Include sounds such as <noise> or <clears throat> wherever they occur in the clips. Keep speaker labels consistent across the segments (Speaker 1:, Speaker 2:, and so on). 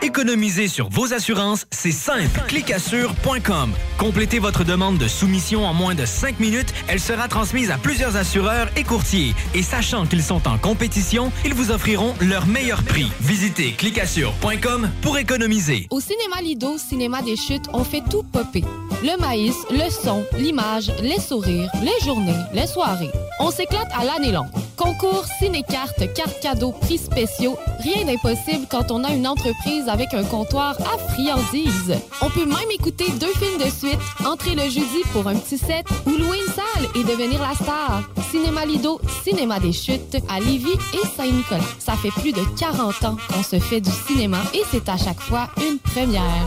Speaker 1: Économiser sur vos assurances, c'est simple. Clicassure.com. Complétez votre demande de soumission en moins de 5 minutes. Elle sera transmise à plusieurs assureurs et courtiers. Et sachant qu'ils sont en compétition, ils vous offriront leur meilleur prix. Visitez clicassure.com pour économiser.
Speaker 2: Au cinéma Lido, cinéma des chutes, on fait tout popper. Le maïs, le son, l'image, les sourires, les journées, les soirées. On s'éclate à l'année longue. Concours, ciné-cartes, cartes cadeaux, prix spéciaux, rien d'impossible quand on a une entreprise avec un comptoir à friandises. On peut même écouter deux films de suite, entrer le jeudi pour un petit set ou louer une salle et devenir la star. Cinéma Lido, cinéma des chutes, à Lévis et Saint-Nicolas. Ça fait plus de 40 ans qu'on se fait du cinéma et c'est à chaque fois une première.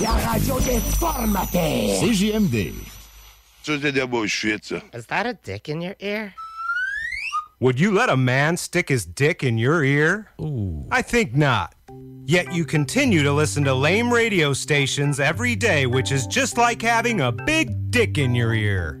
Speaker 3: La radio des formateurs.
Speaker 4: CJMD.
Speaker 5: Ça, c'est de la bullshit, ça.
Speaker 3: Is that a dick in your ear?
Speaker 6: Would you let a man stick his dick in your ear? Ooh. I think not. Yet you continue to listen to lame radio stations every day, which is just like having a big dick in your ear.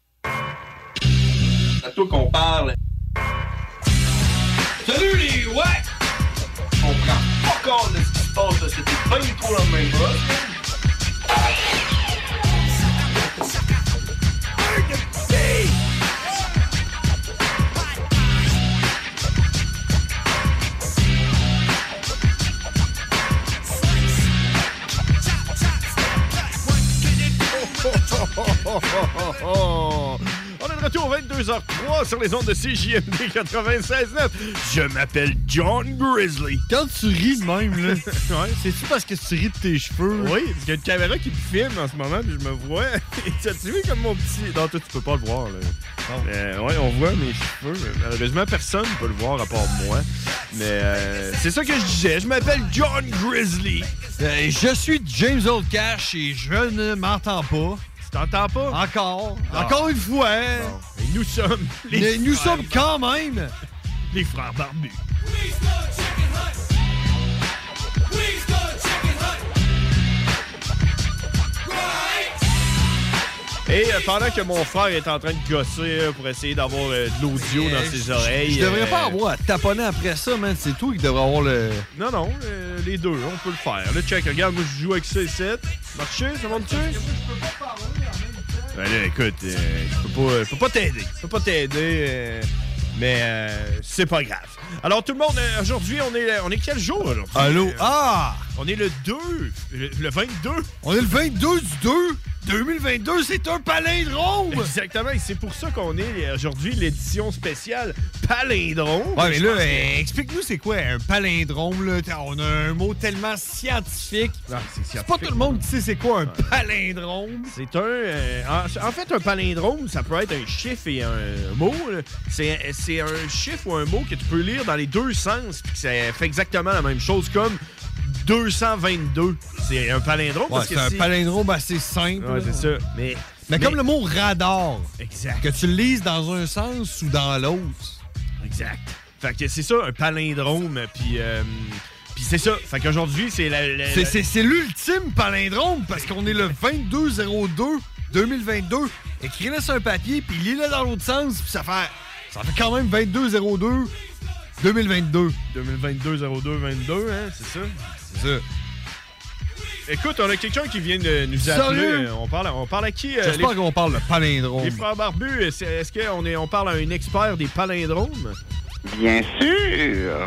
Speaker 5: C'est à toi qu'on parle. Salut les ouais! On prend pas compte de ce qui se passe, là. C'était pas du tout la même chose.
Speaker 7: On est de retour au 22h03 sur les ondes de CJMD 96.9. Je m'appelle John Grizzly. Quand tu ris de même, <laughs> là, c'est-tu parce que tu ris de tes cheveux? Oui, parce qu'il y a une caméra qui me filme en ce moment, puis je me vois. <laughs> Et tu as vu comme mon petit... Non, toi, tu peux pas le voir, là. Euh, ouais, on voit mes cheveux. Malheureusement, personne peut le voir à part moi. Mais euh, c'est ça que je disais. Je m'appelle John Grizzly.
Speaker 8: Euh, je suis James Old Cash et je ne m'entends pas. Tu
Speaker 7: t'entends pas?
Speaker 8: Encore. Encore une fois.
Speaker 7: Et nous sommes les
Speaker 8: Mais nous
Speaker 7: frères
Speaker 8: sommes quand même
Speaker 7: les frères barbus. Et euh, pendant que mon frère est en train de gosser euh, pour essayer d'avoir euh, de l'audio dans ses oreilles.
Speaker 8: Eh, Je devrais
Speaker 7: euh,
Speaker 8: pas avoir à taponner après ça, man. C'est toi qui devrais avoir le.
Speaker 7: Non, non, euh, les deux, on peut le faire. Le check, regarde, moi je joue avec ça et ça. Marché, ça monte-tu? Ben là, écoute, euh, je peux pas, je peux pas t'aider. Je peux pas t'aider, euh, mais euh, c'est pas grave. Alors, tout le monde, euh, aujourd'hui, on est, on est quel jour aujourd'hui?
Speaker 8: Allô?
Speaker 7: Euh,
Speaker 8: Ah!
Speaker 7: On est le 2, le, le 22.
Speaker 8: On est le 22 du 2. 2022, c'est un palindrome!
Speaker 7: Exactement, et c'est pour ça qu'on est euh, aujourd'hui l'édition spéciale palindrome.
Speaker 8: Ouais, mais
Speaker 7: Je
Speaker 8: là,
Speaker 7: pense que-
Speaker 8: euh, explique-nous c'est quoi un palindrome, là. T'as- On a un mot tellement scientifique.
Speaker 7: Ah,
Speaker 8: C'est pas tout le monde qui sait c'est quoi un palindrome.
Speaker 7: C'est un. euh, en, en fait, un palindrome, ça peut être un chiffre et un mot. là. C'est c'est un chiffre ou un mot que tu peux lire dans les deux sens, puis que ça fait exactement la même chose, comme 222. C'est un palindrome.
Speaker 8: Ouais,
Speaker 7: parce que
Speaker 8: c'est un
Speaker 7: si-
Speaker 8: palindrome assez simple.
Speaker 7: Ouais,
Speaker 8: là.
Speaker 7: c'est ça. Mais,
Speaker 8: Mais, comme le mot radar,
Speaker 7: Exact.
Speaker 8: que tu le lises dans un sens ou dans l'autre.
Speaker 7: Exact. Fait que c'est ça, un palindrome, puis. euh, puis c'est ça. Fait qu'aujourd'hui, c'est la. la-
Speaker 8: C'est-
Speaker 7: la-
Speaker 8: C'est c'est l'ultime palindrome parce qu'on est le 22-02-2022. Écris-le sur un papier, puis lis-le dans l'autre sens, puis ça fait, ça fait quand même 22-02-2022.
Speaker 7: 2022-02-22, hein, c'est ça?
Speaker 8: C'est ça.
Speaker 7: Écoute, on a quelqu'un qui vient de nous appeler.
Speaker 8: Sérieux?
Speaker 7: Euh, On parle, on parle à qui? euh,
Speaker 8: J'espère
Speaker 7: les-
Speaker 8: qu'on parle de palindrome.
Speaker 7: Les frères barbus, est-ce est-ce qu'on est, on parle à un expert des palindromes?
Speaker 9: Bien sûr!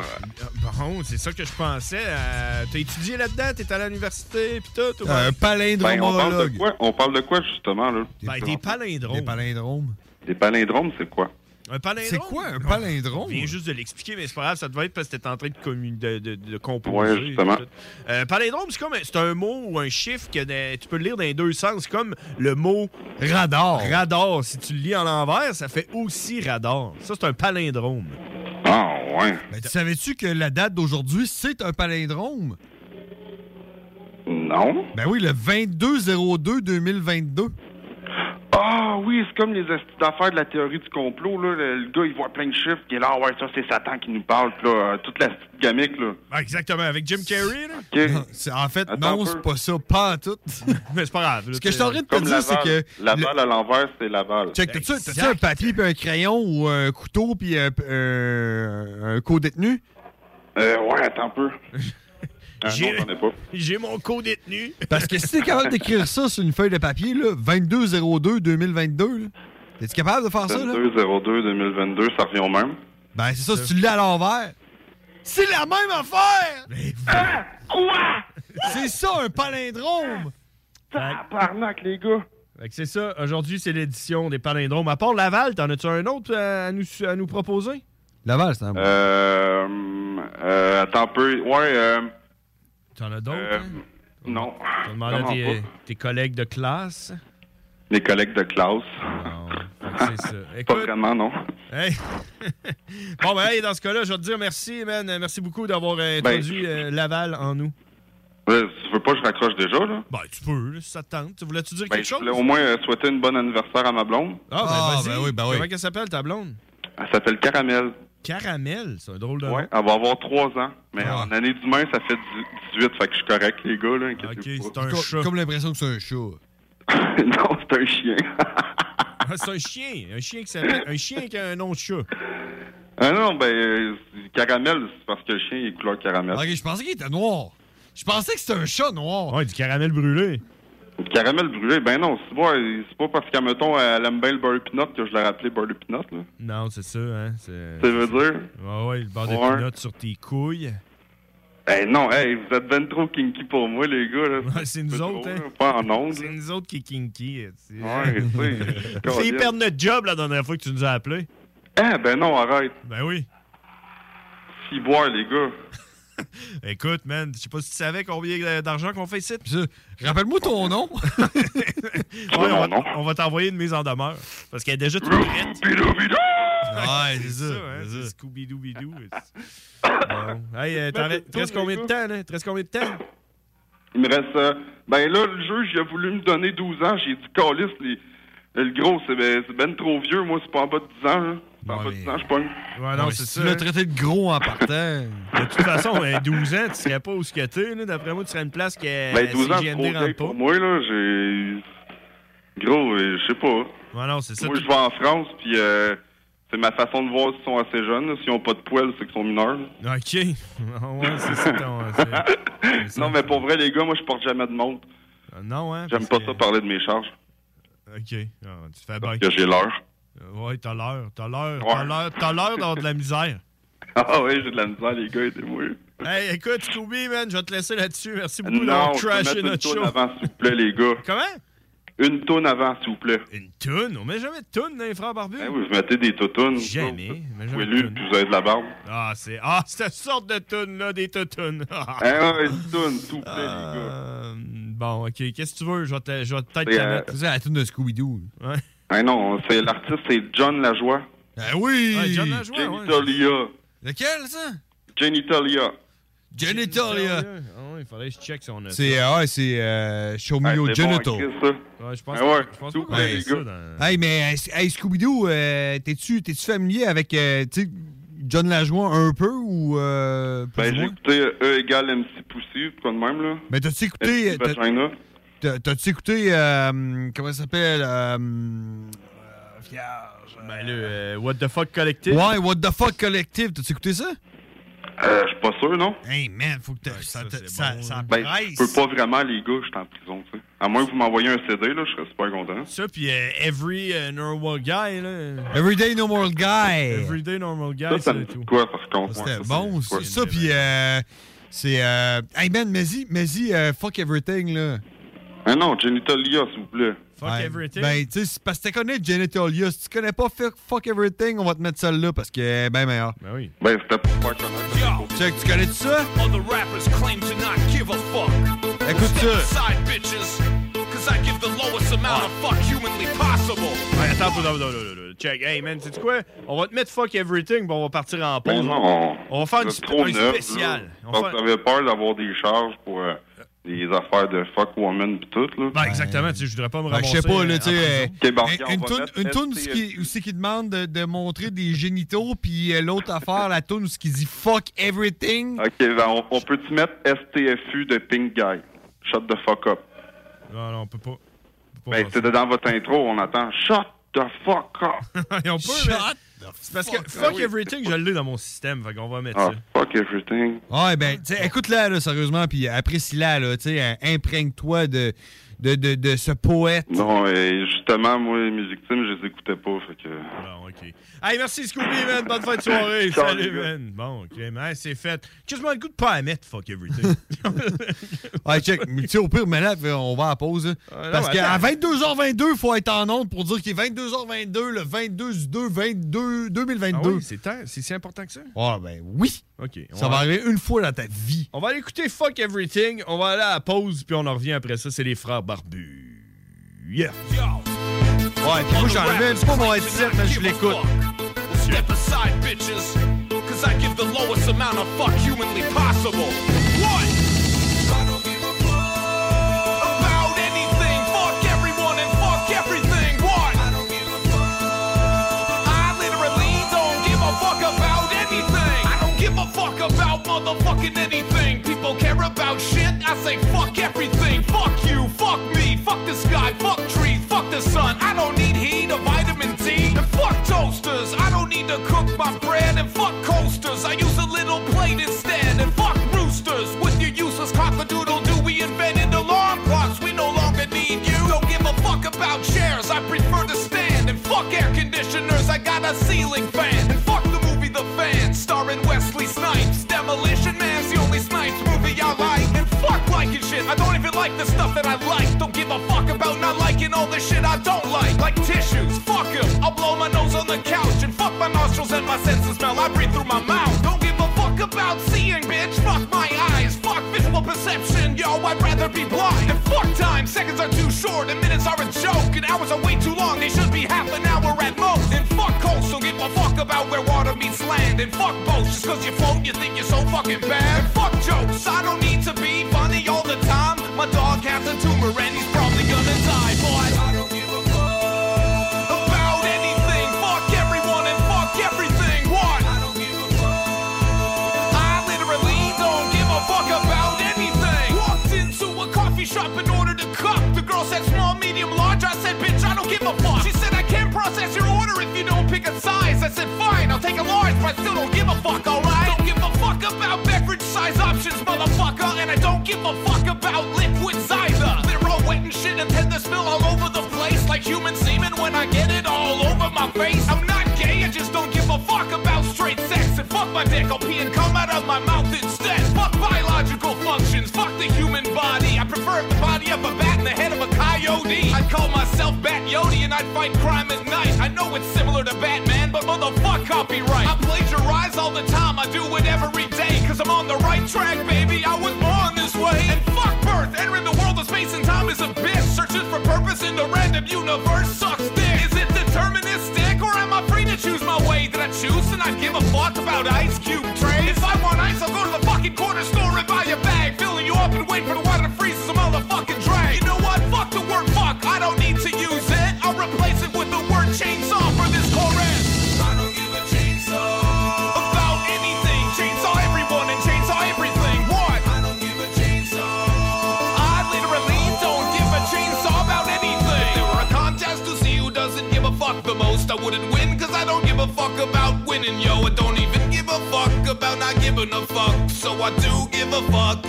Speaker 7: Bon, c'est ça que je pensais. euh, T'as étudié là-dedans, t'es allé à l'université, pis tout. ou-
Speaker 8: Euh,
Speaker 9: Ben, on parle de quoi? On parle de quoi, justement, là?
Speaker 7: Ben, des palindromes.
Speaker 8: Des palindromes.
Speaker 9: Des palindromes, c'est quoi?
Speaker 7: Un palindrome? C'est quoi un
Speaker 8: palindrome?
Speaker 7: Je viens juste de l'expliquer, mais c'est pas grave, ça devait être parce que t'étais en train de, commu- de, de- de composer.
Speaker 9: Ouais, justement.
Speaker 7: Euh, palindrome, c'est comme un- c'est un mot ou un chiffre que dans- tu peux le lire dans les deux sens. C'est comme le mot
Speaker 8: radar.
Speaker 7: Radar. Si tu le lis en l'envers, ça fait aussi radar. Ça, c'est un palindrome.
Speaker 9: Ah, ouais.
Speaker 8: Mais Ben, tu savais-tu que la date d'aujourd'hui, c'est un palindrome?
Speaker 9: Non?
Speaker 8: Ben oui, le 22-02-2022.
Speaker 9: Ah, oui, c'est comme les astuces d'affaires de la théorie du complot, là. Le, le gars, il voit plein de chiffres, il est là, Ah ouais, ça, c'est Satan qui nous parle, puis là, euh, toute la petite gamique, là.
Speaker 7: Ah, exactement, avec Jim Carrey, là.
Speaker 8: Non, Ah, c'est- En fait,
Speaker 9: Attends
Speaker 8: non,
Speaker 9: un peu.
Speaker 8: c'est pas ça, pas en tout.
Speaker 7: <laughs> Mais c'est pas grave.
Speaker 8: Ce que je t'aurais de te
Speaker 9: Comme
Speaker 8: dire, c'est
Speaker 9: Laval.
Speaker 8: que.
Speaker 9: Laval à l'envers, c'est Laval.
Speaker 8: Check, t'as-tu t'as-tu un papier puis un crayon ou un couteau puis un, un, un co-détenu?
Speaker 9: Euh, ouais, attends un
Speaker 7: <laughs>
Speaker 9: peu. Ah, non, j'en ai pas.
Speaker 7: J'ai mon co-détenu.
Speaker 8: Parce que si t'es capable d'écrire ça sur une feuille de papier, là, 22-02-2022, là, t'es-tu capable de faire ça, là?
Speaker 9: 22-02-2022, ça revient au même.
Speaker 8: Ben, c'est ça, si tu le lis à l'envers. C'est la même affaire!
Speaker 9: quoi?
Speaker 8: C'est ça, un palindrome!
Speaker 9: Tabarnak, les gars!
Speaker 7: Fait que c'est ça, aujourd'hui, c'est l'édition des palindromes. À part Laval, t'en as-tu un autre euh, à nous, à nous proposer?
Speaker 8: Laval, c'est un
Speaker 9: Euh, euh, attends un peu. Ouais, euh,
Speaker 7: T'en as d'autres?
Speaker 9: euh, non.
Speaker 7: On demande à
Speaker 9: Vraiment
Speaker 7: tes,
Speaker 9: pas.
Speaker 7: tes collègues de classe.
Speaker 9: Mes collègues de classe.
Speaker 7: Ah, C'est ça.
Speaker 9: <laughs> Pas
Speaker 7: Écoute,
Speaker 9: vraiment, non.
Speaker 7: hey. <laughs> bon, ben, hey, dans ce cas-là, je vais te dire merci, man. Merci beaucoup d'avoir euh,
Speaker 9: Ben,
Speaker 7: introduit euh, Laval en nous.
Speaker 9: Euh, tu veux pas que je raccroche déjà, là?
Speaker 7: Ben, tu peux, là, si ça te tente. Tu Voulais-tu dire
Speaker 9: Ben,
Speaker 7: quelque
Speaker 9: je
Speaker 7: chose?
Speaker 9: voulais au moins euh, souhaiter une bonne anniversaire à ma blonde.
Speaker 7: Ah, ben, vas-y.
Speaker 8: ben oui, ben oui.
Speaker 7: Comment elle s'appelle, ta blonde?
Speaker 9: Elle s'appelle Caramel.
Speaker 7: Caramel, c'est un drôle de nom.
Speaker 9: Ouais, ah, elle va avoir 3 ans. Mais
Speaker 7: Ah.
Speaker 9: en année d'humain, ça fait dix- 18, fait que je suis correct, les gars, là. inquiétez-vous pas.
Speaker 8: Co- Comme l'impression que c'est un chat.
Speaker 9: <laughs> non, c'est un chien.
Speaker 7: <laughs> Ah, c'est un chien. Un chien qui s'appelle... Un chien qui a un nom de chat.
Speaker 9: ah non, ben, euh, Caramel, c'est parce que le chien, il est couleur caramel.
Speaker 8: Ok, je pensais qu'il était noir. Je pensais que c'était un chat noir.
Speaker 7: Ouais, du caramel brûlé.
Speaker 9: Caramel brûlé, ben non, c'est pas, c'est pas parce qu'à mettons, elle aime bien le beurre pinot que je l'ai rappelé beurre pinot, là.
Speaker 7: Non, c'est ça, hein. C'est...
Speaker 9: Ça veut dire?
Speaker 7: Ouais, ouais, le bord de
Speaker 9: Ouais.
Speaker 7: pinottes sur tes couilles. <laughs>
Speaker 9: Eh non, hey, vous êtes ben trop kinky pour moi, les gars, là.
Speaker 7: c'est nous
Speaker 9: trop,
Speaker 7: autres,
Speaker 9: là,
Speaker 7: hein.
Speaker 9: Pas en ondes.
Speaker 7: C'est nous autres qui est kinky. tu sais.
Speaker 9: Ouais,
Speaker 7: On
Speaker 9: tu
Speaker 7: <laughs> fait
Speaker 9: sais.
Speaker 7: perdre notre job la dernière fois que tu nous as appelés.
Speaker 9: Eh ben non, arrête.
Speaker 7: Ben oui.
Speaker 9: Si boire, les gars.
Speaker 7: Écoute, man, je sais pas si tu savais combien d'argent qu'on fait ici.
Speaker 8: Rappelle-moi ton
Speaker 7: <laughs>
Speaker 8: nom.
Speaker 7: Ouais, on va, on va t'envoyer une mise en demeure. Parce qu'elle est déjà toute prête.
Speaker 8: Ouais, c'est ça.
Speaker 7: hein, c'est <laughs> Scooby-Doo-Bidou. bon. Hey, euh, t'en restes- t'en restes combien de temps, là? T'en restes combien de temps?
Speaker 9: Il me reste. euh, ben là, le juge, il a voulu me donner 12 ans. J'ai dit, Calis, les... le gros, c'est ben, c'est ben trop vieux. Moi, c'est pas en bas de 10 ans, là. C'est pas en bas de 10 ans, je pogne.
Speaker 7: Ouais, non,
Speaker 8: Ouais,
Speaker 7: c'est
Speaker 8: si
Speaker 7: ça.
Speaker 8: Tu l'as
Speaker 7: hein.
Speaker 8: traité de gros en partant.
Speaker 7: <laughs> De toute façon, à 12 ans, tu serais pas où ce que t'es, là. D'après moi, tu serais une place que.
Speaker 9: Ben, 12 ans, c'est trop
Speaker 7: CGND rentre
Speaker 9: vieille
Speaker 7: pas.
Speaker 9: pour moi, là. J'ai. Gros, euh, je sais pas.
Speaker 7: Ouais, non, c'est ça.
Speaker 9: Moi, je vais en France, puis euh, c'est ma façon de voir s'ils sont assez jeunes. là. S'ils ont pas de poils, c'est qu'ils sont mineurs. là.
Speaker 7: Ok. <laughs> ouais, c'est ça ton.
Speaker 9: <laughs>
Speaker 7: c'est-
Speaker 9: non, mais pour vrai, les gars, moi, je porte jamais de montre.
Speaker 7: Euh, Non, hein?
Speaker 9: J'aime pas
Speaker 7: parce
Speaker 9: ça parler de mes charges,
Speaker 7: que- Ok. Ah, tu fais bien.
Speaker 9: parce que j'ai l'heure. <laughs>
Speaker 7: Euh, Ouais, t'as l'heure. T'as l'heure. T'as l'heure. T'as l'heure d'avoir de la misère.
Speaker 9: Ah ouais, j'ai de la misère, les gars, aidez-moi.
Speaker 7: Hey, écoute, Scooby, man, je vais te laisser là-dessus. Merci beaucoup
Speaker 9: Non,
Speaker 7: d'avoir
Speaker 9: je peux
Speaker 7: trashé
Speaker 9: mettre une
Speaker 7: notre
Speaker 9: tourne
Speaker 7: show.
Speaker 9: avant, s'il vous plaît, les gars.
Speaker 7: Comment?
Speaker 9: Une tourne avant, s'il vous plaît.
Speaker 7: Une toune? On met jamais de toune dans les frères barbus.
Speaker 9: Hey, vous mettez des totounes. Jamais. Vous élus, puis vous avez de la barbe.
Speaker 7: Ah, c'est. Ah, cette sorte de toune, là, des toutounes. <laughs> Ah,
Speaker 9: Eh ouais, une toune, s'il vous plaît,
Speaker 7: Euh,
Speaker 9: les gars.
Speaker 7: Bon, ok, qu'est-ce que tu veux? Je vais te- je vais peut-être
Speaker 9: Et,
Speaker 7: la
Speaker 9: euh,
Speaker 7: mettre. Tu sais, la toune de Scooby-Doo. là. Ouais.
Speaker 9: Ah non, c'est l'artiste, c'est John Lajoie.
Speaker 7: Ben oui! Ouais, John Lajoie, ouais.
Speaker 9: Genitalia.
Speaker 7: Lequel, ça?
Speaker 9: Genitalia.
Speaker 7: Genitalia. Ah ouais, il fallait que je check si on a
Speaker 8: C'est
Speaker 7: ça.
Speaker 8: euh, ouais, c'est euh, Show Me
Speaker 7: Ouais,
Speaker 8: Your
Speaker 7: c'est bon,
Speaker 8: Genital.
Speaker 7: Chris, ça. Ouais, je
Speaker 9: Ben
Speaker 7: pense
Speaker 8: Ah ouais,
Speaker 7: que- je pense
Speaker 8: tout
Speaker 7: qu'on a
Speaker 8: près,
Speaker 7: ça
Speaker 8: les gars.
Speaker 7: dans-
Speaker 8: Hey, mais euh, hey, Scooby-Doo, euh, t'es-tu t'es-tu familier avec euh, tu sais, John Lajoie un peu ou. euh, plus
Speaker 9: Ben,
Speaker 8: ou
Speaker 9: j'ai
Speaker 8: moins?
Speaker 9: écouté euh, E égale MC Poussy, quoi de même, là.
Speaker 8: Mais t'as-tu écouté.
Speaker 9: MC
Speaker 8: t'as-
Speaker 9: Vagina.
Speaker 8: t'as- T'as-tu écouté. euh, comment ça s'appelle euh,
Speaker 7: Ben là, euh, What the fuck Collective?
Speaker 8: Ouais, What the Fuck Collective. T'as-tu écouté ça?
Speaker 9: Euh, je suis pas sûr, non?
Speaker 8: Hey, man, faut que t'as- ça, te- ça, ça
Speaker 9: Ben, je
Speaker 8: presse.
Speaker 9: peux pas vraiment, les gars, je suis en prison, tu sais. À moins que vous m'envoyiez un CD, là, je serais super content.
Speaker 7: Ça, puis euh, Every euh, Normal Guy, là.
Speaker 8: Everyday Normal Guy.
Speaker 7: Everyday Normal Guy,
Speaker 9: Ça, ça me
Speaker 7: c'est
Speaker 9: dit
Speaker 7: tout.
Speaker 9: quoi, par contre?
Speaker 8: euh, C'était
Speaker 9: moi, ça,
Speaker 8: bon,
Speaker 9: c'est quoi?
Speaker 8: c'est ça. Puis, euh, c'est. Euh, hey, man, mais-y, mais-y, euh, fuck everything, là.
Speaker 9: Ah non, Genitalia, s'il vous plaît.
Speaker 7: Fuck everything.
Speaker 8: Ben, tu sais, c'est parce que tu connais Genitalia. Si tu connais pas fuck, fuck everything, on va te mettre celle-là parce que est bien meilleure.
Speaker 7: Ben oui.
Speaker 9: Ben, c'était pour faire connaître.
Speaker 8: Check, tu connais-tu ça?
Speaker 10: Other rappers claim to not give a fuck.
Speaker 8: Écoute
Speaker 10: Step
Speaker 8: ça.
Speaker 10: aside, bitches, cause I give the lowest amount of fuck humanly possible.
Speaker 7: Ouais, attends, attends, attends, attends, attends, attends. check. Hey man, sais-tu quoi? On va te mettre fuck everything, puis on va partir en pause.
Speaker 9: Ben non,
Speaker 7: on va faire
Speaker 9: vous
Speaker 7: une
Speaker 9: êtes
Speaker 7: sp-
Speaker 9: trop
Speaker 7: un
Speaker 9: neufs,
Speaker 7: spécial.
Speaker 9: là.
Speaker 7: On
Speaker 9: Parce
Speaker 7: va
Speaker 9: que
Speaker 7: faire-
Speaker 9: j'avais peur d'avoir des charges pour euh, des affaires de fuck woman pis tout, là.
Speaker 7: Ben, exactement, tu sais, je voudrais pas me
Speaker 8: Ben, je sais
Speaker 7: ramasser.
Speaker 8: pas, là, tu
Speaker 7: en prison.
Speaker 8: sais. euh,
Speaker 9: Ok, bon,
Speaker 8: une-
Speaker 9: ok, on
Speaker 8: Une
Speaker 9: va
Speaker 8: toune-
Speaker 9: mettre
Speaker 8: une toune où ce
Speaker 9: STL.
Speaker 8: qui- où c'est qui demande de, de montrer des génitaux, puis euh, l'autre affaire, la toune où ce qui dit fuck everything.
Speaker 9: Ok, ben, on, on peut-tu mettre STFU de Pink Guy? Shut the fuck up.
Speaker 7: Non, non, on peut pas.
Speaker 9: Ben, c'était dans votre intro, on entend Shut the fuck up.
Speaker 7: <laughs> Et on peut, mais- C'est parce que fuck
Speaker 9: Ah oui.
Speaker 7: everything, je l'ai dans mon système, fait qu'on va mettre
Speaker 9: Ah,
Speaker 7: ça.
Speaker 9: fuck everything.
Speaker 8: Ouais, ben, tu sais, écoute-la, là, sérieusement, puis apprécie-la, là, tu sais, hein, imprègne-toi de, de, de, de ce poète.
Speaker 9: Non, et justement, moi, mes victimes, je les écoutais pas, fait que...
Speaker 7: Bon, ok. Hey, merci Scooby, man. Bonne fin de soirée.
Speaker 9: Ciao,
Speaker 7: Salut,
Speaker 9: les gars.
Speaker 7: man. Bon, ok, man, c'est fait. Qu'est-ce que je m'en goûte pas à mettre, fuck everything?
Speaker 8: Ouais, check. Mais tu sais, au pire, mais là, on va à la pause. là.
Speaker 7: Ah, non,
Speaker 8: parce qu'à
Speaker 7: attends.
Speaker 8: 22h22, il faut être en onde pour dire qu'il est 22h22, le 22 du 2, 22, 2022.
Speaker 7: Ah oui, c'est tant- c'est si important que ça?
Speaker 8: Ah, ben oui.
Speaker 7: Ok. on
Speaker 8: Ça va arriver une fois dans ta vie.
Speaker 7: On va aller écouter Fuck Everything, on va aller à la pause, puis on en revient après ça, c'est les frères barbus. Yeah!
Speaker 8: Ouais, puis moi, j'enlève même pas mon headset, mais je l'écoute.
Speaker 10: Step aside, bitches, cause I give the lowest amount of fuck humanly possible. One! I don't give a fuck about anything. Fuck everyone and fuck everything. One! I don't give a fuck. I literally don't give a fuck about anything. I don't give a fuck about motherfucking anything. People care about shit. I say fuck everything. Fuck you, fuck me, fuck the sky, fuck trees, fuck the sun. I don't need heat or vitamin D. And fuck toasters. I don't need to cook my bread. And fuck coasters. I use a little plate instead. And fuck roosters. With your useless cockadoodle do we invented alarm clocks. We no longer need you. Don't give a fuck about chairs. I prefer to stand. And fuck air conditioners. I got a ceiling fan. And fuck the movie The Fan. Starring Wesley Snipes. Demolition Man's the only Snipes movie I like. And fuck liking shit. I don't even like the stuff that I like. Don't give a fuck about not liking all the shit I don't like. Like tissues. Fuck 'em. I'll blow my nose on the couch. And fuck my nostrils and my sense of smell. I breathe through my mouth. Don't give a fuck about seeing, bitch. Fuck my eyes. Fuck visual perception. Yo, I'd rather be blind. And fuck time. Seconds are too short and minutes are a joke. And hours are way too long. They should be half an hour at most. And fuck coast. Don't give a fuck about where water meets land. And fuck boats. Just cause you float, you think you're so fucking bad. And fuck jokes. I don't need to be funny all the time. My dog has a tumor and he's probably gonna die, boy. I don't give a fuck about anything. Fuck everyone and fuck everything. What? I don't give a fuck. I literally don't give a fuck about anything. Walked into a coffee shop and ordered a cup. The girl said small, medium, large. I said, bitch, I don't give a fuck. She said, I can't process your order if you don't pick a size. I said, fine, I'll take a large, but I still don't give a fuck, alright? Don't give a fuck about beverage size options, motherfucker. And I don't give a fuck about liquids either. They're all wet and shit and tend to spill all over the place like human semen when I get it all over my face. I'm not gay, I just don't give a fuck about straight sex. And fuck my dick, the human body. I prefer the body of a bat and the head of a coyote. I'd call myself Bat Yodi and I'd fight crime at night. I know it's similar to Batman, but motherfuck copyright. I plagiarize all the time, I do it every day. Cause I'm on the right track, baby. I was born this way. And fuck birth, entering the world of space and time is a bitch. Searching for purpose in the random universe sucks dick. Is it deterministic or am I free to choose my way? Did I choose and I give a fuck about Ice Cube trays? If I want ice, I'll go to the fucking corner store and buy a bag. Filling you up and wait for the water to freeze some motherfucking drag. You know what? Fuck the word fuck. I don't need to use it. I'll replace it with the word chainsaw for this chorus. I don't give a chainsaw about anything. Chainsaw everyone and chainsaw everything. What? I don't give a chainsaw. I literally don't give a chainsaw about anything. If there were a contest to see who doesn't give a fuck the most, I wouldn't win because I don't give a fuck about winning, yo. I don't even give a fuck about not giving a fuck. So I do give a fuck.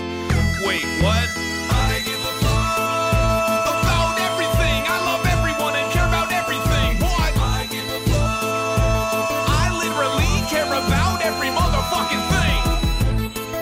Speaker 10: Wait, what? I give a fuck about everything. I love everyone and care about everything. What? I give a fuck. I literally care about every motherfucking thing.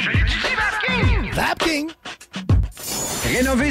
Speaker 11: je l'étudie, Vapking!
Speaker 12: Vapking!
Speaker 13: Rénovez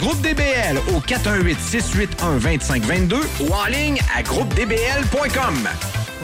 Speaker 13: Groupe DBL au 418-681-2522 ou en ligne à groupedbl.com.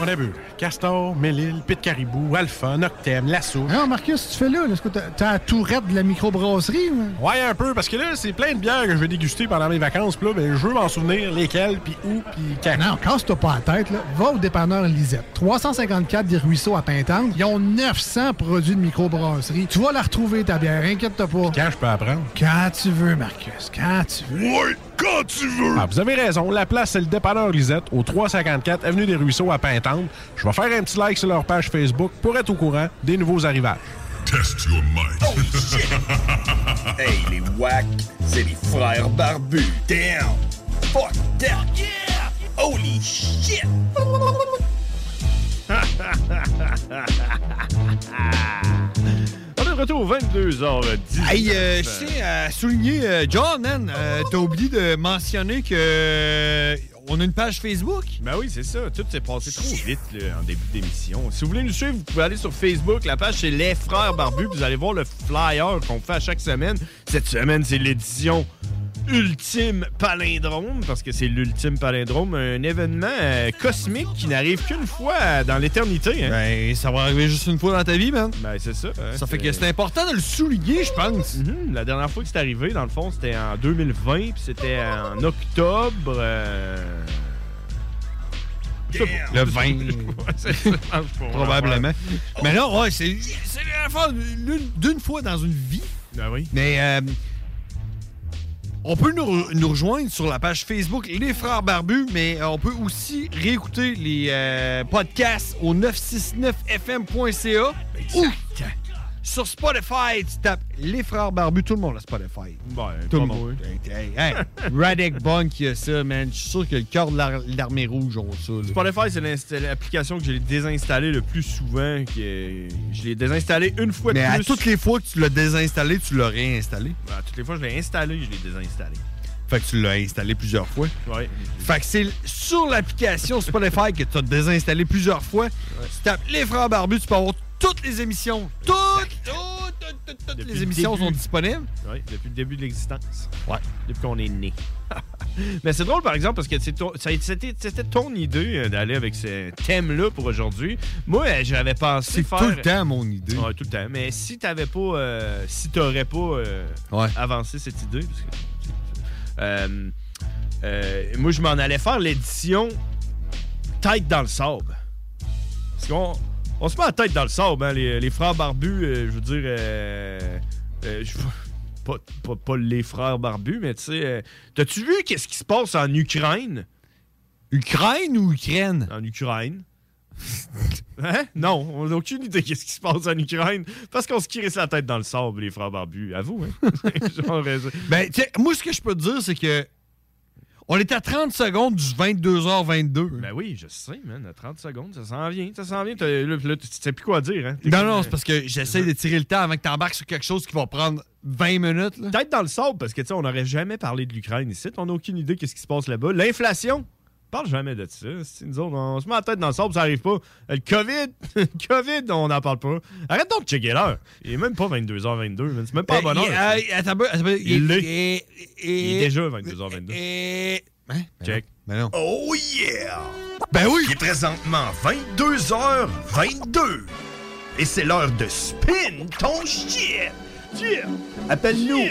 Speaker 7: On a bu Castor, Mélile, Pit Caribou, Alpha, Noctem, Lasso.
Speaker 14: Non, Marcus, tu fais là. là. Est-ce que t'as t'as la tourette de la microbrasserie? ou-
Speaker 7: Ouais, un peu, parce que là, c'est plein de bières que je vais déguster pendant mes vacances. Puis là, ben, je veux m'en souvenir lesquelles, puis où, puis quand.
Speaker 14: Non, casse-toi pas la tête. là. Va au dépanneur Lisette. 354 des Ruisseaux à Pintante. Ils ont 900 produits de microbrasserie. Tu vas la retrouver, ta bière. Inquiète-toi pas.
Speaker 7: Quand je peux apprendre?
Speaker 14: Quand tu veux, Marcus. Quand tu veux.
Speaker 7: Ouais, quand tu veux! Ah, vous avez raison. La place, c'est le dépanneur Lisette, au 354 Avenue des Ruisseaux à Pintante. Je vais faire un petit like sur leur page Facebook pour être au courant des nouveaux arrivages.
Speaker 3: Test your mind. Oh <laughs> shit! hey, les wack, c'est les frères barbus. Damn! Fuck that! Yeah! Holy
Speaker 7: <laughs>
Speaker 3: shit! <laughs>
Speaker 7: On est de retour 22h10.
Speaker 8: Hey, euh, je tiens à souligner, euh, John, man, euh, t'as oublié de mentionner que euh, on a une page Facebook.
Speaker 7: Ben oui, c'est ça. Tout s'est passé trop vite là, en début d'émission. Si vous voulez nous suivre, vous pouvez aller sur Facebook. La page, c'est Les Frères Barbus. Vous allez voir le flyer qu'on fait à chaque semaine. Cette semaine, c'est l'édition Ultime Palindrome, parce que c'est l'Ultime Palindrome, un événement euh, cosmique qui n'arrive qu'une fois euh, dans l'éternité. Ben, ça va arriver juste une fois dans ta vie, man. Ben, c'est ça. hein,
Speaker 8: Ça fait que
Speaker 7: c'est-
Speaker 8: c'est important de le souligner, je pense.
Speaker 7: Mhm. La dernière fois que c'est arrivé, dans le fond, c'était en 2020, puis c'était en octobre. euh, je sais pas.
Speaker 8: Le <laughs> 20.
Speaker 7: Ouais, <laughs> c'est ça, je pense pas.
Speaker 8: Probablement. Mais non, ouais, c'est c'est la fin d'une- d'une fois dans une vie.
Speaker 7: Ben oui.
Speaker 8: Mais euh, on peut nous, re- nous rejoindre sur la page Facebook Les Frères Barbus, mais euh, on peut aussi réécouter les euh, podcasts au 969fm.ca ou sur Spotify, tu tapes Les Frères Barbus, tout le monde a Spotify.
Speaker 7: Ben,
Speaker 8: tout le
Speaker 7: pas
Speaker 8: monde. Hey, <laughs> hey, Radek Bunk, il y a ça, man. Je suis sûr que le cœur de l'ar- l'armée rouge ont ça. là.
Speaker 7: Spotify, c'est l'insta- l'application que j'ai désinstallée le plus souvent. que je l'ai désinstallée une fois de
Speaker 8: Mais à
Speaker 7: plus.
Speaker 8: toutes les fois que tu l'as désinstallé, tu l'as réinstallé.
Speaker 7: Ben, toutes les fois, je l'ai installée, je l'ai désinstallée.
Speaker 8: Fait que tu l'as installé plusieurs fois.
Speaker 7: Ouais.
Speaker 8: Fait que c'est sur l'application Spotify que tu as désinstallé plusieurs fois. Tu tapes Les Frères Barbus, tu peux avoir toutes les émissions. Toutes, toutes, toutes, toutes, toutes
Speaker 7: Depuis
Speaker 8: les
Speaker 7: le
Speaker 8: émissions
Speaker 7: début.
Speaker 8: sont disponibles.
Speaker 7: Ouais, depuis le début de l'existence. Ouais. Depuis qu'on est né. <laughs> Mais c'est drôle, par exemple, parce que c'est ton- ça a été- c'était c'était ton idée euh, d'aller avec ce thème-là pour aujourd'hui. Moi, euh, j'avais pensé faire... Ah,
Speaker 8: tout le temps mon idée.
Speaker 7: Ouais, tout le temps. Mais si t'avais pas... euh, si t'aurais pas euh, avancé cette idée... parce que- euh, euh, moi, je m'en allais faire l'édition Tête dans le sable. Parce qu'on on se met la tête dans le sable, hein, les, les frères barbus, euh, je veux dire. euh, euh, je- pas, pas- pas les frères barbus, mais tu sais. euh, T'as-tu vu qu'est-ce qui se passe en Ukraine?
Speaker 8: Ukraine ou Ukraine?
Speaker 7: En Ukraine. hein? Non, on n'a aucune idée qu'est-ce qui se passe en Ukraine. Parce qu'on se crisse la tête dans le sable, les frères barbus. À vous,
Speaker 8: <laughs>
Speaker 7: hein? Genre, euh,
Speaker 8: Ben, tu sais, moi, ce que je peux te dire, c'est que on est à 30 secondes du 22h22.
Speaker 7: Ben oui, je sais, man. à 30 secondes, ça s'en vient. Ça s'en vient. T'as- Là, là, tu sais plus quoi dire, hein? T'es
Speaker 8: Non,
Speaker 7: comme,
Speaker 8: non,
Speaker 7: euh,
Speaker 8: c'est parce que j'essaie de tirer le temps avant que tu embarques sur quelque chose qui va prendre 20 minutes.
Speaker 7: Peut-être dans le sable, parce que tu sais, on n'aurait jamais parlé de l'Ukraine ici. On n'a aucune idée de ce qui se passe là-bas. L'inflation, on parle jamais de ça. C'est Nous autres, on se met la tête dans le sable, ça arrive pas. Euh, Le COVID, <laughs> le COVID, on n'en parle pas. Arrête donc de checker l'heure. Il est même pas 22h22, man. c'est même pas à bonne heure.
Speaker 8: Euh, il- euh, attends un peu, attends un peu.
Speaker 7: Il l'est. Il est déjà
Speaker 8: Et-
Speaker 7: 22h22.
Speaker 8: Hein?
Speaker 7: Check.
Speaker 8: Mais non.
Speaker 3: Oh yeah! Ben oui! Il est présentement 22h22. Et c'est l'heure de spin ton shit! Yeah!
Speaker 8: Appelle-nous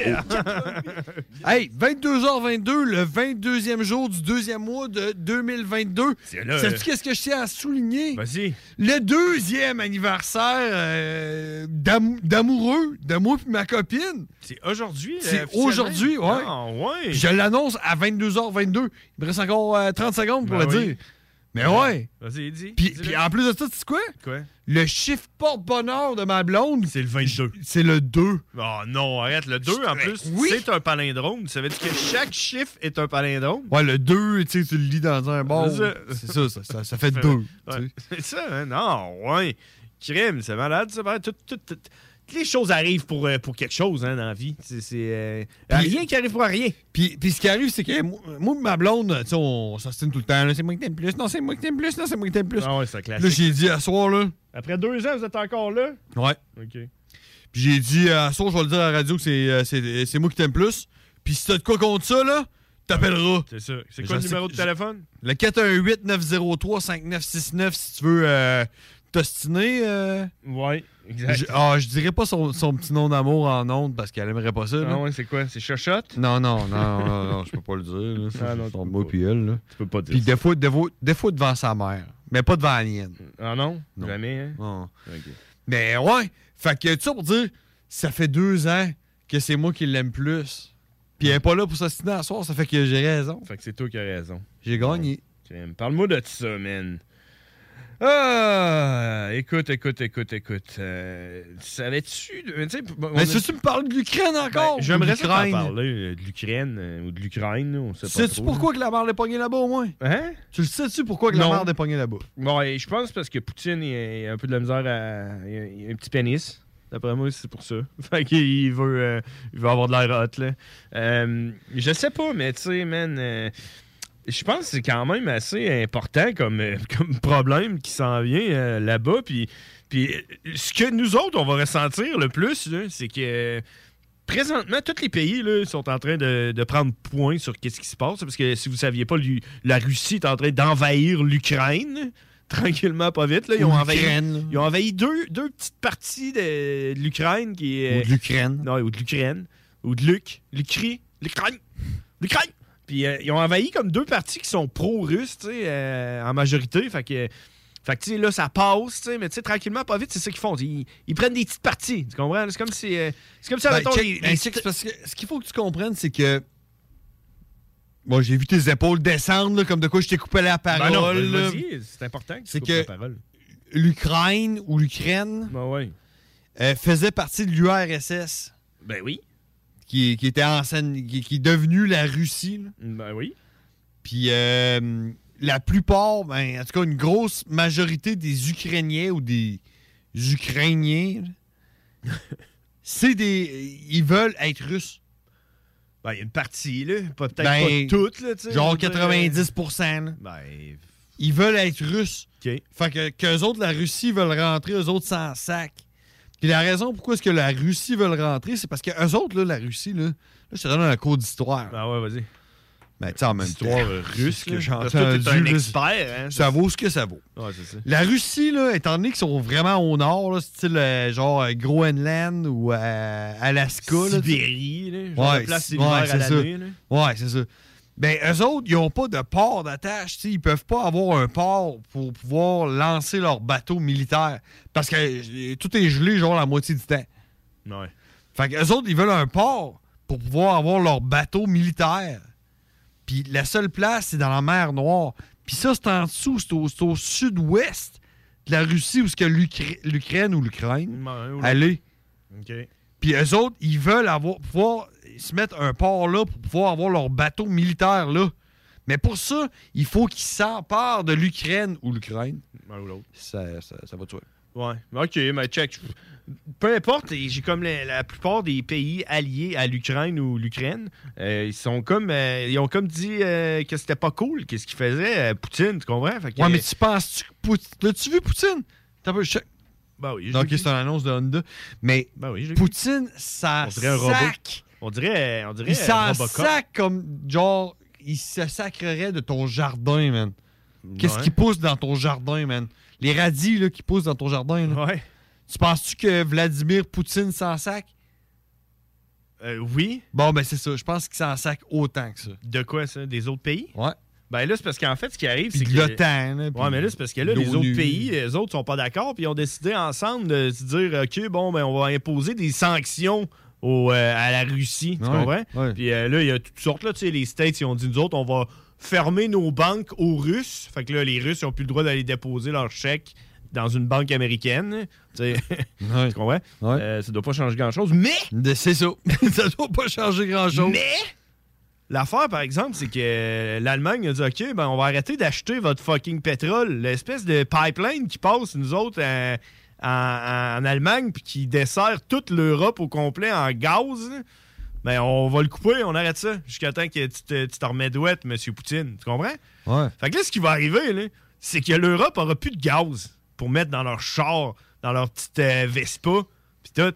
Speaker 8: Hey, 22h22, le 22e jour du deuxième mois de 2022.
Speaker 7: là,
Speaker 8: Sais-tu
Speaker 7: euh,
Speaker 8: qu'est-ce que je tiens à souligner?
Speaker 7: Vas-y.
Speaker 8: Le deuxième anniversaire euh, d'am- d'amoureux de moi et ma copine.
Speaker 7: C'est <laughs> aujourd'hui? là,
Speaker 8: C'est
Speaker 7: officiellement?
Speaker 8: aujourd'hui, ouais.
Speaker 7: Ah, ouais.
Speaker 8: Puis Je l'annonce à 22h22. Il me reste encore euh, 30 secondes pour
Speaker 7: Ben
Speaker 8: le
Speaker 7: oui.
Speaker 8: dire. Mais ouais.
Speaker 7: Vas-y, dis.
Speaker 8: Puis,
Speaker 7: Dis-le.
Speaker 8: puis en plus de ça, tu sais quoi?
Speaker 7: Quoi?
Speaker 8: Le chiffre porte-bonheur de ma blonde.
Speaker 7: C'est le 22.
Speaker 8: C'est le 2.
Speaker 7: Oh non, arrête, le 2 en plus, c'est un palindrome. Ça veut dire que chaque chiffre est un palindrome.
Speaker 8: Ouais, le 2, tu sais, tu le lis dans un bar.
Speaker 7: C'est ça.
Speaker 8: C'est ça, ça, ça,
Speaker 7: <laughs>
Speaker 8: ça fait 2.
Speaker 7: Ouais. C'est ça, hein? non, ouais. Crime, c'est malade, ça. pareil. Tout- tout- tout- toutes les choses arrivent pour, euh, pour quelque chose hein, dans la vie. C'est c'est, euh, rien qui arrive pour rien.
Speaker 8: Puis, puis ce qui arrive, c'est que moi, moi et ma blonde, tu sais, on s'ostine tout le temps. là. C'est moi qui t'aime plus. Non, c'est moi qui t'aime plus. Non, c'est moi qui t'aime plus.
Speaker 7: Ah ouais, c'est classique.
Speaker 8: Là, j'ai dit à soir, là.
Speaker 7: Après deux ans, vous êtes encore là?
Speaker 8: Ouais.
Speaker 7: OK.
Speaker 8: Puis j'ai dit euh, à soir, je vais le dire à la radio que c'est, euh, c'est, c'est moi qui t'aime plus. Puis si t'as de quoi contre ça, là, t'appelleras.
Speaker 7: C'est ça. C'est
Speaker 8: Je
Speaker 7: quoi le
Speaker 8: sais-
Speaker 7: numéro de
Speaker 8: je-
Speaker 7: téléphone?
Speaker 8: Le 418-903-5969, si tu veux euh, t'ostiner. euh.
Speaker 7: Ouais, exact.
Speaker 8: Je, ah, je dirais pas son, son petit nom d'amour en ondes parce qu'elle aimerait pas ça. là.
Speaker 7: Ah ouais, c'est quoi? C'est Chochotte?
Speaker 8: Non, non, non, non,
Speaker 7: <laughs>
Speaker 8: non, je peux pas le dire. Là.
Speaker 7: Ah
Speaker 8: C'est
Speaker 7: non,
Speaker 8: entre moi puis elle. Là.
Speaker 7: Tu peux pas dire
Speaker 8: Puis
Speaker 7: ça.
Speaker 8: des fois, des, fois, des fois devant sa mère, mais pas devant la mienne.
Speaker 7: Ah non? Jamais, hein?
Speaker 8: Non.
Speaker 7: OK.
Speaker 8: Mais ouais, fait que tout ça pour dire, ça fait deux ans que c'est moi qui l'aime plus. Puis elle est pas là pour s'assiner à soir, ça fait que j'ai raison.
Speaker 7: Fait que c'est toi qui as raison.
Speaker 8: J'ai gagné.
Speaker 7: Crime. Parle-moi de ça, man. Ah, écoute, écoute, écoute, écoute. Euh, savais-tu. de- tu sais, on
Speaker 8: Mais
Speaker 7: a-
Speaker 8: si tu me parles de l'Ukraine encore,
Speaker 7: Ben, J'aimerais ça t'en
Speaker 8: Oh, l'Ukraine.
Speaker 7: parler euh, de l'Ukraine euh, ou de l'Ukraine, là, on sait pas
Speaker 8: Sais-tu
Speaker 7: trop.
Speaker 8: pourquoi que la mère l'a pogné là-bas au moins?
Speaker 7: Hein?
Speaker 8: Tu le sais-tu pourquoi que la
Speaker 7: Non.
Speaker 8: mère l'a pogné là-bas?
Speaker 7: Ouais, je pense parce que Poutine il a, il a un peu de la misère à il a, il a un petit pénis. D'après moi, c'est pour ça. <laughs> Fait qu'il veut, euh, il veut avoir de l'air hot, là. Euh, je sais pas, mais tu sais, man, euh, je pense que c'est quand même assez important comme, euh, <laughs> comme problème qui s'en vient euh, là-bas. Puis, puis euh, ce que nous autres, on va ressentir le plus, là, c'est que euh, présentement, tous les pays là, sont en train de, de prendre point sur qu'est-ce qui se passe. Parce que si vous saviez pas, l'U- la Russie est en train d'envahir l'Ukraine. <laughs> Tranquillement, pas vite. Là, ils, ont envahi,
Speaker 8: L'Ukraine, là.
Speaker 7: ils ont envahi deux, deux petites parties de, de l'Ukraine qui est.
Speaker 8: Ou de l'Ukraine.
Speaker 7: Non, ou de l'Ukraine. Ou de Luc. L'Ukraine. L'Ukraine. L'Ukraine. Puis euh, ils ont envahi comme deux parties qui sont pro-russes, tu sais, euh, en majorité. Fait que. Fait que, tu sais, là, ça passe, tu sais, mais tu sais, tranquillement, pas vite, c'est ça qu'ils font. Ils, ils prennent des petites parties, tu comprends? C'est comme si... euh, c'est comme si,
Speaker 8: Ben,
Speaker 7: mettons,
Speaker 8: check-
Speaker 7: les-
Speaker 8: ben,
Speaker 7: les-
Speaker 8: check, c'est parce que ce qu'il faut que tu comprennes, c'est que. Moi, j'ai vu tes épaules descendre, là, comme de quoi je t'ai coupé la
Speaker 7: Ben
Speaker 8: parole.
Speaker 7: non,
Speaker 8: là.
Speaker 7: vas-y, c'est important que tu
Speaker 8: c'est
Speaker 7: coupes
Speaker 8: que-
Speaker 7: la parole.
Speaker 8: L'Ukraine ou l'Ukraine euh, faisait partie de l'URSS.
Speaker 7: Ben oui.
Speaker 8: Qui, qui était en scène, qui, qui est devenue la Russie.
Speaker 7: Ben oui.
Speaker 8: Puis euh, la plupart, ben, en tout cas une grosse majorité des Ukrainiens ou des Ukrainiens,
Speaker 7: <laughs>
Speaker 8: là, c'est des, ils veulent être russes.
Speaker 7: Ben, il y a une partie, là. Pas- Peut-être
Speaker 8: Ben,
Speaker 7: pas toutes, là, tu sais.
Speaker 8: Genre
Speaker 7: je veux dire, euh,
Speaker 8: 90 là.
Speaker 7: Ben,
Speaker 8: Ils veulent être russes. Fait que qu'eux autres, la Russie, veulent rentrer, eux autres, sans sac. Puis la raison pourquoi est-ce que la Russie veulent rentrer, c'est parce que eux autres, là, la Russie, là, là, je te donne un cours d'histoire.
Speaker 7: Ah ouais, vas-y.
Speaker 8: Ben, tu sais, en même
Speaker 7: Histoire,
Speaker 8: temps,
Speaker 7: euh,
Speaker 8: c'est
Speaker 7: russe,
Speaker 8: ce que
Speaker 7: là.
Speaker 8: j'ai
Speaker 7: Parce que toi, t'es
Speaker 8: entendu,
Speaker 7: un
Speaker 8: là,
Speaker 7: expert, hein,
Speaker 8: Ça
Speaker 7: c'est-
Speaker 8: vaut ce que ça vaut.
Speaker 7: Ouais, c'est ça.
Speaker 8: La Russie, là, étant donné qu'ils sont vraiment au nord, là, style euh, genre euh, Groenland ou euh, Alaska. là,
Speaker 7: Sibérie, là, genre de place d'hiver à
Speaker 8: c'est ça.
Speaker 7: l'année, là.
Speaker 8: Ouais, c'est ça. Ben, eux autres, ils n'ont pas de port d'attache. tu sais, Ils peuvent pas avoir un port pour pouvoir lancer leur bateau militaire. Parce que euh, tout est gelé, genre, la moitié du temps.
Speaker 7: Ouais.
Speaker 8: Fait que eux autres, ils veulent un port pour pouvoir avoir leur bateau militaire. Puis la seule place, c'est dans la mer Noire. Puis ça, c'est en dessous, c'est au, c'est au sud-ouest de la Russie où ce que l'Ukra- l'Ukraine ou l'Ukraine
Speaker 7: Ouais, ou-
Speaker 8: allez.
Speaker 7: OK.
Speaker 8: Puis eux autres, ils veulent avoir, pouvoir se mettre un port là pour pouvoir avoir leur bateau militaire là. Mais pour ça, il faut qu'ils s'emparent de l'Ukraine ou l'Ukraine.
Speaker 7: Un ou l'autre.
Speaker 8: Ça, ça, ça va de soi.
Speaker 7: Ouais. OK, mais check. Peu importe, et j'ai comme la, la plupart des pays alliés à l'Ukraine ou l'Ukraine, euh, ils sont comme euh, ils ont comme dit euh, que c'était pas cool, qu'est-ce qu'il faisait euh, Poutine, tu comprends Fait que-
Speaker 8: Ouais, mais tu penses tu L'as-tu vu Poutine? T'as un peu check.
Speaker 7: Bah oui, je
Speaker 8: Donc
Speaker 7: l'ai vu. Ben
Speaker 8: c'est une annonce de Honda. Mais Poutine, ça
Speaker 7: on dirait un robot.
Speaker 8: sac.
Speaker 7: On dirait on dirait
Speaker 8: Il
Speaker 7: euh,
Speaker 8: s'en
Speaker 7: Robocop.
Speaker 8: sac comme genre il se sacrerait de ton jardin, man. Qu'est-ce
Speaker 7: Ouais.
Speaker 8: qui pousse dans ton jardin, man? Les radis là, qui poussent dans ton jardin. là. Tu penses-tu que Vladimir Poutine s'en sac?
Speaker 7: Euh, oui.
Speaker 8: Bon, ben c'est ça. Je pense qu'il s'en sac autant que ça.
Speaker 7: De quoi ça Des autres pays
Speaker 8: Ouais.
Speaker 7: Ben là, c'est parce qu'en fait, ce qui arrive,
Speaker 8: Puis
Speaker 7: c'est que.
Speaker 8: de l'OTAN, là, puis
Speaker 7: Ouais, mais là, c'est parce que là, les
Speaker 8: l'ONU.
Speaker 7: autres pays, les autres sont pas d'accord, puis ils ont décidé ensemble de se dire, OK, bon, ben, on va imposer des sanctions. au, euh, à la Russie, tu
Speaker 8: Ouais,
Speaker 7: comprends?
Speaker 8: ouais.
Speaker 7: Puis euh, là, il y a toutes sortes, là, tu sais, les States, ils ont dit, nous autres, on va fermer nos banques aux Russes. Fait que là, les Russes, ils n'ont plus le droit d'aller déposer leurs chèques dans une banque américaine.
Speaker 8: <laughs>
Speaker 7: Tu sais, tu comprends? Euh, ça doit pas changer grand-chose, mais...
Speaker 8: C'est ça. <laughs> ça doit pas changer grand-chose.
Speaker 7: Mais... L'affaire, par exemple, c'est que euh, l'Allemagne a dit OK, ben, on va arrêter d'acheter votre fucking pétrole. L'espèce de pipeline qui passe, nous autres, en, en- en Allemagne, puis qui dessert toute l'Europe au complet en gaz, là, ben, on va le couper, on arrête ça, jusqu'à temps que tu te, tu te remets douette, M. Poutine. Tu comprends?
Speaker 8: Ouais.
Speaker 7: Fait que là, ce qui va arriver, là, c'est que l'Europe aura plus de gaz pour mettre dans leur char, dans leur petite euh, Vespa, puis tout.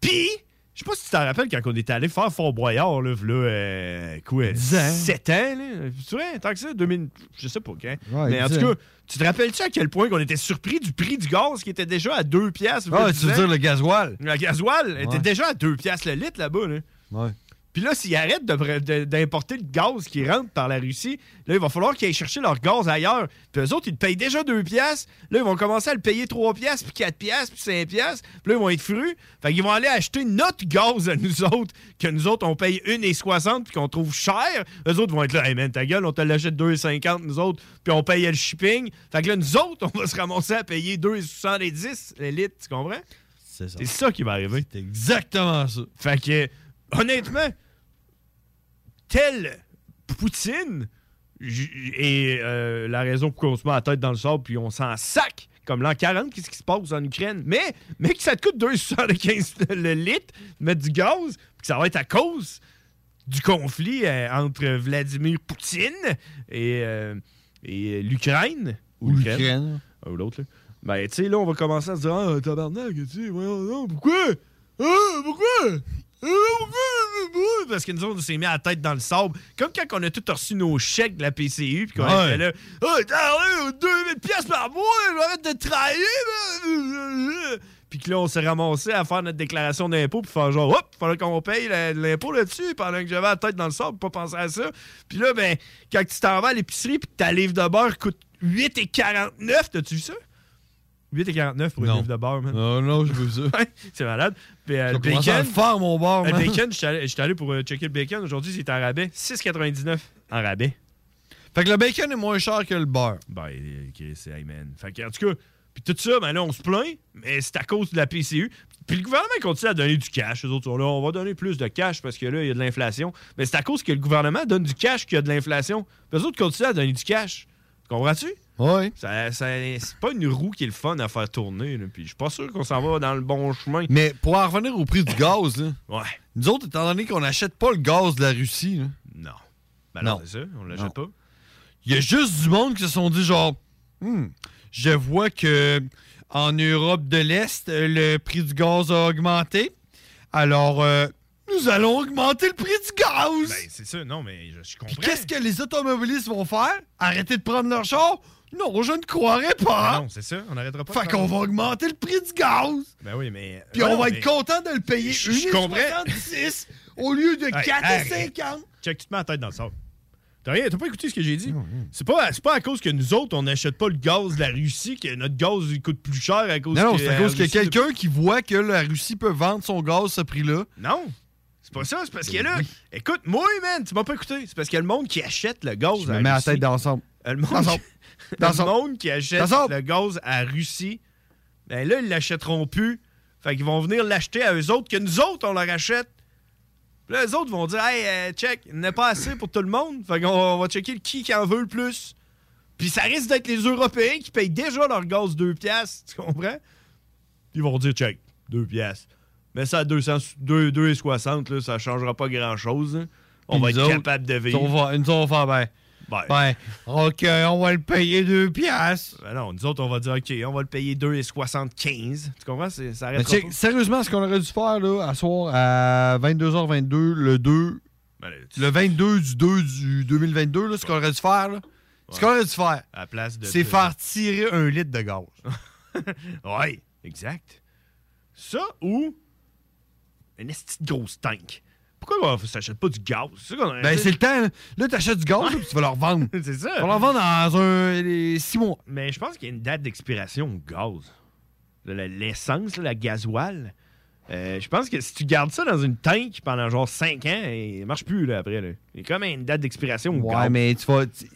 Speaker 7: Puis, je sais pas si tu t'en rappelles quand on était allé faire Fort Boyard, là, v'là, euh, quoi, 7 ans, là. Tu vois, tant que ça, 2000, je sais pas quand. Mais en
Speaker 8: dix
Speaker 7: tout cas,
Speaker 8: ans.
Speaker 7: tu te rappelles-tu à quel point qu'on était surpris du prix du gaz qui était déjà à 2 piastres?
Speaker 8: Ah,
Speaker 7: v'là
Speaker 8: tu
Speaker 7: dix
Speaker 8: veux
Speaker 7: ans?
Speaker 8: dire le gasoil?
Speaker 7: Le gasoil était
Speaker 8: Ouais.
Speaker 7: déjà à 2 piastres le litre là-bas, là.
Speaker 8: Ouais.
Speaker 7: Puis là, s'ils arrêtent de- de- d'importer le gaz qui rentre par la Russie, là, il va falloir qu'ils aillent chercher leur gaz ailleurs. Puis eux autres, ils le payent déjà 2 piastres. Là, ils vont commencer à le payer 3 piastres, puis 4 piastres, puis 5 piastres. Puis là, ils vont être frus. Fait qu'ils vont aller acheter notre gaz à nous autres, que nous autres, on paye 1,60 puis qu'on trouve cher. Eux autres vont être là, hey man, ta gueule, on te l'achète 2,50 nous autres, puis on paye le shipping. Fait que là, nous autres, <laughs> on va se ramasser à payer 2,70 le litre, tu comprends?
Speaker 8: C'est ça.
Speaker 7: C'est ça qui va arriver. C'est
Speaker 8: exactement ça.
Speaker 7: Fait que, honnêtement, tel Poutine j- et euh, la raison pour qu'on se met la tête dans le sable puis on s'en sac comme l'an 40, qu'est-ce qui se passe en Ukraine. Mais, mais que ça te coûte 2,75 le litre, de mettre du gaz, puis que ça va être à cause du conflit euh, entre Vladimir Poutine et, euh, et l'Ukraine. Ou l'Ukraine. Ah, Ou l'autre, là. Ben, tu sais, là, on va commencer à se dire Ah, tabarnak, tu sais, voyons donc, pourquoi Ah, pourquoi Ah, pourquoi Pourquoi? parce que nous autres, on s'est mis la tête dans le sable. Comme quand on a tous reçu nos chèques de la PCU, puis qu'on
Speaker 15: Ouais.
Speaker 7: était là, Ah, t'as 2000 pièces par mois, je vais arrêter de travailler, man. Puis que là, on s'est ramassé à faire notre déclaration d'impôt, puis faire genre, hop, fallait qu'on paye la- l'impôt là-dessus, pendant que j'avais la tête dans le sable, pas penser à ça. Puis là, ben, quand tu t'en vas à l'épicerie, puis que ta livre de beurre coûte 8,49, t'as-tu vu ça? <laughs> 8,49 pour une livre de beurre, man.
Speaker 8: Non, non, je veux ça.
Speaker 7: <laughs> Ouais, c'est malade. Puis, euh, le
Speaker 8: commence à
Speaker 7: bacon.
Speaker 8: le faire, mon bar,
Speaker 7: Le
Speaker 8: man.
Speaker 7: bacon, j'étais allé- j'étais allé pour euh, checker le bacon. Aujourd'hui, il est en rabais. 6,99 en rabais.
Speaker 8: Fait que le bacon est moins cher que le beurre.
Speaker 7: Ben, euh, Chris, hey, man. Fait que, en tout cas, puis tout ça, ben là, on se plaint, mais c'est à cause de la PCU. Puis le gouvernement continue à donner du cash. Les autres sont là, on va donner plus de cash parce que là, il y a de l'inflation. Mais c'est à cause que le gouvernement donne du cash qu'il y a de l'inflation. Puis les autres continuent à donner du cash. Comprends-tu?
Speaker 8: Oui.
Speaker 7: c'est pas une roue qui est le fun à faire tourner. là. Puis je suis pas sûr qu'on s'en va dans le bon chemin.
Speaker 8: Mais pour en revenir au prix du gaz, là,
Speaker 7: Ouais.
Speaker 8: nous autres, étant donné qu'on n'achète pas le gaz de la Russie, là,
Speaker 7: Non. Ben
Speaker 8: Non.
Speaker 7: non, c'est ça, on l'achète pas.
Speaker 8: il y a juste du monde qui se sont dit genre, Hmm, je vois que en Europe de l'Est, euh, le prix du gaz a augmenté. Alors, euh, nous allons augmenter le prix du gaz.
Speaker 7: Ben, c'est ça, non, mais je, je
Speaker 8: Puis qu'est-ce que les automobilistes vont faire? Arrêter de prendre leur char? Non, je ne croirais pas. hein?
Speaker 7: Ben non, c'est ça, on n'arrêtera pas. de
Speaker 8: fait
Speaker 7: faire-
Speaker 8: qu'on va augmenter le prix du gaz.
Speaker 7: Ben oui, mais.
Speaker 8: Puis
Speaker 7: Ben
Speaker 8: on
Speaker 7: non,
Speaker 8: va
Speaker 7: mais-
Speaker 8: être content de le payer
Speaker 7: Je- je
Speaker 8: 1,76
Speaker 7: comprends.
Speaker 8: au lieu de
Speaker 7: Hey,
Speaker 8: 4,50.
Speaker 7: Check, tu te mets la tête dans le sable. T'as rien, t'as pas écouté ce que j'ai dit. C'est pas, c'est pas à cause que nous autres, on n'achète pas le gaz de la Russie, que notre gaz il coûte plus cher à cause
Speaker 8: Non, non,
Speaker 7: que
Speaker 8: c'est à
Speaker 7: la
Speaker 8: cause que
Speaker 7: Russie-
Speaker 8: quelqu'un qui voit que la Russie peut vendre son gaz à ce prix-là.
Speaker 7: Non. C'est pas ça, c'est parce que là, écoute, moi, man, tu m'as pas écouté. C'est parce qu'il y a le monde qui achète le gaz
Speaker 8: Je
Speaker 7: à
Speaker 8: me mets la
Speaker 7: Russie.
Speaker 8: tête d'ensemble.
Speaker 7: Le monde,
Speaker 8: Dans son-
Speaker 7: le
Speaker 8: dans son-
Speaker 7: monde qui achète
Speaker 8: dans son-
Speaker 7: le gaz à Russie, ben là, ils l'achèteront plus. Fait qu'ils vont venir l'acheter à eux autres, que nous autres, on leur achète. Puis là, eux autres vont dire Hey, euh, check, il n'y en a pas assez pour tout le monde. Fait qu'on on va checker qui qui en veut le plus. Puis ça risque d'être les Européens qui payent déjà leur gaz 2 piastres, tu comprends? Puis ils vont dire check, 2 piastres. Mais ça à 200 deux- 2,60, là, ça changera pas grand-chose. hein. On
Speaker 8: Puis
Speaker 7: va
Speaker 8: nous
Speaker 7: être
Speaker 8: autres,
Speaker 7: capable de
Speaker 8: Nous,
Speaker 7: vivre.
Speaker 8: on va, nous, on va faire, ben, ben, OK, on va le payer deux piastres.
Speaker 7: Ben non, nous autres, on va dire, OK, on va le payer 2,75. Tu comprends? C'est- Ça
Speaker 8: Mais
Speaker 7: arrête
Speaker 8: check, sérieusement, ce qu'on aurait dû faire, là, à soir, à 22h22, le 2...
Speaker 7: Ben,
Speaker 8: le 22 du 2 du 2022, là, ce qu'on aurait dû faire, là, ce qu'on aurait dû faire,
Speaker 7: À la place de.
Speaker 8: c'est faire tirer un litre de
Speaker 7: <laughs>
Speaker 8: gaz.
Speaker 7: Ouais, exact. Ça ou. Une petite grosse tank. Pourquoi on s'achète pas du gaz? C'est ça qu'on aurait
Speaker 8: Ben,
Speaker 7: dit.
Speaker 8: c'est le temps. Là, Là, t'achètes du gaz, là, puis tu vas le revendre.
Speaker 7: <laughs> c'est ça.
Speaker 8: Tu vas le revendre dans un, les six mois.
Speaker 7: Mais je pense qu'il y a une date d'expiration au gaz. Le- le- L'essence, là, la gasoile. Euh, je pense que si tu gardes ça dans une tank pendant genre 5 ans, il marche plus là, après. Là. Il y a comme une date d'expiration au
Speaker 8: Ouais,
Speaker 7: gaz.
Speaker 8: mais tu vas. tu-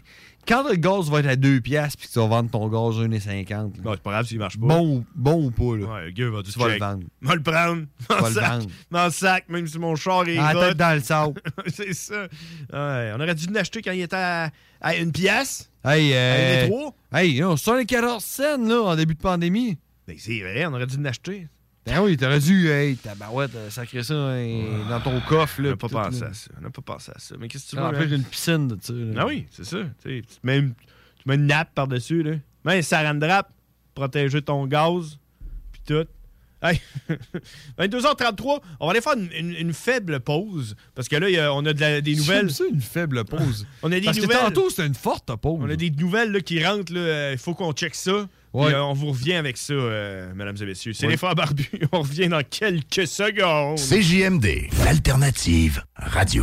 Speaker 8: Quand le gaz va être à 2 piastres puis que tu vas vendre ton gaz à 1,50.
Speaker 7: Bon, c'est pas grave s'il marche pas.
Speaker 8: Bon, ou- bon ou pas, là.
Speaker 7: Ouais, le gars va dire
Speaker 8: Tu vas le
Speaker 7: check.
Speaker 8: vendre.
Speaker 7: Va le prendre.
Speaker 8: vas
Speaker 7: M'en
Speaker 8: le
Speaker 7: sac.
Speaker 8: vendre.
Speaker 7: M'en sac, même si mon char est.
Speaker 8: Ah, la tête
Speaker 7: rotte.
Speaker 8: dans le sable.
Speaker 7: <laughs> c'est ça. Ouais, on aurait dû l'acheter quand il était à, à une pièce.
Speaker 8: Hey,
Speaker 7: Hey,
Speaker 8: euh,
Speaker 7: les trois?
Speaker 8: Hey, on sort les 14 cents, là, en début de pandémie.
Speaker 7: Ben, c'est vrai, on aurait dû l'acheter.
Speaker 8: Ben oui, t'aurais dû, hey, tabarouette, euh, sacrer ça hein, dans ton coffre, là.
Speaker 7: On n'a pas
Speaker 8: puis tout,
Speaker 7: pensé
Speaker 8: là.
Speaker 7: à ça. On n'a pas pensé à ça. Mais qu'est-ce que tu veux?
Speaker 8: Ah, Remplir
Speaker 7: hein?
Speaker 8: une piscine de ça. là.
Speaker 7: Ah oui, c'est ça. Tu sais, tu te mets une, tu mets une nappe par-dessus, là. Mais un saran wrap, protéger ton gaz, puis tout. Hey, <laughs> 22h33, on va aller faire une, une- une faible pause, parce que là, il y a- on a de la- des nouvelles.
Speaker 8: C'est une faible pause.
Speaker 7: <laughs> On a des
Speaker 8: Parce
Speaker 7: nouvelles.
Speaker 8: que tantôt, c'était une forte pause.
Speaker 7: On a des nouvelles là, qui rentrent. là, euh, Il faut qu'on check ça.
Speaker 8: Ouais.
Speaker 7: Puis, euh, on vous revient avec ça, euh, mesdames et messieurs. C'est
Speaker 8: Ouais.
Speaker 7: les frères barbus. <laughs> On revient dans quelques secondes.
Speaker 16: CJMD, l'alternative radio.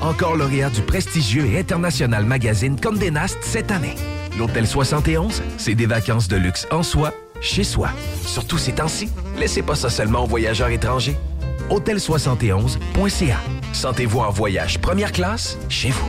Speaker 17: Encore lauréat du prestigieux et international magazine Condé Nast cette année. L'Hôtel 71, c'est des vacances de luxe en soi, chez soi. Surtout ces temps-ci, laissez pas ça seulement aux voyageurs étrangers. Hôtel71.ca. Sentez-vous en voyage première classe chez vous.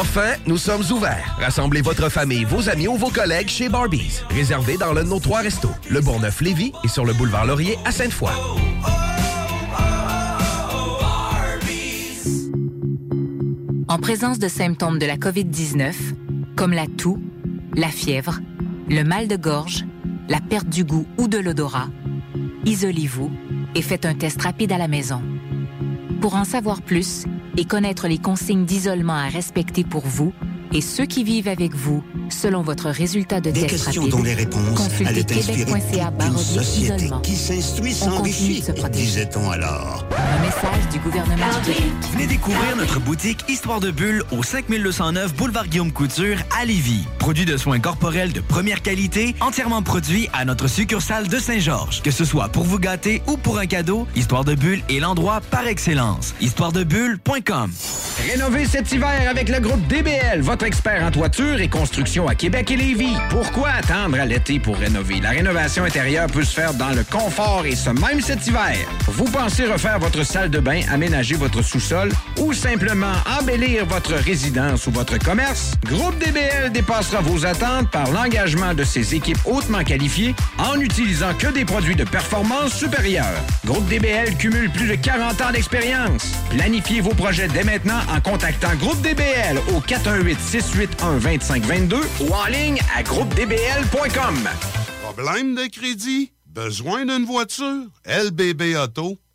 Speaker 17: Enfin, nous sommes ouverts. Rassemblez votre famille, vos amis ou vos collègues chez Barbies. Réservé dans l'un de nos trois restos, le Bourgneuf-Lévis et sur le boulevard Laurier à Sainte-Foy.
Speaker 18: En présence de symptômes de la COVID-19, comme la toux, la fièvre, le mal de gorge, la perte du goût ou de l'odorat, isolez-vous et faites un test rapide à la maison. Pour en savoir plus et connaître les consignes d'isolement à respecter pour vous et ceux qui vivent avec vous, selon votre résultat de
Speaker 19: Des
Speaker 18: test
Speaker 19: questions
Speaker 18: rapide,
Speaker 19: dont les réponses
Speaker 18: consultez
Speaker 19: allaient inspirer
Speaker 18: québec.ca
Speaker 19: toute une
Speaker 18: baroblique
Speaker 19: société
Speaker 18: isolement.
Speaker 19: qui s'instruit,
Speaker 18: On continue
Speaker 19: s'enrichit,
Speaker 18: de se protéger.
Speaker 19: disait-on alors.
Speaker 18: Un message du gouvernement du Québec.
Speaker 1: Venez découvrir notre boutique Histoire de Bulle au 5209 Boulevard Guillaume Couture à Lévis. Produit de soins corporels de première qualité, entièrement produit à notre succursale de Saint-Georges. Que ce soit pour vous gâter ou pour un cadeau, Histoire de Bulle est l'endroit par excellence. Histoiredebulle.com
Speaker 13: Rénovez cet hiver avec le groupe DBL, votre expert en toiture et construction à Québec et Lévis. Pourquoi attendre à l'été pour rénover? La rénovation intérieure peut se faire dans le confort et ce même cet hiver. Vous pensez refaire votre salle de bain, aménager votre sous-sol ou simplement embellir votre résidence ou votre commerce? Groupe DBL dépassera vos attentes par l'engagement de ses équipes hautement qualifiées en n'utilisant que des produits de performance supérieure. Groupe DBL cumule plus de 40 ans d'expérience. Planifiez vos projets dès maintenant en contactant Groupe DBL au 418-681-2522 ou en ligne à groupedbl.com.
Speaker 20: Problème de crédit? Besoin d'une voiture? lbbauto.com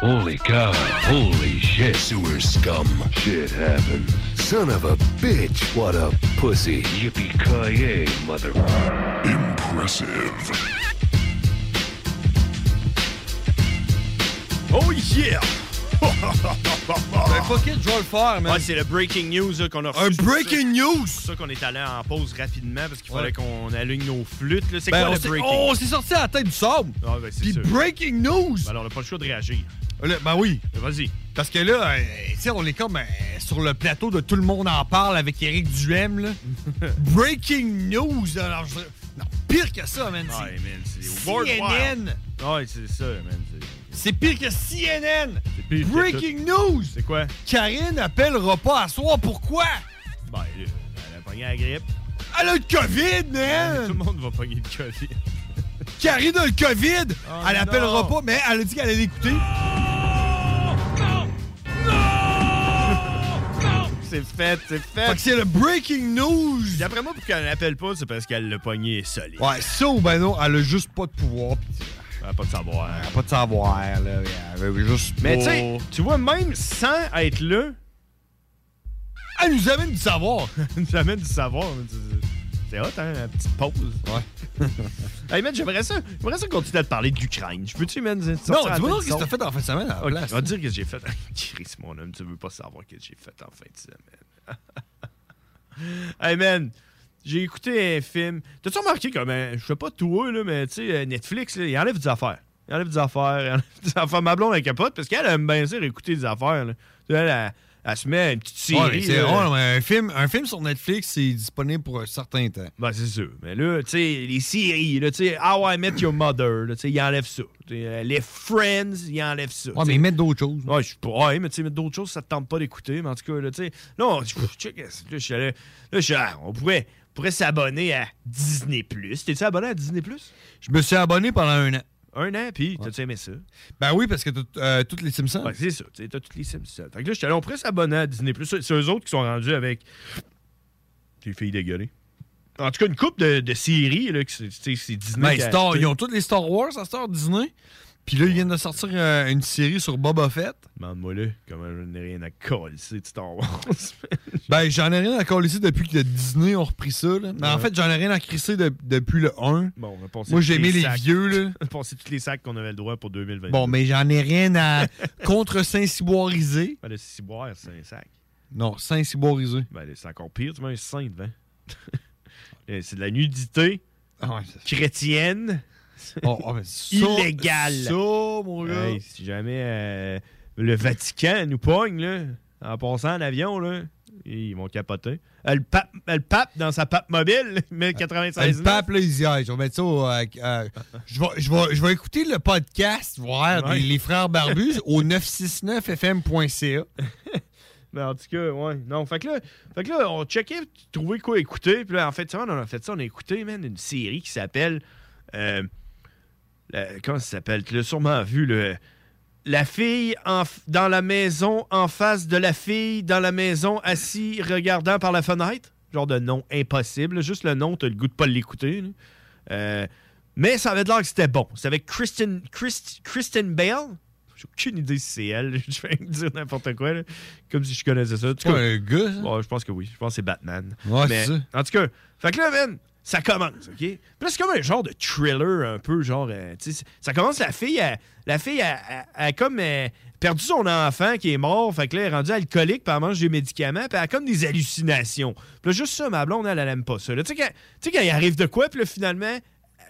Speaker 6: Holy cow. Holy shit. Sewer scum. Shit happened. Son of a bitch. What a pussy. Yippee-ki-yay, mother... Impressive.
Speaker 7: Oh <laughs> yeah!
Speaker 8: Ben, fuck it, je vais le faire, man.
Speaker 7: Ouais, c'est le breaking news là, qu'on a reçu.
Speaker 8: Un
Speaker 7: C'est pour
Speaker 8: breaking
Speaker 7: ça-
Speaker 8: news?
Speaker 7: C'est pour ça qu'on est allé en pause rapidement parce qu'il
Speaker 8: Ouais.
Speaker 7: fallait qu'on allugne nos flûtes. là. C'est
Speaker 8: Ben,
Speaker 7: quoi
Speaker 8: on
Speaker 7: le
Speaker 8: s'est-
Speaker 7: breaking?
Speaker 8: oh, on s'est sorti à la tête du sable.
Speaker 7: Ah, ben, c'est
Speaker 8: Puis
Speaker 7: sûr.
Speaker 8: breaking news.
Speaker 7: Ben, alors, on n'a pas le choix de réagir.
Speaker 8: Là, ben oui.
Speaker 7: Vas-y.
Speaker 8: Parce que là, euh, tu sais, on est comme euh, sur le plateau de Tout le monde en parle avec Eric Duhem.
Speaker 7: <laughs>
Speaker 8: Là. Breaking news. Alors, je- non, pire que ça, man. c'est-
Speaker 7: Ouais, man, c'est
Speaker 8: CNN.
Speaker 7: worldwide. Ouais, c'est ça, man. c'est-
Speaker 8: C'est pire que CNN.
Speaker 7: pire que
Speaker 8: Breaking news.
Speaker 7: C'est quoi?
Speaker 8: Karine appellera pas à soir. Pourquoi?
Speaker 7: Ben, là, elle a pogné la grippe. <laughs>
Speaker 8: Elle a le COVID, hein? man.
Speaker 7: Ah, Tout le monde va pogner le COVID.
Speaker 8: Karine a le COVID.
Speaker 7: Oh,
Speaker 8: elle appellera
Speaker 7: non.
Speaker 8: pas, mais elle a dit qu'elle allait l'écouter.
Speaker 7: <laughs> C'est fait, c'est fait.
Speaker 8: Fait que c'est le breaking news.
Speaker 7: D'après moi, pour qu'elle l'appelle pas, c'est parce qu'elle l'a pogné solide.
Speaker 8: Ouais, ça ou ben non, elle a juste pas de pouvoir. pis
Speaker 7: Elle a pas de savoir. hein.
Speaker 8: Elle a pas de savoir, là. Elle veut juste
Speaker 7: Mais
Speaker 8: pas-
Speaker 7: tu sais, tu vois, même sans être là,
Speaker 8: elle nous amène du savoir.
Speaker 7: elle <laughs> nous amène du savoir. mais c'est- C'est hot, hein, la petite pause. Ouais. <laughs> hey, man, j'aimerais ça, j'aimerais ça continuer à te parler de l'Ukraine. Je peux-tu, man?
Speaker 8: Non, dis-moi ce que t'as fait en fin de semaine à la
Speaker 7: Ok,
Speaker 8: place.
Speaker 7: Je vais te dire que j'ai fait. <laughs> Chris, mon homme, tu veux pas savoir ce que j'ai fait en fin de semaine. hey, man, j'ai écouté un film. T'as-tu remarqué comme, euh, je sais pas toi, là, mais tu sais, euh, Netflix, là, il enlève des affaires. Il enlève des affaires, il enlève des affaires. Ma blonde, elle capote parce qu'elle aime bien ça, écouter des affaires. là. Tu sais, Elle, elle- elle se met une petite série.
Speaker 8: Ouais, mais c'est-
Speaker 7: là.
Speaker 8: ouais, mais un, film, un film sur Netflix, c'est disponible pour un certain temps.
Speaker 7: Ben, c'est sûr. Mais là, tu sais, les séries, là, tu sais, How I Met Your Mother, là, tu sais, ils enlèvent ça. Tu sais, euh, Les Friends, ils enlèvent ça.
Speaker 8: Ouais,
Speaker 7: tu
Speaker 8: mais
Speaker 7: sais.
Speaker 8: ils mettent d'autres choses.
Speaker 7: Ouais, je suis pas. Ouais, mais tu sais, mettre d'autres choses, ça te tente pas d'écouter. Mais en tout cas, là, tu sais. Là, on, check, là, je suis allé- là, je suis- ah, on pourrait, on pourrait s'abonner à Disney. T'es-tu abonné à Disney?
Speaker 8: Je me suis abonné pendant un an.
Speaker 7: Un an, puis t'as-tu aimé ça?
Speaker 8: Ben oui, parce que t'as, euh, toutes les Simpsons.
Speaker 7: Ouais, c'est ça. Tu sais, t'as toutes les Simpsons. Fait que là, je suis allé, on pourrait s'abonner à Disney. C'est c'est eux autres qui sont rendus avec. Des filles dégueulées. En tout cas, une coupe de, de séries, là, que c'est tu sais, c'est Disney.
Speaker 8: Ben,
Speaker 7: qui a
Speaker 8: Star-
Speaker 7: acheté.
Speaker 8: ils ont toutes les Star Wars à Star Disney. Puis là, ils viennent de sortir euh, une série sur Boba Fett.
Speaker 7: <laughs> Demande-moi là, comment je n'ai rien à coller, c'est de Star Wars.
Speaker 8: Ben, j'en ai rien à coller ici depuis que Disney ont repris ça. là. Mais en
Speaker 7: Ouais.
Speaker 8: fait, j'en ai rien à crisser de- depuis le 1.
Speaker 7: <laughs> Bon, on a passé
Speaker 8: Moi,
Speaker 7: tous
Speaker 8: j'ai aimé les
Speaker 7: sacs. Ben,
Speaker 8: vieux, là.
Speaker 7: <laughs> On a passé tous les sacs qu'on avait le droit pour 2022.
Speaker 8: Bon, mais j'en ai rien
Speaker 7: <laughs>
Speaker 8: à contre-saint-ciboiriser.
Speaker 7: Ben, le ciboire, c'est un sac.
Speaker 8: Non, saint-ciboiriser.
Speaker 7: Ben, c'est encore pire, tu mets un saint devant. <laughs> Là, c'est de la nudité
Speaker 8: Ah
Speaker 7: chrétienne.
Speaker 8: Oh, oh, ben, ça-
Speaker 7: illégale.
Speaker 8: ça, mon gars.
Speaker 7: Hey, si jamais euh, le Vatican nous pogne, là, en passant en avion, là, ils vont capoter. Euh, Le pape, euh, le pape dans sa pape mobile, <laughs> il met 96
Speaker 8: Le Euh, pape, là, il dit, Hey, je vais mettre ça au, euh, euh, je, vais, je, vais, je vais écouter le podcast, voir
Speaker 7: Ouais.
Speaker 8: les, les frères barbus au <laughs> 969fm.ca.
Speaker 7: Mais Ben, en tout cas, ouais. Non, fait que là, fait que là on checkait, trouver quoi écouter. Puis là, en fait, tu vois, on a fait ça, on a écouté, man, une série qui s'appelle. euh, la- comment ça s'appelle Tu l'as sûrement vu, le. La fille en f- dans la maison en face de la fille dans la maison assis regardant par la fenêtre. Genre de nom impossible. Juste le nom, t'as le goût de pas l'écouter. là. Euh, mais ça avait de l'air que c'était bon. C'est avec Kristen, Christ- Kristen Bale. J'ai aucune idée si c'est elle. <laughs> Je vais dire n'importe quoi. là. Comme si je connaissais ça. En tout
Speaker 8: pas
Speaker 7: cas,
Speaker 8: un gars, ça?
Speaker 7: ouais, je pense que oui. Je pense que c'est Batman.
Speaker 8: Ouais,
Speaker 7: Mais,
Speaker 8: c'est ça.
Speaker 7: En tout cas, fait que là, man, ça commence, OK? Puis là, c'est comme un genre de thriller, un peu, genre, euh, tu sais, ça commence, la fille, elle- la fille, elle- elle- elle a comme euh, perdu son enfant qui est mort, fait que là, elle est rendue alcoolique, puis elle mange des médicaments, puis elle a comme des hallucinations. Puis là, juste ça, ma blonde, elle, elle aime pas ça. là. Tu sais, quand, tu sais, quand il arrive de quoi, puis là, finalement,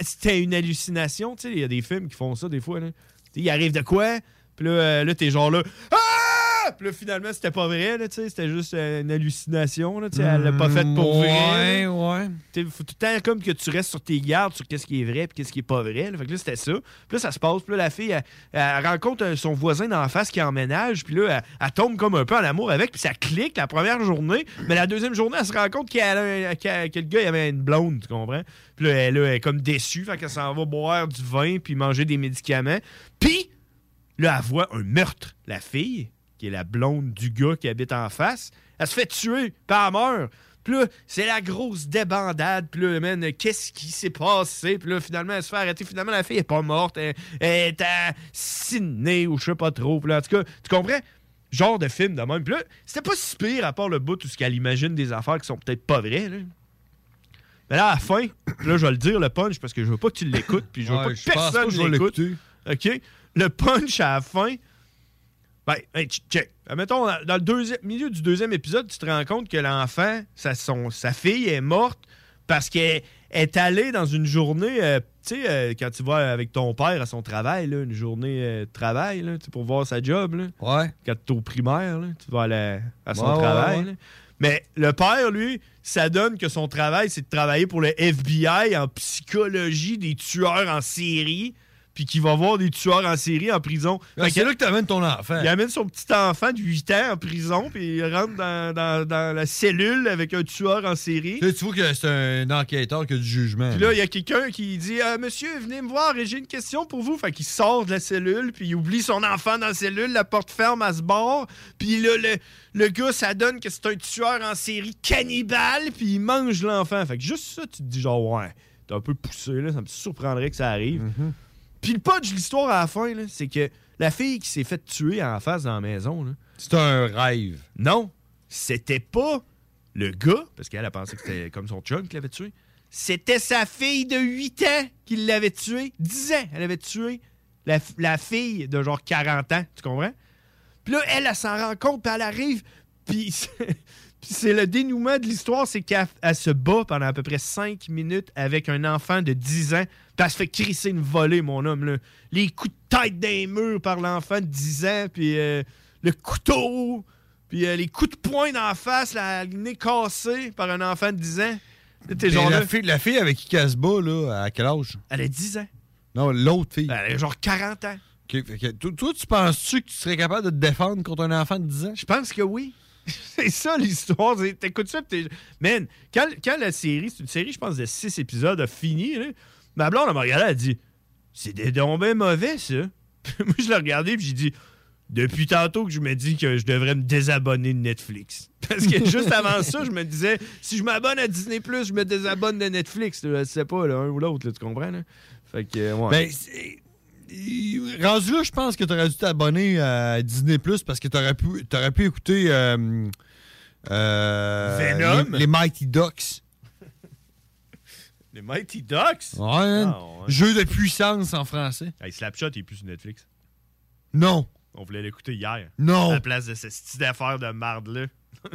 Speaker 7: c'était une hallucination, tu sais, il y a des films qui font ça, des fois, là. Tu sais, il arrive de quoi, puis là, euh, là t'es genre là... Ah! Puis là, finalement, c'était pas vrai, là, tu sais, c'était juste euh, une hallucination, là, tu sais, elle l'a pas faite pour
Speaker 8: Mm, Ouais,
Speaker 7: vrai.
Speaker 8: ouais.
Speaker 7: T'sais, faut tout le temps comme que tu restes sur tes gardes sur qu'est-ce qui est vrai et qu'est-ce qui est pas vrai. là. Fait que là, c'était ça. Puis là, ça se passe. Puis là, la fille, elle, elle rencontre euh, son voisin d'en face qui emménage. Puis là, elle, elle tombe comme un peu en amour avec. Puis ça clique la première journée. Mais la deuxième journée, elle se rend compte qu'elle a un- qu'elle- que le gars, il avait une blonde, tu comprends? Puis là, elle, là, elle est comme déçue. Fait qu'elle s'en va boire du vin puis manger des médicaments. Puis là, elle voit un meurtre. La fille, qui est la blonde du gars qui habite en face, elle se fait tuer, puis elle meurt. Puis là, c'est la grosse débandade. Puis là, man, qu'est-ce qui s'est passé? Puis là, finalement, elle se fait arrêter. Finalement, la fille est pas morte. Elle, elle est assinée ou je sais pas trop. Puis là, en tout cas, tu comprends? Genre de film de même. Puis là, c'était pas si pire à part le bout où ce qu'elle imagine des affaires qui sont peut-être pas vraies. là. Mais là, à la fin, là, je vais le dire, le punch, parce que je veux pas que tu l'écoutes, puis je veux
Speaker 8: Ouais,
Speaker 7: pas que
Speaker 8: je pense pas que je
Speaker 7: personne
Speaker 8: vais
Speaker 7: l'écoute. OK? Le punch à la fin, ben, hey, ch- check. Mettons, dans le deuxième, milieu du deuxième épisode, tu te rends compte que l'enfant, sa, son- sa fille est morte parce qu'elle est allée dans une journée, euh, tu sais, euh, quand tu vas avec ton père à son travail, là, une journée euh, de travail, là, tu sais, pour voir sa job. Là,
Speaker 8: ouais.
Speaker 7: Quand tu es au primaire, là, tu vas à, la- à son
Speaker 8: Ouais, ouais,
Speaker 7: travail.
Speaker 8: ouais.
Speaker 7: là. Mais le père, lui, ça donne que son travail, c'est de travailler pour le FBI en psychologie des tueurs en série, puis qu'il va voir des tueurs en série en prison.
Speaker 8: Ben,
Speaker 7: Fait
Speaker 8: c'est
Speaker 7: que-
Speaker 8: là que t'amènes ton enfant.
Speaker 7: il amène son petit enfant de 8 ans en prison, puis il rentre dans, dans- dans la cellule avec un tueur en série.
Speaker 8: Là, tu vois que c'est un enquêteur qui a du jugement.
Speaker 7: Puis là, il y a quelqu'un qui dit Euh, Monsieur, venez me voir et j'ai une question pour vous. Fait qu'il sort de la cellule, puis il oublie son enfant dans la cellule, la porte ferme à ce bord. Puis là, le, le gars, ça donne que c'est un tueur en série cannibale, puis il mange l'enfant. Fait que juste ça, tu te dis genre, ouais, t'es un peu poussé, là, ça me surprendrait que ça arrive.
Speaker 8: Mm-hmm.
Speaker 7: Puis le punch de l'histoire à la fin, là, c'est que la fille qui s'est faite tuer en face dans la maison, là,
Speaker 8: C'était un rêve.
Speaker 7: Non, c'était pas le gars, parce qu'elle a pensé que c'était comme son chum qui l'avait tué. C'était sa fille de 8 ans qui l'avait tué. 10 ans, elle avait tué la, f- la fille de genre 40 ans, tu comprends? Puis <laughs> là, elle, elle s'en rend compte, puis elle arrive, puis... puis Puis c'est le dénouement de l'histoire, c'est qu'elle elle se bat pendant à peu près 5 minutes avec un enfant de 10 ans. Puis elle se fait crisser une volée, mon homme. Là. Les coups de tête d'un mur par l'enfant de 10 ans, puis euh, le couteau, puis euh, les coups de poing dans la face, la, le nez cassé par un enfant de 10 ans. Là, T'es
Speaker 8: Mais
Speaker 7: genre
Speaker 8: Ben, la
Speaker 7: là,
Speaker 8: fille, la fille avec qui elle se bat, là, à quel âge?
Speaker 7: elle a 10 ans.
Speaker 8: Non, l'autre fille.
Speaker 7: Elle a genre 40 ans.
Speaker 8: Ok, fait que toi, toi, tu penses-tu que tu serais capable de te défendre contre un enfant de 10 ans?
Speaker 7: Je pense que oui. c'est ça l'histoire. C'est- T'écoutes ça, pis t'es. Man, quand, quand la série, c'est une série, je pense, de six épisodes, a fini, là, ma blonde, elle m'a regardé, elle a dit C'est des dons ben mauvais, ça. <laughs> Puis moi, je l'ai regardé, puis j'ai dit Depuis tantôt que je me dis que je devrais me désabonner de Netflix. <laughs> Parce que juste avant ça, je me disais Si je m'abonne à Disney, je me désabonne de Netflix. Je sais pas, là, un ou l'autre, là, tu comprends, là? Fait que, euh, ouais.
Speaker 8: Ben, c'est- Rendu là, je pense que t'aurais dû t'abonner à Disney Plus parce que t'aurais pu, t'aurais pu écouter euh, euh,
Speaker 7: Venom?
Speaker 8: Les, les Mighty Ducks.
Speaker 7: Les Mighty Ducks Ah,
Speaker 8: Ouais, hein. Jeu de puissance en français.
Speaker 7: Hey, Slapshot, il est plus sur Netflix.
Speaker 8: Non.
Speaker 7: On voulait l'écouter hier.
Speaker 8: Non.
Speaker 7: À la place de cette petite affaire de marde-là. <laughs>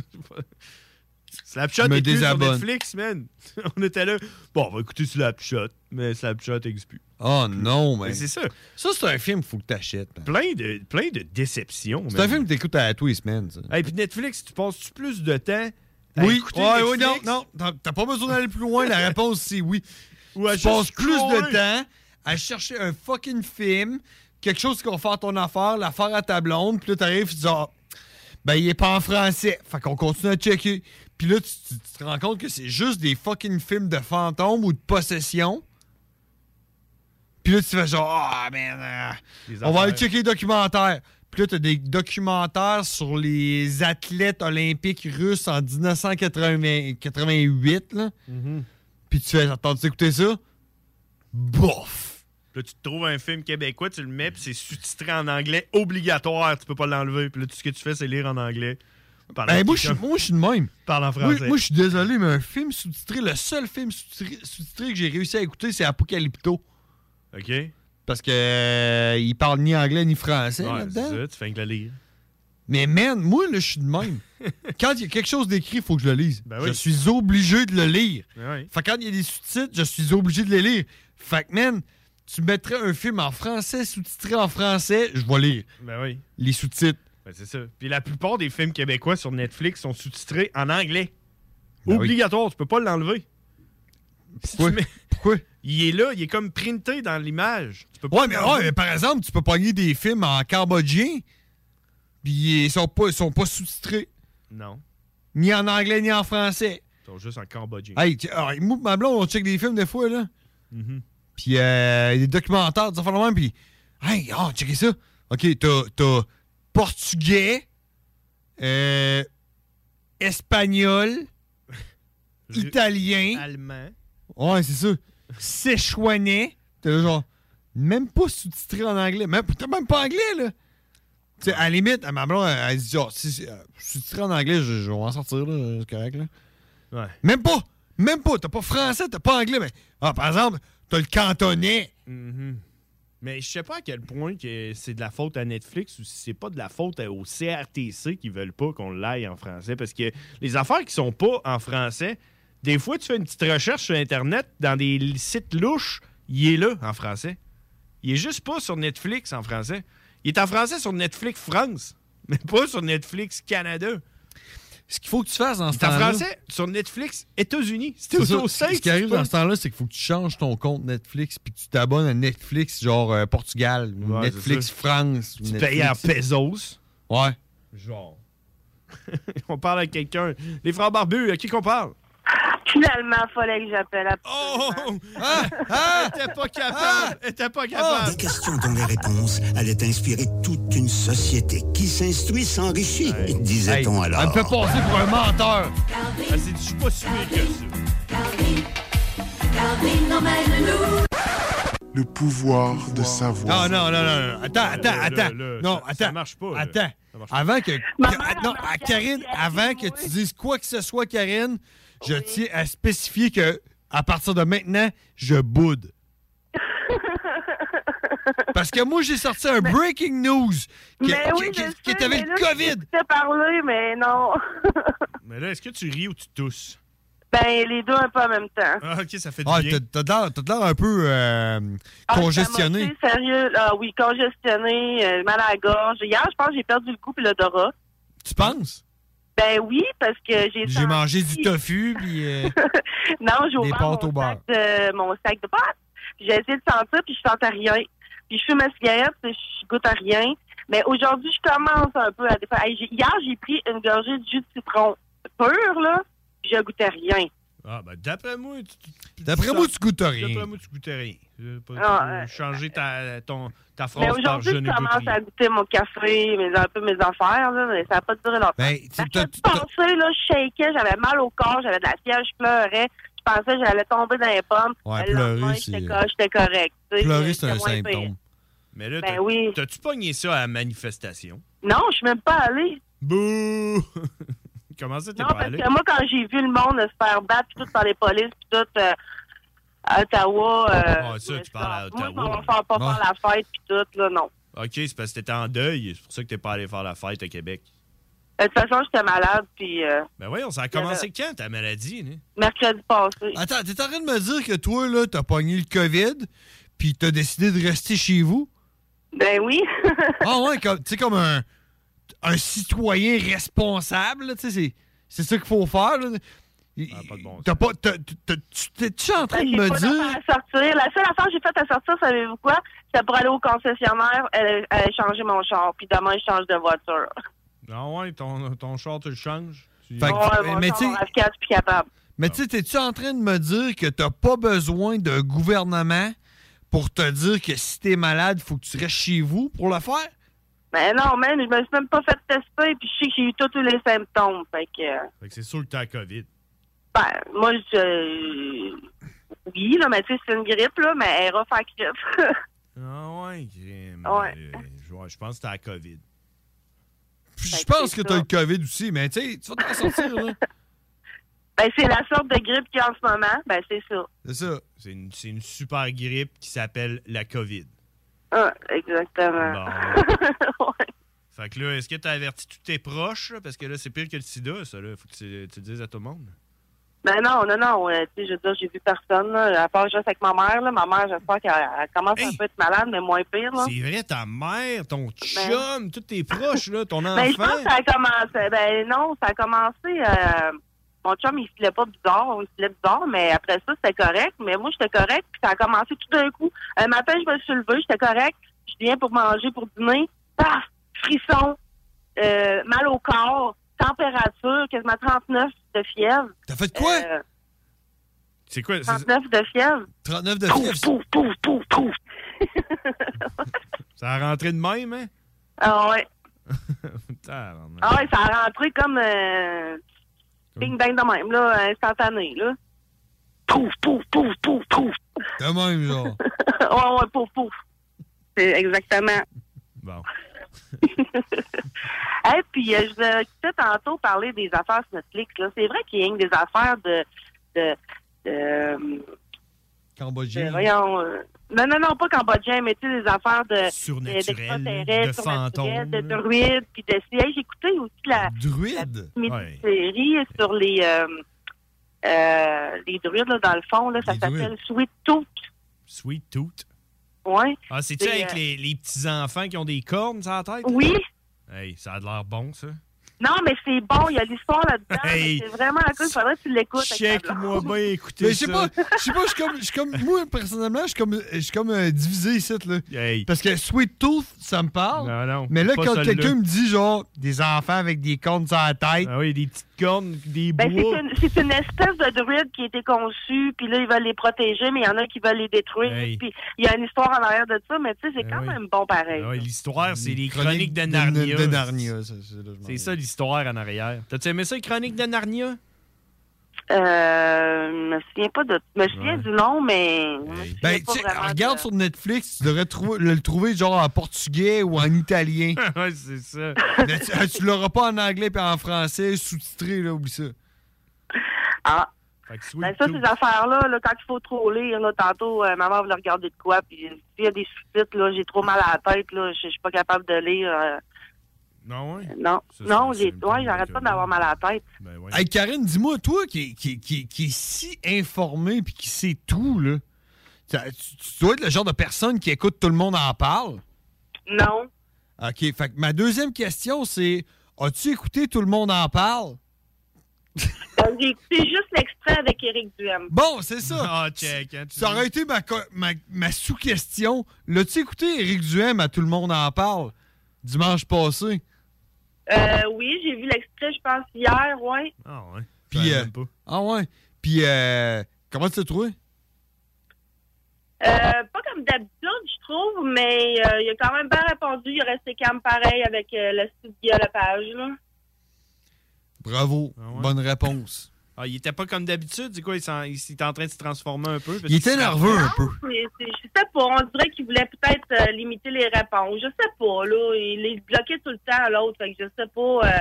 Speaker 7: Slapshot
Speaker 8: Je me
Speaker 7: est plus sur
Speaker 8: désabonne.
Speaker 7: Netflix, man. <laughs> on était là. Bon, on va écouter Slapshot, mais Slapshot n'existe plus.
Speaker 8: Oh non, mais.
Speaker 7: Mais c'est ça.
Speaker 8: Ça, c'est un film qu'il faut que t'achètes. man.
Speaker 7: Plein de, plein de déceptions,
Speaker 8: C'est
Speaker 7: man.
Speaker 8: un film que t'écoutes à tous les semaines, ça.
Speaker 7: Et puis Netflix, tu passes-tu plus de temps à
Speaker 8: Oui,
Speaker 7: écouter
Speaker 8: ouais, oui, non,
Speaker 7: Netflix?
Speaker 8: non, t'as- t'as pas besoin d'aller plus loin. La réponse, c'est oui.
Speaker 7: à
Speaker 8: tu passes
Speaker 7: juste
Speaker 8: plus de
Speaker 7: scroller.
Speaker 8: temps à chercher un fucking film, quelque chose qui va faire ton affaire, l'affaire à ta blonde, puis là, t'arrives, tu dis, ah, ben, il est pas en français. Fait qu'on continue à checker. Puis là, tu, tu- tu te rends compte que c'est juste des fucking films de fantômes ou de possession. Puis là, tu fais genre, ah, man, euh,
Speaker 7: Les
Speaker 8: on va aller
Speaker 7: affaires.
Speaker 8: checker les documentaires. Puis là, t'as des documentaires sur les athlètes olympiques russes en 1988, là.
Speaker 7: Mhm.
Speaker 8: Puis tu fais, attends, tu écouter ça? Bof!
Speaker 7: Là, tu te trouves un film québécois, tu le mets, puis c'est sous-titré en anglais obligatoire. Tu peux pas l'enlever. Puis là, tout ce que tu fais, c'est lire en anglais. Pendant
Speaker 8: Ben,
Speaker 7: que
Speaker 8: moi, je suis-
Speaker 7: quelqu'un
Speaker 8: moi, je suis de même.
Speaker 7: Parle en
Speaker 8: Moi,
Speaker 7: français.
Speaker 8: moi, je suis désolé, mais un film sous-titré, le seul film sous-titré sous-titré que j'ai réussi à écouter, c'est Apocalypto.
Speaker 7: OK.
Speaker 8: Parce que euh, il parle ni anglais ni français
Speaker 7: Ouais, c'est
Speaker 8: là-dedans.
Speaker 7: ça, tu fais que le lire.
Speaker 8: Mais man, moi, là, je suis de
Speaker 7: <laughs>
Speaker 8: même. quand il y a quelque chose d'écrit, il faut que je le lise.
Speaker 7: Ben oui.
Speaker 8: Je suis obligé de le lire.
Speaker 7: Ouais.
Speaker 8: Fait que quand il y a des sous-titres, je suis obligé de les lire. Fait que, man, tu mettrais un film en français, sous-titré en français, je vais lire
Speaker 7: Ben oui.
Speaker 8: les sous-titres.
Speaker 7: Ben, c'est ça. Puis la plupart des films québécois sur Netflix sont sous-titrés en anglais.
Speaker 8: Ben oui.
Speaker 7: Obligatoire, tu peux pas l'enlever. Pourquoi? Il est là, il est comme printé dans l'image. Tu peux pas
Speaker 8: Ouais, mais, ouais,
Speaker 7: l'enlever.
Speaker 8: mais par exemple, tu peux pogner des films en cambodgien, puis ils sont pas, ils sont pas sous-titrés,
Speaker 7: Non,
Speaker 8: ni en anglais, ni en français.
Speaker 7: ils sont juste en cambodgien.
Speaker 8: Hey, tu- ah, moi, ma blonde, on check des films des fois, là. Mm-hmm.
Speaker 7: Mhm.
Speaker 8: Puis euh, des documentaires, des affaires de même, puis... Hey, oh, checker ça. OK, t'as, t'as portugais, euh, espagnol, italien...
Speaker 7: Allemand.
Speaker 8: Ouais, c'est ça. Séchouanais. T'es là, genre, même pas sous-titré en anglais. Même, t'as même pas anglais, là. Tu sais, à la limite, à ma blonde, elle, elle dit, genre, si, si, euh, sous-titré en anglais, je, je vais en sortir, là, c'est correct, là.
Speaker 7: Ouais.
Speaker 8: Même pas! Même pas! T'as pas français, t'as pas anglais, mais. Ah, par exemple, t'as le cantonais.
Speaker 7: Mhm. Mais je sais pas à quel point que c'est de la faute à Netflix ou si c'est pas de la faute à- au CRTC qui veulent pas qu'on l'aille en français. Parce que les affaires qui sont pas en français, des fois tu fais une petite recherche sur Internet, dans des l- sites louches, il est là en français. Il est juste pas sur Netflix en français. Il est en français sur Netflix France, <laughs> mais pas sur Netflix Canada.
Speaker 8: Ce qu'il faut que tu fasses dans ce
Speaker 7: C'est en
Speaker 8: temps-là-
Speaker 7: français sur Netflix États-Unis. C'était
Speaker 8: C'est
Speaker 7: au
Speaker 8: ça. Ce qui arrive dans ce temps-là, c'est qu'il faut que tu changes ton compte Netflix puis que tu t'abonnes à Netflix, genre euh, Portugal, ou
Speaker 7: Ouais,
Speaker 8: Netflix
Speaker 7: c'est ça.
Speaker 8: France. ou
Speaker 7: Tu
Speaker 8: Netflix-
Speaker 7: payes en pesos.
Speaker 8: Ouais.
Speaker 7: Genre. <laughs> on parle à quelqu'un. Les frères barbus, à qui qu'on parle?
Speaker 19: Finalement, fallait que j'appelle. Oh!
Speaker 7: Ah! Ah! T'es pas
Speaker 8: Ah!
Speaker 7: capable! T'es pas capable!
Speaker 3: Des questions dont les réponses allaient inspirer toute une société qui s'instruit s'enrichit, disait-on alors.
Speaker 8: Elle me fait passer pour un menteur.
Speaker 7: Elle s'est dit, Ah, je suis pas sûr que ça.
Speaker 14: Le pouvoir de savoir.
Speaker 8: Non, Ah, non, non, non, non. Attends, attends, attends. non, attends. Ça marche pas. Attends. Avant que. que- non, à Karine, avant que tu dises quoi que ce soit, Karine, je tiens à Ah! spécifier que à partir de maintenant, je boude. Parce que moi, j'ai sorti un breaking news. Que,
Speaker 19: mais oui,
Speaker 8: que-
Speaker 19: je
Speaker 8: que-
Speaker 19: sais,
Speaker 8: que t'avais
Speaker 19: mais
Speaker 8: le
Speaker 19: là,
Speaker 8: COVID.
Speaker 19: Je t'ai parlé, mais non.
Speaker 7: Mais là, est-ce que tu ris ou tu tousses?
Speaker 19: Ben, les deux un peu en même temps.
Speaker 7: Ah, OK, ça fait du
Speaker 8: Ah,
Speaker 7: bien.
Speaker 8: t'as- t'as l'air- t'as l'air un peu euh,
Speaker 19: Ah,
Speaker 8: congestionné.
Speaker 19: C'est sérieux, ah oui, congestionné, euh, mal à la gorge. Hier, je pense que j'ai perdu le goût et l'odorat.
Speaker 8: Tu penses?
Speaker 19: Ben oui, parce que j'ai
Speaker 8: J'ai mangé du tofu, puis... euh,
Speaker 19: <laughs> Non, j'ai
Speaker 8: Des
Speaker 19: ouvert
Speaker 8: pâtes
Speaker 19: mon,
Speaker 8: au beurre.
Speaker 19: sac de, mon sac de pâtes. Puis j'ai essayé de sentir, puis je sentais rien. Puis je fume ma cigarette, puis je goûte à rien. Mais aujourd'hui, je commence un peu à défaire. Hey, j'ai- Hier, j'ai pris une gorgée de jus de citron pur, là, puis je goûtais rien.
Speaker 7: Ah, ben, d'après moi, tu- tu- tu.
Speaker 8: D'après moi, tu goûtes à rien.
Speaker 7: D'après moi, tu goûtes à rien. Je vais pas
Speaker 19: Ah,
Speaker 7: te- changer ta, ton, ta phrase
Speaker 19: Mais
Speaker 7: par
Speaker 19: aujourd'hui,
Speaker 7: jeune
Speaker 19: je commence à goûter mon café, mes, un peu mes affaires, là, mais ça n'a pas duré longtemps.
Speaker 8: Ben,
Speaker 19: Parce que je pensais, là, je shakeais, j'avais mal au corps, j'avais de la fièvre, je pleurais. Je pensais que j'allais tomber dans les pommes.
Speaker 7: Ouais,
Speaker 19: Le lendemain,
Speaker 7: pleurer,
Speaker 19: j'étais
Speaker 7: c'est-
Speaker 19: co- J'étais correct. tu sais, j'étais moins pire.
Speaker 7: Mais là,
Speaker 19: Ben
Speaker 7: t'as-
Speaker 19: oui.
Speaker 7: t'as-tu pogné ça à la manifestation?
Speaker 19: Non, je suis même pas allée.
Speaker 7: Bouh! Comment ça, t'es
Speaker 19: Non,
Speaker 7: pas
Speaker 19: parce
Speaker 7: allé?
Speaker 19: que moi, quand euh, j'ai vu le monde se faire battre puis tout par les polices, puis tout euh, à Ottawa, euh,
Speaker 7: Ah, ça, tu parles à
Speaker 19: on va
Speaker 7: Ottawa.
Speaker 19: faire pas
Speaker 7: Ah.
Speaker 19: faire la fête puis tout, là, non.
Speaker 7: OK, c'est parce que t'étais en deuil. C'est pour ça que t'es pas allé faire la fête à Québec.
Speaker 19: De toute façon, j'étais malade, puis euh,
Speaker 7: Ben voyons, ça a commencé quand, ta maladie? hein? né?
Speaker 19: mercredi passé.
Speaker 8: Attends, t'es en train de me dire que toi, là, t'as pogné le COVID, puis t'as décidé de rester chez vous?
Speaker 19: Ben oui. <laughs>
Speaker 8: ah ouais, comme- tu sais, comme un, un citoyen responsable, là, tu sais, c'est- c'est ça qu'il faut faire. là. Il- T'as Ah, pas... t'as- t'as- Tu t'es-tu en train de me
Speaker 19: Ben, Pas
Speaker 8: dire...
Speaker 19: d'affaire à sortir. La seule affaire que j'ai faite à sortir, savez-vous quoi? C'était pour aller au concessionnaire, elle, elle changer mon char, puis demain, je change de voiture. <laughs>
Speaker 7: Ah ouais, ton, ton char, tu le changes? Tu-
Speaker 8: Fait que-
Speaker 19: Ouais, mon
Speaker 8: mais
Speaker 19: char,
Speaker 8: tu sais-
Speaker 19: mon RAV4, je suis capable.
Speaker 8: Mais tu sais, t'es-tu en train de me dire que t'as pas besoin d'un gouvernement pour te dire que si t'es malade, faut que tu restes chez vous pour le faire?
Speaker 19: Mais non, man, je me suis même pas fait tester, puis je sais que j'ai eu tous les symptômes. Fait que, euh,
Speaker 7: Fait que c'est sûr que t'as la COVID.
Speaker 19: ben, moi, je. Oui, là, mais tu sais, c'est une grippe, là, mais elle est rough en grippe.
Speaker 7: Ah ouais, crime.
Speaker 19: Ouais.
Speaker 7: Euh, je vois- je pense que t'as la COVID.
Speaker 8: Je pense que t'as le COVID aussi, mais tu sais, tu vas t'en sortir, là.
Speaker 19: <laughs> ben, c'est la sorte de grippe qu'il y a en ce moment. Ben, c'est ça.
Speaker 8: C'est ça.
Speaker 7: <laughs> C'est une, c'est une super grippe qui s'appelle la COVID.
Speaker 19: Ah, exactement.
Speaker 7: Fait que là, est-ce que t'as averti tous tes proches? là? Parce que là, c'est pire que le sida, ça. Là. Faut que tu, tu le dises à tout le monde.
Speaker 19: <laughs> Ben non, non, non. euh, tu sais, je veux dire, j'ai vu personne, là, à part juste avec ma mère, là. Ma mère, j'espère qu'elle elle commence un peu à être malade, mais moins pire, là.
Speaker 7: C'est vrai, ta mère, ton chum, tous tes proches, là, ton enfant.
Speaker 19: Ah, <laughs> Ben, je pense que ça a commencé. Ben non, ça a commencé. euh, mon chum, il filait pas bizarre. Il filait bizarre, mais après ça, c'était correct. Mais moi, j'étais correct. Puis ça a commencé tout d'un coup. Un matin, je me suis levée, j'étais correct. Je viens pour manger, pour dîner. Paf! Frisson. euh, mal au corps. Température, quasiment 39 de fièvre.
Speaker 8: T'as fait quoi?
Speaker 7: C'est quoi?
Speaker 19: 39 de fièvre.
Speaker 8: 39 de
Speaker 19: Pouf, pouf, pouf, pouf, pouf.
Speaker 7: Ça a rentré de même, hein?
Speaker 19: Ah ouais.
Speaker 7: Tabarnak.
Speaker 19: Ah ouais, ça a rentré comme euh, bing bang de même, là, instantané, là. Pouf, pouf, pouf, pouf, pouf. <laughs>
Speaker 8: De même, genre.
Speaker 19: ouais, ouais, pouf, pouf. C'est exactement. <laughs>
Speaker 7: Bon.
Speaker 19: Et puis, euh, je voulais quitter tantôt parler des affaires sur Netflix, là. C'est vrai qu'il y a une des affaires de. de, de, <laughs> euh, de-
Speaker 8: Cambodgien.
Speaker 19: voyons. euh, non, non, non, pas cambodgien, mais tu sais, des affaires de.
Speaker 8: Surnaturel,
Speaker 19: d'extraterrestres,
Speaker 8: de
Speaker 19: surnaturels,
Speaker 8: fantômes,
Speaker 19: De
Speaker 8: là.
Speaker 19: druides, puis de. Hey, J'ai écouté aussi la.
Speaker 8: Druide?
Speaker 19: mini-série sur les, euh, euh, les druides, là, dans le fond. Là, ça s'appelle Sweet Tooth.
Speaker 7: Sweet Tooth.
Speaker 19: Ouais.
Speaker 7: Ah, c'est-tu
Speaker 19: C'est,
Speaker 7: avec
Speaker 19: euh,
Speaker 7: les, les petits-enfants qui ont des cornes sur la tête?
Speaker 19: Oui.
Speaker 7: Hey, ça a de l'air bon, ça.
Speaker 19: Non, mais c'est bon, il y a l'histoire là-dedans.
Speaker 7: Hey.
Speaker 19: mais C'est vraiment à cause, il faudrait que tu l'écoutes. avec ta
Speaker 7: Check-moi
Speaker 19: blonde.
Speaker 7: bien écouter
Speaker 8: Mais je sais
Speaker 7: ça.
Speaker 8: pas, je sais pas, je suis comme, je suis comme, moi personnellement, je suis comme, je suis comme euh, divisé ici là. Parce que Sweet Tooth, ça me parle. mais là,
Speaker 7: pas
Speaker 8: quand
Speaker 7: celui-là.
Speaker 8: quelqu'un me dit genre des enfants avec des cornes sur la tête, ah
Speaker 7: oui, des petites cornes, des
Speaker 19: Ben, c'est une, c'est une espèce de druide qui a été conçue, puis là, ils veulent les protéger, mais il y en a qui veulent les détruire. Puis il y a une histoire en arrière de ça, mais tu sais,
Speaker 7: Ben
Speaker 19: c'est quand même bon pareil.
Speaker 7: Ouais, Ah, l'histoire, c'est les
Speaker 8: chroniques
Speaker 7: chroniques de
Speaker 8: de-
Speaker 7: Narnia.
Speaker 8: de Narnia,
Speaker 7: C'est ça l'histoire en arrière. T'as-tu aimé ça, les chroniques de Narnia?
Speaker 19: Euh, je me souviens pas de. Je me souviens du nom, mais. je me souviens
Speaker 8: Ben,
Speaker 19: pas
Speaker 8: tu sais,
Speaker 19: vraiment
Speaker 8: regarde sur Netflix, tu devrais trou- le trouver genre en portugais ou en
Speaker 18: <laughs>
Speaker 8: italien.
Speaker 7: <laughs> ouais,
Speaker 8: <laughs>
Speaker 7: c'est ça.
Speaker 8: Mais tu, euh, tu l'auras pas en anglais puis en français, sous-titré, là, oublie ça.
Speaker 19: Ah.
Speaker 7: Fait que si oui,
Speaker 19: Ben, ça,
Speaker 7: Claude-
Speaker 19: ces affaires-là, là, quand il faut trop lire, là, tantôt, euh, maman voulait regarder de quoi, puis euh, s'il y a des sous-titres, là, j'ai trop mal à la tête, là, je je suis pas capable de lire. euh,
Speaker 18: Non, ouais. ben
Speaker 19: non, non, j'ai- ouais, j'arrête pas d'avoir mal à la tête.
Speaker 8: Hey, Karine, dis-moi, toi qui, qui, qui, qui est si informé puis qui sait tout, là, ça- tu, tu dois être le genre de personne qui écoute tout le monde en parle.
Speaker 19: Non.
Speaker 8: OK, fait que ma deuxième question, c'est as-tu écouté tout le monde en parle?
Speaker 19: Euh, J'ai écouté juste l'extrait avec Éric Duhem.
Speaker 8: Bon, c'est ça.
Speaker 7: Ah, hein,
Speaker 8: ça aurait été ma, co- ma, ma sous-question. L'as-tu écouté, Éric Duhem, à Tout le monde en parle, dimanche passé?
Speaker 19: Euh, oui, j'ai vu l'extrait, je pense, hier, ouais.
Speaker 8: Ah ouais. Puis, euh, ah ouais. Puis, euh, comment tu l'as trouvé?
Speaker 19: Euh, pas comme d'habitude, je trouve, mais euh, il a quand même bien répondu. Il est resté calme pareil avec euh, le studio à la page, là.
Speaker 8: Bravo. Bonne réponse.
Speaker 7: Ah, il était pas comme d'habitude, c'est quoi? Il, s'en- il était en train de se transformer un peu. parce
Speaker 8: Il
Speaker 7: que
Speaker 8: était
Speaker 7: c'est-
Speaker 8: nerveux un peu.
Speaker 19: Mais c'est- Je sais pas, on dirait qu'il voulait peut-être euh, limiter les réponses. Je sais pas, là. Il les bloquait tout le temps à l'autre. Fait que je sais pas. euh,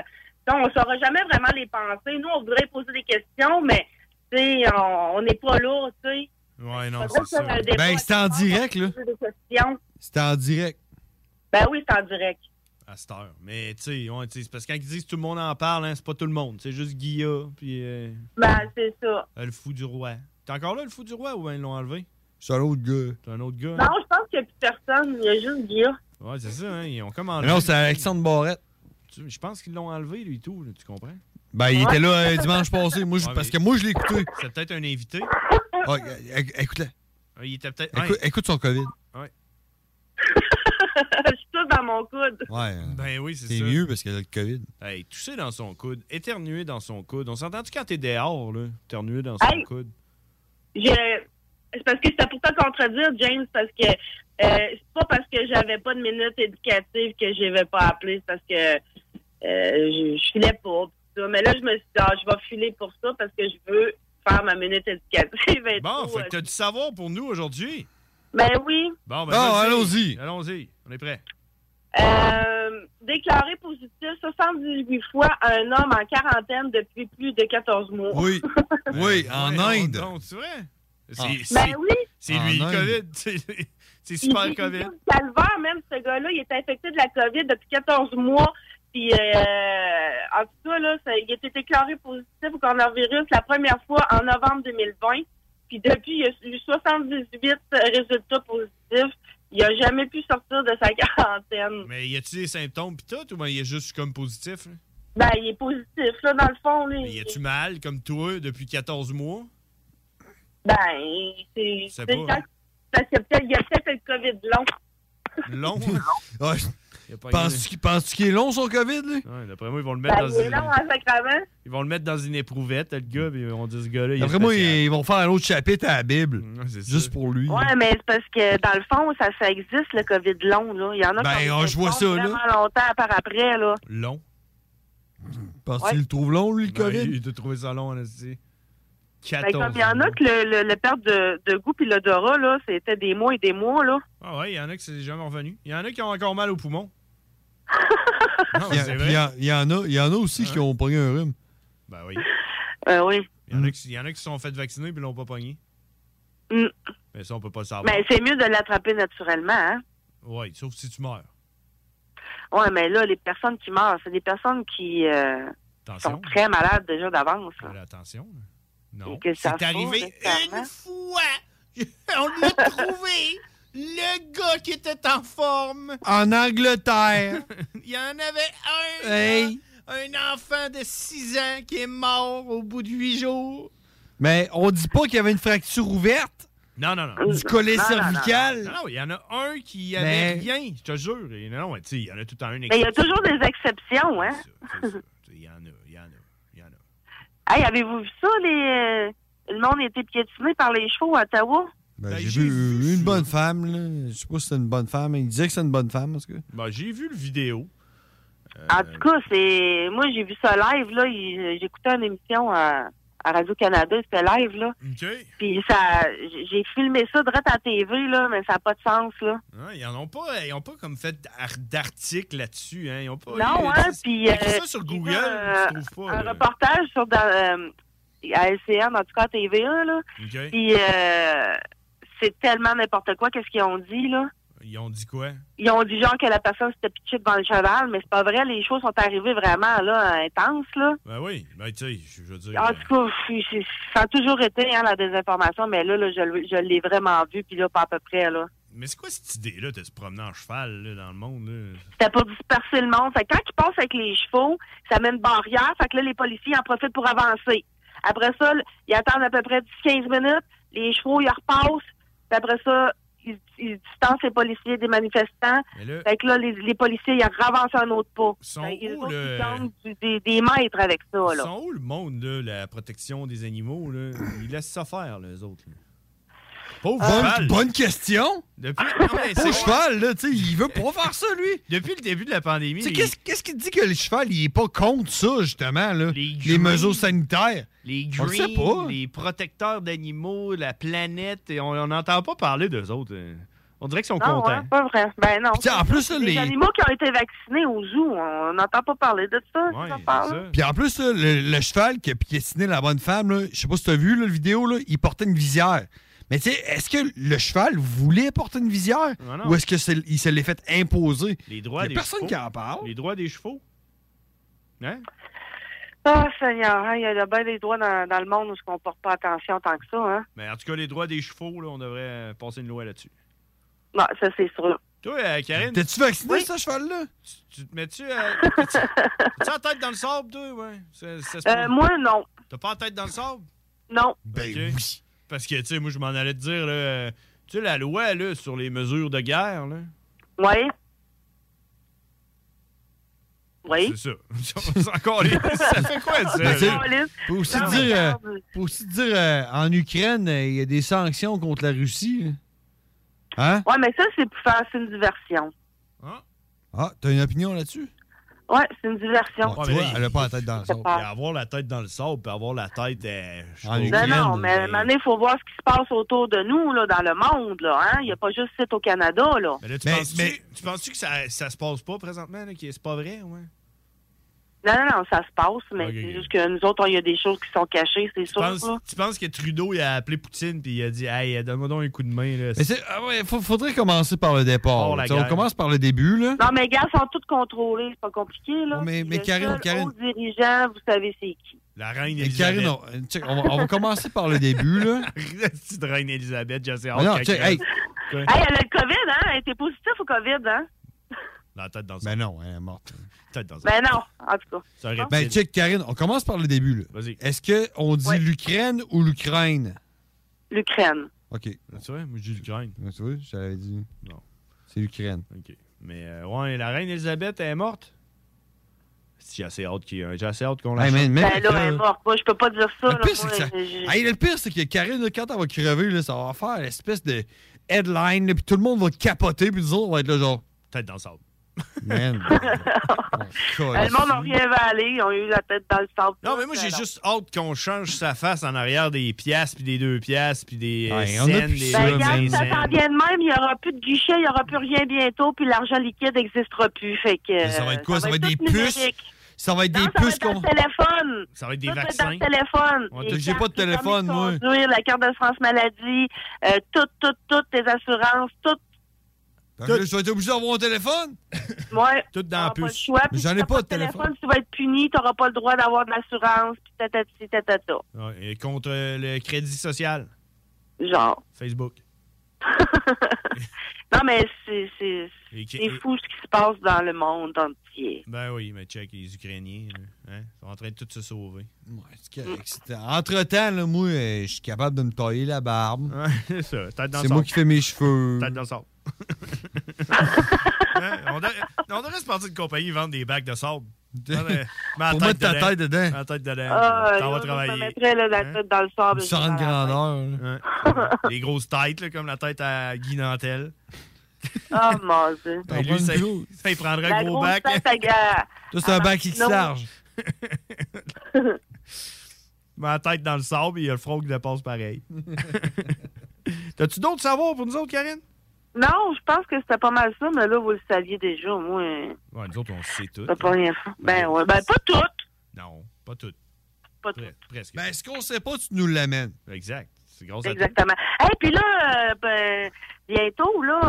Speaker 19: non, on saura jamais vraiment les pensées. Nous, on voudrait poser des questions, mais, tu sais, on on n'est pas là, tu sais.
Speaker 7: Ouais, non,
Speaker 19: Faudrait
Speaker 7: c'est
Speaker 19: faire
Speaker 7: ça.
Speaker 19: un débat
Speaker 8: Ben, c'était en direct, là.
Speaker 19: Poser des questions.
Speaker 8: C'était en direct.
Speaker 19: Ben oui, c'est en direct.
Speaker 7: À cette heure. Mais, tu sais, ouais, tu sais, c'est parce que quand ils disent tout le monde en parle, hein, c'est pas tout le monde. C'est juste Guilla, puis euh,
Speaker 19: Ben, c'est ça.
Speaker 7: euh, le fou du roi. T'es encore là, le fou du roi, ou ben, ils l'ont enlevé?
Speaker 8: C'est un autre gars.
Speaker 7: C'est un autre gars.
Speaker 19: Non, je pense qu'il n'y a plus personne. Il y a juste Guilla.
Speaker 7: Ouais, c'est ça, hein, ils ont comme enlevé.
Speaker 8: Non, c'est Alexandre Barrette.
Speaker 7: Tu- Je pense qu'ils l'ont enlevé, lui, tout, là, tu comprends?
Speaker 8: Ben, il
Speaker 7: Ouais.
Speaker 8: était là euh, dimanche passé. Moi, je-
Speaker 7: Ouais,
Speaker 8: parce que
Speaker 7: mais-
Speaker 8: moi, je l'ai écouté.
Speaker 7: C'est peut-être un invité.
Speaker 8: Ah, éc- écoute-le.
Speaker 7: Ah, Il était peut-être.
Speaker 8: Écoute,
Speaker 7: Hein,
Speaker 8: écoute son COVID.
Speaker 19: <laughs> je suis toute dans mon coude.
Speaker 8: Ouais.
Speaker 7: Ben oui, c'est
Speaker 8: C'est
Speaker 7: ça.
Speaker 8: mieux parce qu'elle a le COVID.
Speaker 7: Hey, tousser dans son coude, éternuer dans son coude. On s'entend-tu quand t'es dehors, là? Éternuer dans son
Speaker 19: Hey!
Speaker 7: coude.
Speaker 19: Je- C'est parce que c'était pour te contredire, James, parce que euh, c'est pas parce que j'avais pas de minute éducative que je vais pas appeler, c'est parce que euh, je, je filais pas. pis tout ça. Mais là, je me suis dit, ah, je vais filer pour ça parce que je veux faire ma minute éducative. et
Speaker 7: Bon,
Speaker 19: tout,
Speaker 7: Ah, fait
Speaker 19: euh,
Speaker 7: que t'as du savoir pour nous aujourd'hui.
Speaker 19: Ben oui.
Speaker 7: Bon, ben.
Speaker 8: Bon,
Speaker 7: vas-y.
Speaker 8: allons-y.
Speaker 7: Allons-y. On est prêts.
Speaker 19: Euh, déclaré positif 78 fois un homme en quarantaine depuis plus de 14 mois.
Speaker 8: Oui. <laughs> oui, en Inde.
Speaker 7: Donc, c'est vrai? C'est
Speaker 8: Ah.
Speaker 7: c'est-
Speaker 19: Ben oui.
Speaker 7: c'est lui,
Speaker 8: En Inde.
Speaker 7: le COVID. <laughs> C'est-
Speaker 19: Il-
Speaker 7: C'est
Speaker 19: il-
Speaker 7: super
Speaker 19: il-
Speaker 7: COVID.
Speaker 19: le Calvaire, même, ce gars-là, il est infecté de la COVID depuis 14 mois. Puis, euh, en tout cas, là, ça- il a été déclaré positif au coronavirus la première fois en novembre 2020. Puis, depuis, il a eu 78 résultats positifs. Il n'a jamais pu sortir de sa <laughs> quarantaine.
Speaker 7: Mais y a-tu des symptômes pis tout, ou ben y a juste comme positif? là?
Speaker 19: Ben, il est positif, là, dans le fond. Là,
Speaker 7: Y a-tu mal, comme toi, depuis 14 mois?
Speaker 19: Ben, c'est.
Speaker 7: sais
Speaker 19: c'est
Speaker 7: pas,
Speaker 19: quand-
Speaker 7: hein.
Speaker 19: Parce qu'il y a peut-être le COVID long.
Speaker 8: <laughs>
Speaker 7: Long?
Speaker 8: Ah,
Speaker 7: Y a pas
Speaker 8: Penses-tu qu'il penses-tu qu'il est long son COVID, lui?
Speaker 7: Ouais, D'après moi, ils vont le mettre
Speaker 19: Ben,
Speaker 7: dans
Speaker 19: il est
Speaker 7: une...
Speaker 19: long en sacrament.
Speaker 7: Ils vont le mettre dans une éprouvette, le gars, puis on dit ce gars-là. il est
Speaker 8: Après moi,
Speaker 7: spécial. Mm,
Speaker 8: ils ils vont faire un autre chapitre à la Bible. juste pour lui.
Speaker 19: Ouais, mais c'est parce que dans le fond, ça, ça existe, le COVID long. Là. Il y en a
Speaker 8: Ben,
Speaker 19: qui
Speaker 8: ah, je vois ça, là.
Speaker 19: vraiment longtemps par après. Là.
Speaker 7: Long.
Speaker 8: Penses-tu qu'il le trouve long, lui, le
Speaker 7: Ben,
Speaker 8: COVID?
Speaker 7: il doit trouver ça long, on a dit.
Speaker 19: Ben,
Speaker 7: 14
Speaker 19: comme il y en a que le, le, le perte de, de goût puis l'odorat, là, c'était des mois et des mois. Là.
Speaker 7: Ah ouais, il y en a qui c'est jamais revenu. Il y en a qui ont encore mal aux poumons. non,
Speaker 8: Il y a-
Speaker 7: c'est
Speaker 8: puis il y
Speaker 7: vrai.
Speaker 8: a- il y, en a- il y en a aussi qui ont pris un rhume.
Speaker 7: Ben oui.
Speaker 19: <laughs> Ben oui.
Speaker 7: Il y, en a qui, il y en a qui se sont fait vacciner puis l'ont pas pogné.
Speaker 19: Mm.
Speaker 7: Mais ça, on peut pas le savoir.
Speaker 19: Mais Ben, c'est mieux de l'attraper naturellement. Hein?
Speaker 7: Ouais, sauf si tu meurs.
Speaker 19: Ouais, mais là, les personnes qui meurent, c'est des personnes qui euh,
Speaker 7: Attention.
Speaker 19: sont très malades déjà d'avance. là.
Speaker 7: Attention. là. Non.
Speaker 19: Et que ça
Speaker 7: C'est arrivé
Speaker 19: fout, nécessairement.
Speaker 7: une fois. <laughs> On l'a trouvé. Le gars qui était en forme.
Speaker 8: En
Speaker 7: <laughs>
Speaker 8: Angleterre.
Speaker 7: Il y en avait un.
Speaker 8: Hey.
Speaker 7: Un enfant de 6 ans qui est mort au bout de 8 jours.
Speaker 8: Mais on dit pas qu'il y avait une fracture ouverte.
Speaker 7: Non, non, non.
Speaker 8: Du collet
Speaker 7: Non, non, non.
Speaker 8: cervical. Ben.
Speaker 7: Non, non, il y en a un qui avait
Speaker 8: Mais-
Speaker 7: rien, je te jure. Et non, tu sais, il y en a tout le temps un.
Speaker 19: Mais Ben, il y a toujours des exceptions. Hein?
Speaker 7: Il y en a, il y en a.
Speaker 19: hey, avez-vous vu ça? Les... euh, Le monde a été piétiné par les chevaux à Ottawa.
Speaker 8: Ben, j'ai vu une bonne femme, là. Je sais pas si c'est une bonne femme, mais il disait que c'est une bonne femme, en tout cas.
Speaker 7: Ben, j'ai vu le vidéo. Euh,
Speaker 19: En tout cas, c'est moi j'ai vu ça live là, Il- euh, j'écoutais une émission à, à Radio Canada, c'était live là.
Speaker 7: OK.
Speaker 19: Puis ça j'ai- j'ai filmé ça direct à TV là, mais ça n'a pas de sens là.
Speaker 7: Ouais, ils en ont pas, ils ont pas comme fait d'ar- d'articles là-dessus, hein. Ils ont pas.
Speaker 19: non,
Speaker 7: eu-
Speaker 19: hein, puis
Speaker 7: Écris
Speaker 19: euh,
Speaker 7: ça sur
Speaker 19: j'ai vu
Speaker 7: Google,
Speaker 19: un-
Speaker 7: tu trouves pas.
Speaker 19: un
Speaker 7: là.
Speaker 19: reportage sur dans, euh, à LCN, en tout cas à TVA, là.
Speaker 7: OK.
Speaker 19: Puis euh, c'est tellement n'importe quoi qu'est-ce qu'ils ont dit, là.
Speaker 7: Ils ont dit quoi?
Speaker 19: Ils ont dit genre que la personne s'était pitchée devant le cheval, mais c'est pas vrai, les choses sont arrivées vraiment, là, intenses, là.
Speaker 7: Ben oui, ben tu sais, je je veux dire.
Speaker 19: En tout cas, pff, c'est- ça a toujours été hein, la désinformation, mais là, là je, le- je l'ai vraiment vu, puis là, pas à peu près, là.
Speaker 7: Mais c'est quoi cette idée-là de se promener en cheval là, dans le monde? là?
Speaker 19: C'était pour disperser le monde. Fait que quand ils passent avec les chevaux, ça met une barrière. Fait que là, les policiers en profitent pour avancer. Après ça, l- ils attendent à peu près 10-15 minutes. Les chevaux, ils repassent. Puis après ça, ils, ils distancent les policiers des manifestants.
Speaker 7: Mais là-
Speaker 19: Fait que là, les, les policiers, ils avancent un autre pas.
Speaker 7: Sont
Speaker 19: Fait que les
Speaker 7: où,
Speaker 19: autres,
Speaker 7: le-
Speaker 19: ils tombent du- des, des mètres avec ça, là.
Speaker 7: Ils sont où le monde, là, la protection des animaux? Là? Ils laissent ça faire, là, eux autres. là. Pauvre
Speaker 8: Bonne-
Speaker 7: cheval.
Speaker 8: bonne question.
Speaker 7: Depuis...
Speaker 8: Pauvre cheval,
Speaker 7: là, tu sais, il veut pas faire ça, lui! Depuis le début de la pandémie...
Speaker 8: Tu sais,
Speaker 7: les-
Speaker 8: Qu'est-ce qu'est-ce qui te dit que le cheval, il est pas contre ça, justement, là? Les,
Speaker 7: greens.
Speaker 8: mesures sanitaires?
Speaker 7: Les
Speaker 8: On le sait
Speaker 7: greens,
Speaker 8: pas.
Speaker 7: les protecteurs d'animaux, la planète, et on n'entend pas parler d'eux autres. euh. On dirait qu'ils sont
Speaker 19: Non,
Speaker 7: contents.
Speaker 19: hein, pas vrai. Ben non.
Speaker 8: en plus, là,
Speaker 19: les
Speaker 8: les-
Speaker 19: animaux qui ont été vaccinés au zoo, on n'entend pas parler de ça. ces affaires-là.
Speaker 8: Puis en plus, là, le, le cheval qui a piétiné la bonne femme, là, je sais pas si t'as vu là, la vidéo, là, il portait une visière. Mais tu sais, est-ce que le cheval voulait porter une visière?
Speaker 7: Non, non.
Speaker 8: Ou est-ce qu'il se l'est fait imposer?
Speaker 7: Les droits
Speaker 8: Il y a
Speaker 7: des
Speaker 8: personne
Speaker 7: chevaux.
Speaker 8: qui en parle.
Speaker 7: Les droits des chevaux.
Speaker 19: <laughs>
Speaker 7: Hein?
Speaker 19: Ah, Seigneur, hein, il y a bien des droits dans, dans le monde où on ne porte pas attention tant que ça. Hein?
Speaker 7: Mais en tout cas, les droits des chevaux, là, on devrait euh, passer une loi là-dessus.
Speaker 19: Non, Bah, ça, c'est sûr.
Speaker 7: Toi, euh, Karine.
Speaker 8: T'es-tu vacciné, ce cheval-là?
Speaker 7: Tu te mets-tu. euh,
Speaker 19: <laughs>
Speaker 7: tu tu la tête dans le sable, toi, ouais? Ça- ça se
Speaker 19: Euh,
Speaker 7: peut-
Speaker 19: moi, non.
Speaker 7: T'as pas la tête dans le sable?
Speaker 19: Non.
Speaker 8: Ben
Speaker 7: oui. Parce que, tu sais, moi, je m'en allais te dire, là, euh, tu sais, la loi, là, sur les mesures de guerre, là.
Speaker 19: Oui. Oui.
Speaker 7: C'est ça. <laughs> C'est encore les. Ça
Speaker 19: <laughs>
Speaker 7: fait quoi, ça?
Speaker 8: Ben, tu sais,
Speaker 7: là?
Speaker 8: faut aussi
Speaker 7: Non, mais
Speaker 8: dire, euh,
Speaker 7: regarde.
Speaker 8: faut aussi dire euh, en Ukraine, euh, il y a des sanctions contre la Russie. là. Hein?
Speaker 19: Oui, mais ça, c'est pour faire c'est une diversion.
Speaker 8: Ah, t'as une opinion là-dessus?
Speaker 19: Oui, c'est une diversion.
Speaker 8: tu vois, Ah, elle a pas la tête dans le sable.
Speaker 7: Et avoir la tête dans le sable, puis avoir la tête. euh, je sais pas où.
Speaker 19: Non, Ben non, mais maintenant, il faut voir ce qui se passe autour de nous, là, dans le monde. Là, hein? Il n'y a pas juste site au Canada. Là.
Speaker 7: Mais là, tu penses-tu tu penses-tu que ça, ça se passe pas présentement, là, que c'est pas vrai, ouais?
Speaker 19: Non, non, non, ça se passe, mais c'est juste que nous autres, il y a des choses qui sont cachées, c'est sûr.
Speaker 7: Tu penses,
Speaker 19: là.
Speaker 7: tu penses que Trudeau, il a appelé Poutine, puis il a dit, hey, donne-moi donc un coup de main, là.
Speaker 8: Mais
Speaker 7: <laughs>
Speaker 8: c'est- ah ouais, faut- faudrait commencer par le départ.
Speaker 7: Hors Oh, la
Speaker 8: Tu sais, on
Speaker 7: guerre.
Speaker 8: commence par le début, là.
Speaker 19: Non, mais les gars sont tous contrôlés, c'est pas compliqué. Là.
Speaker 8: Oh, mais- mais
Speaker 19: Le
Speaker 8: Karine,
Speaker 19: seul
Speaker 8: Karine-
Speaker 19: haut dirigeant, vous savez c'est qui.
Speaker 7: La reine
Speaker 8: Et Karine,
Speaker 7: Elisabeth.
Speaker 8: on, euh, check, on va, on va commencer par le début,
Speaker 7: <laughs>
Speaker 8: là.
Speaker 7: La petite reine Elisabeth, je sais
Speaker 8: Mais non,
Speaker 7: oh,
Speaker 8: check,
Speaker 7: caca.
Speaker 8: hey.
Speaker 7: Quoi?
Speaker 19: <laughs> Hey, elle a le COVID, hein? Elle était positive au COVID, hein?
Speaker 7: Dans la tête dans le
Speaker 8: Ben non, elle est morte.
Speaker 7: Tête dans le
Speaker 19: Ben non, en tout cas.
Speaker 7: C'est un réptile.
Speaker 8: Ben check, Karine, on commence par le début, là.
Speaker 7: Vas-y.
Speaker 8: Est-ce qu'on dit l'Ukraine ou l'Ukraine?
Speaker 19: L'Ukraine.
Speaker 8: OK.
Speaker 7: Tu vois, moi, j'ai l'Ukraine.
Speaker 8: Tu vois, je t'avais dit.
Speaker 7: Non.
Speaker 8: C'est l'Ukraine.
Speaker 7: OK. Mais, euh, ouais, la reine Elisabeth, elle est morte. Si, J'ai assez hâte qu'il- j'ai assez hâte qu'on la
Speaker 8: Hey, man,
Speaker 7: chope.
Speaker 8: man,
Speaker 19: Ben là, elle est morte. Moi, je peux pas dire ça.
Speaker 8: Le
Speaker 19: là,
Speaker 8: pire, c'est que
Speaker 19: moi,
Speaker 8: ça-
Speaker 19: j'ai- j'ai-
Speaker 8: Hey, le pire, c'est que Karine, là, quand elle va crever, là, ça va faire l'espèce de headline, là, puis tout le monde va capoter, puis nous autres, on va être là, genre.
Speaker 7: Tête dans le sable.
Speaker 19: <laughs>
Speaker 8: Man.
Speaker 19: Euh, le monde n'a rien valé. Ils ont eu la tête dans le sable.
Speaker 7: Non, mais moi, j'ai juste hâte qu'on change sa face en arrière des piastres, puis des deux piastres, puis des euh,
Speaker 8: Ouais, on a
Speaker 7: scènes,
Speaker 8: plus
Speaker 7: des...
Speaker 8: ça,
Speaker 7: des
Speaker 19: Ben, regarde,
Speaker 7: scènes.
Speaker 19: ça s'en vient de même. Il n'y aura plus de guichet, il n'y aura plus rien bientôt, puis l'argent liquide n'existera plus. Fait que, euh,
Speaker 8: Ça va être quoi? Ça, va être des
Speaker 19: tout
Speaker 8: puces?
Speaker 19: numérique.
Speaker 8: Ça va être des
Speaker 19: Ça va
Speaker 8: puces
Speaker 19: être dans
Speaker 8: qu'on.
Speaker 19: le téléphone.
Speaker 7: Ça va être des
Speaker 19: Tout est dans
Speaker 7: vaccins.
Speaker 19: le téléphone.
Speaker 8: On
Speaker 19: Les
Speaker 8: dit que j'ai
Speaker 19: cartes
Speaker 8: pas de
Speaker 19: de permis
Speaker 8: téléphone, moi.
Speaker 19: conduire, La carte d'assurance maladie, euh, toutes, toutes, toutes tes assurances, toutes.
Speaker 8: Fait que là, Je vais être obligé d'avoir un téléphone?
Speaker 19: <laughs> Ouais.
Speaker 7: Tout dans la
Speaker 19: Pas le
Speaker 7: puce.
Speaker 19: choix. Puis
Speaker 8: J'en
Speaker 19: si
Speaker 8: ai
Speaker 19: t'as
Speaker 8: pas de téléphone.
Speaker 19: Tu vas être puni, tu n'auras pas le droit d'avoir de l'assurance, puis tatati, tatata.
Speaker 7: Ouais, et contre euh, le crédit social.
Speaker 19: Genre.
Speaker 7: Facebook.
Speaker 19: Non, mais c'est c'est-
Speaker 7: Et qui-
Speaker 19: c'est fou ce qui se passe dans le monde entier.
Speaker 7: Ben oui, mais check, les Ukrainiens, là, hein, sont en train de tout se sauver.
Speaker 8: C'est correct, c'est- Entre-temps, là, moi, euh, je suis capable de me tailler la barbe.
Speaker 7: <laughs> c'est ça. Tête dans le
Speaker 8: C'est moi
Speaker 7: sable.
Speaker 8: qui fais mes cheveux.
Speaker 7: Tête dans le sable. Hein, on, devrait- on devrait se partir de compagnie vendre des bacs de sable. Hein, euh, ma
Speaker 8: Pour mettre ta tête dedans.
Speaker 7: Ma tête dedans.
Speaker 19: Ah, là,
Speaker 7: T'en vas
Speaker 19: je me
Speaker 7: travailler. Hein?
Speaker 19: mettrais là, la tête dans le sable. je
Speaker 8: Grande
Speaker 19: suis malade.
Speaker 8: grandeur.
Speaker 7: Des grosses têtes, là, comme la tête à Guy Nantel.
Speaker 19: Oh mon dieu.
Speaker 7: Ben, lui, ça, ça, <laughs> il prendrait
Speaker 19: La
Speaker 7: un gros
Speaker 19: grosse
Speaker 7: bac.
Speaker 19: tête à gars.
Speaker 8: Toi, c'est un bac
Speaker 7: qui
Speaker 8: X large.
Speaker 7: <laughs> Ma tête dans le sable, il y a le front qui dépasse pareil. T'as-tu d'autres savoirs pour nous autres, Karine?
Speaker 19: Non, je pense que c'était pas mal ça, mais là, vous le saviez déjà, moi.
Speaker 7: Ouais, nous autres, on sait tout.
Speaker 19: ben, T'as pas rien fait. Ben ouais, ben pas toutes.
Speaker 7: Non, pas toutes.
Speaker 19: Pas tout.
Speaker 7: Presque.
Speaker 8: Ben, ce qu'on sait pas, tu nous l'amènes.
Speaker 7: Exact. C'est grosse
Speaker 19: Exactement. Et puis là, euh, ben, bientôt, là,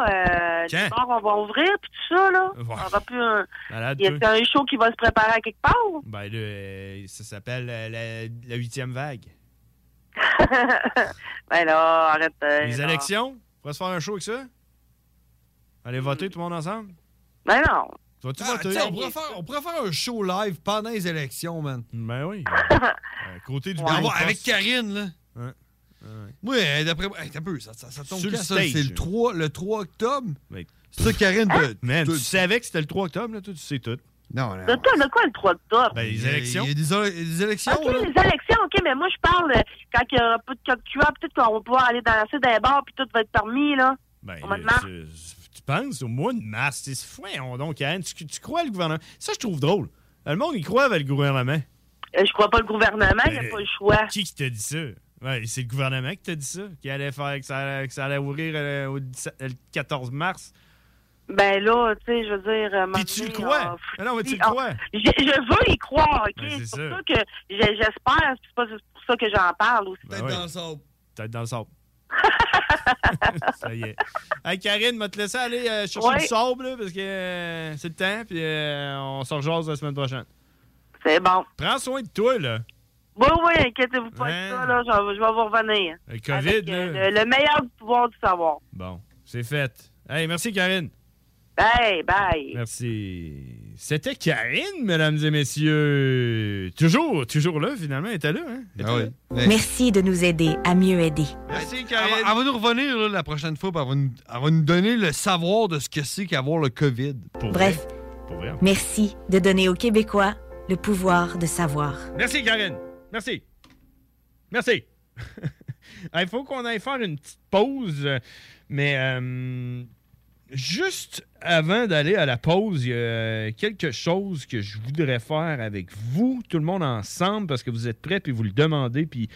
Speaker 19: euh,
Speaker 7: Quand?
Speaker 19: les bars, on va ouvrir, puis tout ça, là.
Speaker 7: Ouais.
Speaker 19: On va plus un...
Speaker 7: Malade,
Speaker 19: Il y a
Speaker 7: toi.
Speaker 19: un show qui va se préparer à quelque part. <laughs> ou?
Speaker 7: Ben là, euh, ça s'appelle euh, la- la huitième vague.
Speaker 19: ben là, arrête. euh,
Speaker 7: Les
Speaker 19: non.
Speaker 7: élections? On va se faire un show avec ça? Allez
Speaker 19: Mm.
Speaker 7: voter tout le monde ensemble?
Speaker 19: Ben non.
Speaker 7: Tu vas-tu
Speaker 8: Ah,
Speaker 7: voter?
Speaker 8: tiens, on, pourrait faire, on pourrait faire un show live pendant les élections, man.
Speaker 7: Ben
Speaker 19: <laughs>
Speaker 7: oui. Euh, côté du
Speaker 8: Ouais.
Speaker 7: bureau de poste.
Speaker 8: Ben, Avec Karine, là.
Speaker 7: Hein?
Speaker 8: Oui, euh, d'après moi, hey, t'as peu, ça, ça, ça tombe
Speaker 7: Sur le
Speaker 8: quand, ça?
Speaker 7: stage.
Speaker 8: C'est le 3, le 3 octobre?
Speaker 7: C'est
Speaker 8: ça, Karine?
Speaker 7: Hein? <laughs> Man, tu savais que c'était le 3 octobre, là, toi, tu sais tout.
Speaker 8: Non,
Speaker 19: De quoi, de quoi le 3 octobre?
Speaker 7: Ben, les élections.
Speaker 8: Il y a des, élections,
Speaker 19: OK, les élections, OK, mais moi, je parle euh, quand il y aura pas de coq cuir, peut-être qu'on va pouvoir aller danser dans les bars, puis tout va être permis, là.
Speaker 7: Ben,
Speaker 19: Au mois de
Speaker 7: euh,
Speaker 19: mars.
Speaker 7: tu, tu penses au mois de mars? C'est fouet, donc, Anne, tu, tu crois le gouvernement? Ça, je trouve drôle. Le monde, il croit avec le gouvernement.
Speaker 19: Euh,
Speaker 7: Euh,
Speaker 19: je crois pas le gouvernement, il a pas le choix.
Speaker 7: Qui qui t'a dit ça? Ouais, c'est le gouvernement qui t'a dit ça, qui allait faire que ça allait, que ça allait ouvrir euh, au 17 le 14 mars.
Speaker 19: Ben là, tu sais, je veux dire... euh,
Speaker 7: Puis tu le
Speaker 19: m'amener,
Speaker 7: crois.
Speaker 19: euh,
Speaker 7: Ah non, mais tu le
Speaker 19: Ah,
Speaker 7: crois.
Speaker 19: Je, je veux y croire, OK?
Speaker 7: Ben, c'est
Speaker 19: c'est
Speaker 7: ça.
Speaker 19: pour ça que j'ai- j'espère, c'est pas- c'est pour ça que j'en parle aussi.
Speaker 7: Ben ouais.
Speaker 8: sable.
Speaker 7: Tête dans le sable. ça y est. Hey, Karine, m'a te laisser aller euh, chercher
Speaker 19: Ouais.
Speaker 7: du sable, là, parce que euh, c'est le temps, puis euh, on se rejase la semaine prochaine.
Speaker 19: C'est bon.
Speaker 7: Prends soin de toi, là.
Speaker 19: Oui, oui, Ah inquiétez-vous pas de ça, là, je, je vais vous revenir.
Speaker 7: Le COVID,
Speaker 19: Avec, euh,
Speaker 7: là.
Speaker 19: Le, le meilleur du pouvoir du savoir.
Speaker 7: Bon, c'est fait. Hey, merci, Karine.
Speaker 19: Bye, bye.
Speaker 7: Merci. C'était Karine, mesdames et messieurs. Toujours, toujours là, finalement. Elle était là, hein? Elle était là.
Speaker 2: Merci de nous aider à mieux aider.
Speaker 8: Merci, Karine. Elle va, elle va nous revenir là, la prochaine fois, puis elle va, nous, elle va nous donner le savoir de ce que c'est qu'avoir le COVID.
Speaker 2: Bref, merci de donner aux Québécois le pouvoir de savoir.
Speaker 7: Merci, Karine. Merci. Merci. <laughs> Il faut qu'on aille faire une petite pause, euh, mais euh, juste avant d'aller à la pause, il y a quelque chose que je voudrais faire avec vous, tout le monde ensemble, parce que vous êtes prêts, puis vous le demandez, puis...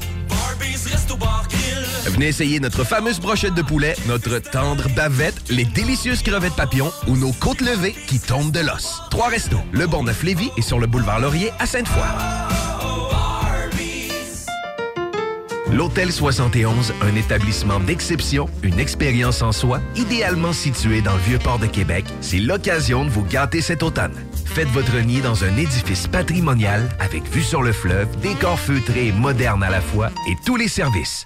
Speaker 17: Venez essayer notre fameuse brochette de poulet, notre tendre bavette, les délicieuses crevettes papillons ou nos côtes levées qui tombent de l'os. Trois restos, le Bon Neuf Lévis et sur le boulevard Laurier à Sainte-Foy. L'Hôtel 71, un établissement d'exception, une expérience en soi, idéalement situé dans le vieux port de Québec, c'est l'occasion de vous gâter cet automne. Faites votre nid dans un édifice patrimonial avec vue sur le fleuve, décor feutré et moderne à la fois et tous les services,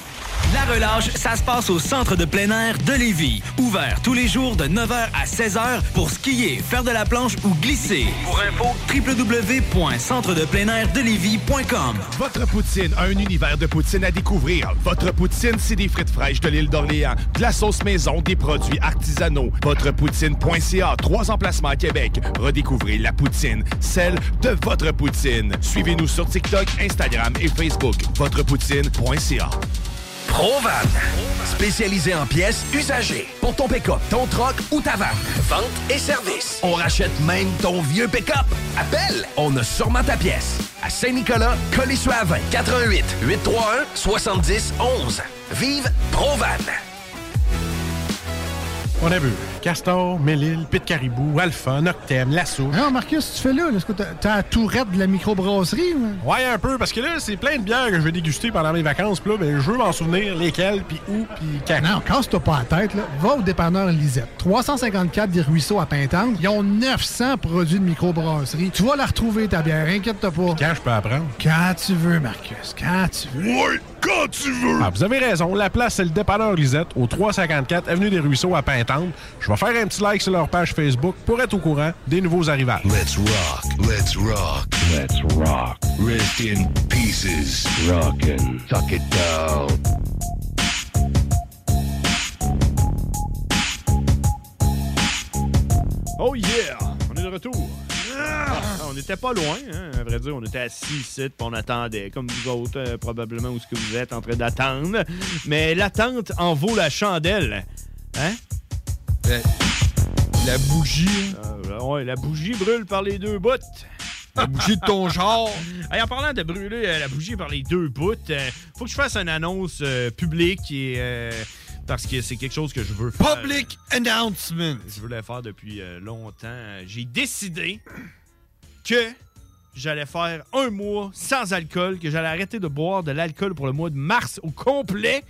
Speaker 1: La relâche, ça se passe au centre de plein air de Lévis. Ouvert tous les jours de 9h à 16h pour skier, faire de la planche ou glisser. Pour info, www.centredepleinairdelévis.com
Speaker 5: Votre poutine a un univers de poutine à découvrir. Votre poutine, c'est des frites fraîches de l'île d'Orléans, de la sauce maison, des produits artisanaux. Votrepoutine.ca, trois emplacements à Québec. Redécouvrez la poutine, celle de votre poutine. Suivez-nous sur TikTok, Instagram et Facebook. Votrepoutine.ca.
Speaker 17: Provan. Spécialisé en pièces usagées. Pour ton pick-up, ton troc ou ta vanne. Vente et service. On rachète même ton vieux pick-up. Appelle, on a sûrement ta pièce. À Saint-Nicolas, sur à 20 88 831 70 11. Vive Provan.
Speaker 12: On a vu Castor, Mélile, Pit Caribou, Alpha, Noctem, Lasso.
Speaker 14: Non, Marcus, tu fais là. là. Est-ce que t'as- t'as la tourette de la microbrasserie? ou-
Speaker 12: Ouais, un peu, parce que là, c'est plein de bières que je vais déguster pendant mes vacances. Puis là, ben, je veux m'en souvenir lesquelles, puis où, puis quand.
Speaker 14: Non, casse-toi pas la tête. Là. Va au dépanneur Lisette. 354 des Ruisseaux à Pintante. Ils ont 900 produits de microbrasserie. Tu vas la retrouver, ta bière. Inquiète-toi pas.
Speaker 12: Quand je peux apprendre?
Speaker 14: Quand tu veux, Marcus. Quand tu veux.
Speaker 12: Ouais, quand tu veux! Ah, vous avez raison, la place, c'est le dépanneur Lisette, au 354 Avenue des Ruisseaux à Pintante. Je vais faire un petit like sur leur page Facebook pour être au courant des nouveaux arrivages.
Speaker 6: Let's rock, let's rock, let's rock. Rest in pieces. Rockin'. Tuck it down.
Speaker 7: Oh yeah! On est de retour. Ah, on n'était pas loin, hein, à vrai dire. On était assis ici, puis on attendait, comme vous autres, euh, probablement, où ce que vous êtes en train d'attendre. Mais l'attente en vaut la chandelle. Hein?
Speaker 8: la bougie.
Speaker 7: Ah, ben ouais, la bougie brûle par les deux bouts. La bougie de ton genre. <laughs> en parlant de brûler euh, la bougie par les deux bouts, euh, faut que je fasse une annonce euh, publique et. euh, parce que c'est quelque chose que je veux faire. Public announcement! Je voulais faire depuis euh, longtemps. J'ai décidé que j'allais faire un mois sans alcool, que j'allais arrêter de boire de l'alcool pour le mois de mars au complet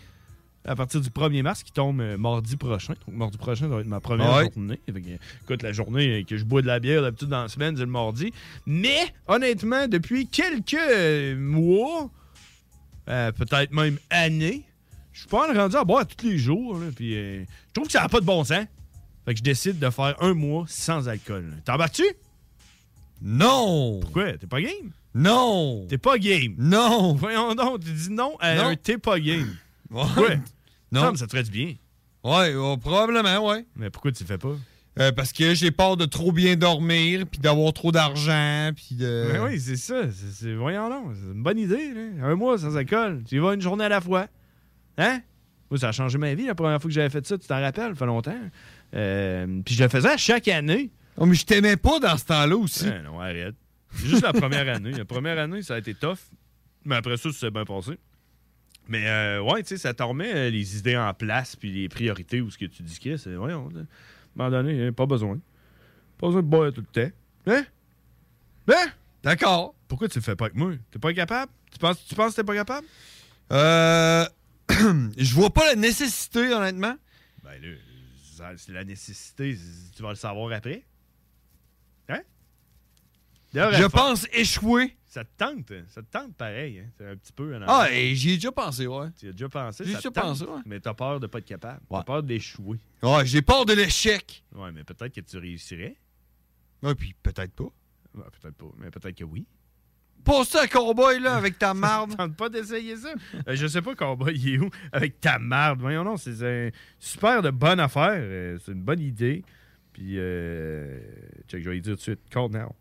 Speaker 7: à partir du 1er mars qui tombe euh, mardi prochain. Donc, mardi prochain, ça va être ma première
Speaker 8: Ouais.
Speaker 7: journée. Fait que, écoute, la journée que je bois de la bière d'habitude dans la semaine, c'est le mardi. Mais, honnêtement, depuis quelques euh, mois, euh, peut-être même années. Je suis pas rendu à boire tous les jours. là, puis, euh, je trouve que ça n'a pas de bon sens. Fait que je décide de faire un mois sans alcool. là. T'embarques-tu? Non! Pourquoi? T'es pas game? Non! T'es pas game? Non! Voyons donc, tu dis non à
Speaker 8: Non.
Speaker 7: un t'es pas game.
Speaker 8: Ouais.
Speaker 7: Pourquoi?
Speaker 8: Non.
Speaker 7: Ça me- ça te ferait du bien.
Speaker 8: Ouais, euh, probablement, ouais. Euh,
Speaker 7: Mais pourquoi tu le fais pas?
Speaker 8: parce que j'ai peur de trop bien dormir, puis d'avoir trop d'argent, puis de.
Speaker 7: Ben oui, c'est ça. C'est, c'est- voyons donc. C'est une bonne idée. là. Un mois sans alcool. Tu y vas une journée à la fois. Hein? Moi, ça a changé ma vie la première fois que j'avais fait ça. Tu t'en rappelles? Ça fait longtemps. Euh, puis je le faisais à chaque année.
Speaker 8: Oh, mais je t'aimais pas dans ce temps-là aussi.
Speaker 7: Ben non, arrête. C'est juste la première année. La première année, ça a été tough. Mais après ça, ça s'est bien passé. Mais euh, ouais, tu sais, ça te remet euh, les idées en place puis les priorités ou ce que tu dis que c'est. Voyons, là. à un moment donné, euh, pas besoin. Pas besoin de boire tout le temps. Hein? Hein? D'accord. Pourquoi tu le fais pas avec moi? T'es pas capable? Tu penses, tu penses que t'es pas capable?
Speaker 8: Euh. <clears throat> Je vois pas la nécessité, honnêtement.
Speaker 7: Ben là, ça- c'est la nécessité. c'est- Tu vas le savoir après. Hein? D'ailleurs,
Speaker 8: Je
Speaker 7: elle-
Speaker 8: pense échouer.
Speaker 7: Ça te tente, hein? ça te tente pareil, hein? C'est un petit peu. en
Speaker 8: Ah,
Speaker 7: arrière.
Speaker 8: et j'y ai déjà pensé, ouais.
Speaker 7: Tu y as déjà pensé,
Speaker 8: J'y ai
Speaker 7: ça te
Speaker 8: déjà
Speaker 7: tente,
Speaker 8: pensé, ouais.
Speaker 7: Mais t'as peur de pas être capable. T'as peur d'échouer.
Speaker 8: Ouais, j'ai peur de l'échec.
Speaker 7: Ouais, mais peut-être que tu réussirais.
Speaker 8: Ouais, Ah, puis peut-être pas.
Speaker 7: Ouais, peut-être pas, mais peut-être que oui.
Speaker 8: Pas ça, cowboy, là, avec
Speaker 7: <laughs>
Speaker 8: ta marde.
Speaker 7: tente pas d'essayer ça. Euh, je sais pas, Combat, il est où avec ta marde. Voyons, non, c'est un super de bonne affaire. euh, c'est une bonne idée. Puis, euh, check, je vais lui dire tout de suite. Call now.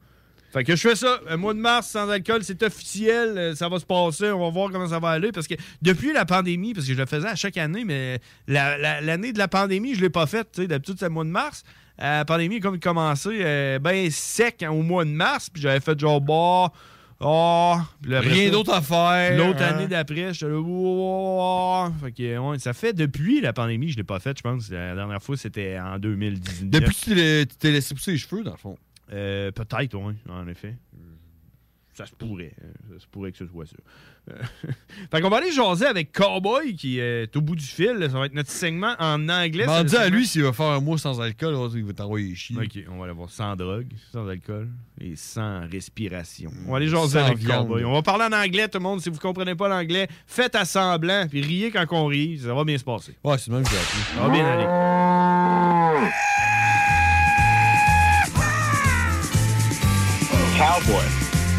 Speaker 7: Fait que je fais ça, un mois de mars sans alcool, c'est officiel, euh, ça va se passer, on va voir comment ça va aller. Parce que depuis la pandémie, parce que je le faisais à chaque année, mais la- la- l'année de la pandémie, je l'ai pas faite. tu sais, D'habitude, c'est le mois de mars. Euh, La pandémie a comme commencé euh, ben sec hein, au mois de mars, puis j'avais fait genre, bah, oh, puis le
Speaker 8: Rien
Speaker 7: reste-
Speaker 8: d'autre à faire,
Speaker 7: L'autre
Speaker 8: hein.
Speaker 7: année d'après, j'étais là, Wow! Fait que, ouais, ça fait depuis la pandémie, je l'ai pas fait, je pense. La dernière fois, c'était en 2019.
Speaker 8: Depuis que tu l'es- tu t'es laissé pousser les cheveux, dans le fond.
Speaker 7: Euh, Peut-être, oui, en effet. Ça se pourrait. hein. Ça se pourrait que ce soit ça. Euh, <laughs> fait qu'on va aller jaser avec Cowboy qui est au bout du fil. là. Ça va être notre segment en anglais.
Speaker 8: M'en
Speaker 7: C'est le
Speaker 8: dis à
Speaker 7: segment-
Speaker 8: lui s'il va faire un mois sans alcool, l'autre, il va t'envoyer chier.
Speaker 7: Ok, on va aller voir sans drogue, sans alcool et sans respiration. On va aller
Speaker 8: Mm, Sans
Speaker 7: jaser avec
Speaker 8: viande.
Speaker 7: Cowboy. On va parler en anglais, tout le monde. Si vous comprenez pas l'anglais, faites à semblant puis riez quand on rit. Ça va bien se passer.
Speaker 8: Ouais, c'est le même que j'ai appris.
Speaker 7: Ça va bien aller.
Speaker 18: <laughs> Cowboy.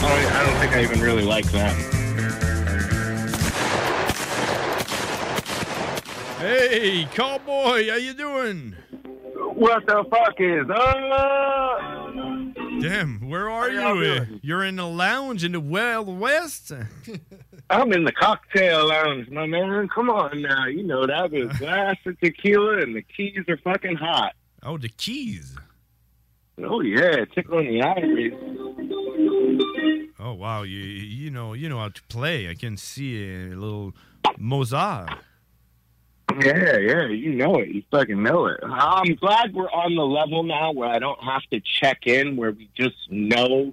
Speaker 18: I don't think I even really like them.
Speaker 7: Hey, Cowboy, how you doing?
Speaker 18: What the fuck is up?
Speaker 7: Damn, where are
Speaker 18: y'all
Speaker 7: you? Uh, You're in a lounge in the Wild West? <laughs>
Speaker 18: I'm in the cocktail lounge, my man. Come on now. You know that with a glass of tequila and the keys are fucking hot.
Speaker 7: Oh, the keys.
Speaker 18: Oh yeah, tickling the ivories.
Speaker 7: Oh, wow, you you know you know how to play. I can see a little Mozart.
Speaker 18: Yeah, yeah, you know it. You fucking know it. I'm glad we're on the level now where I don't have to check in, where we just know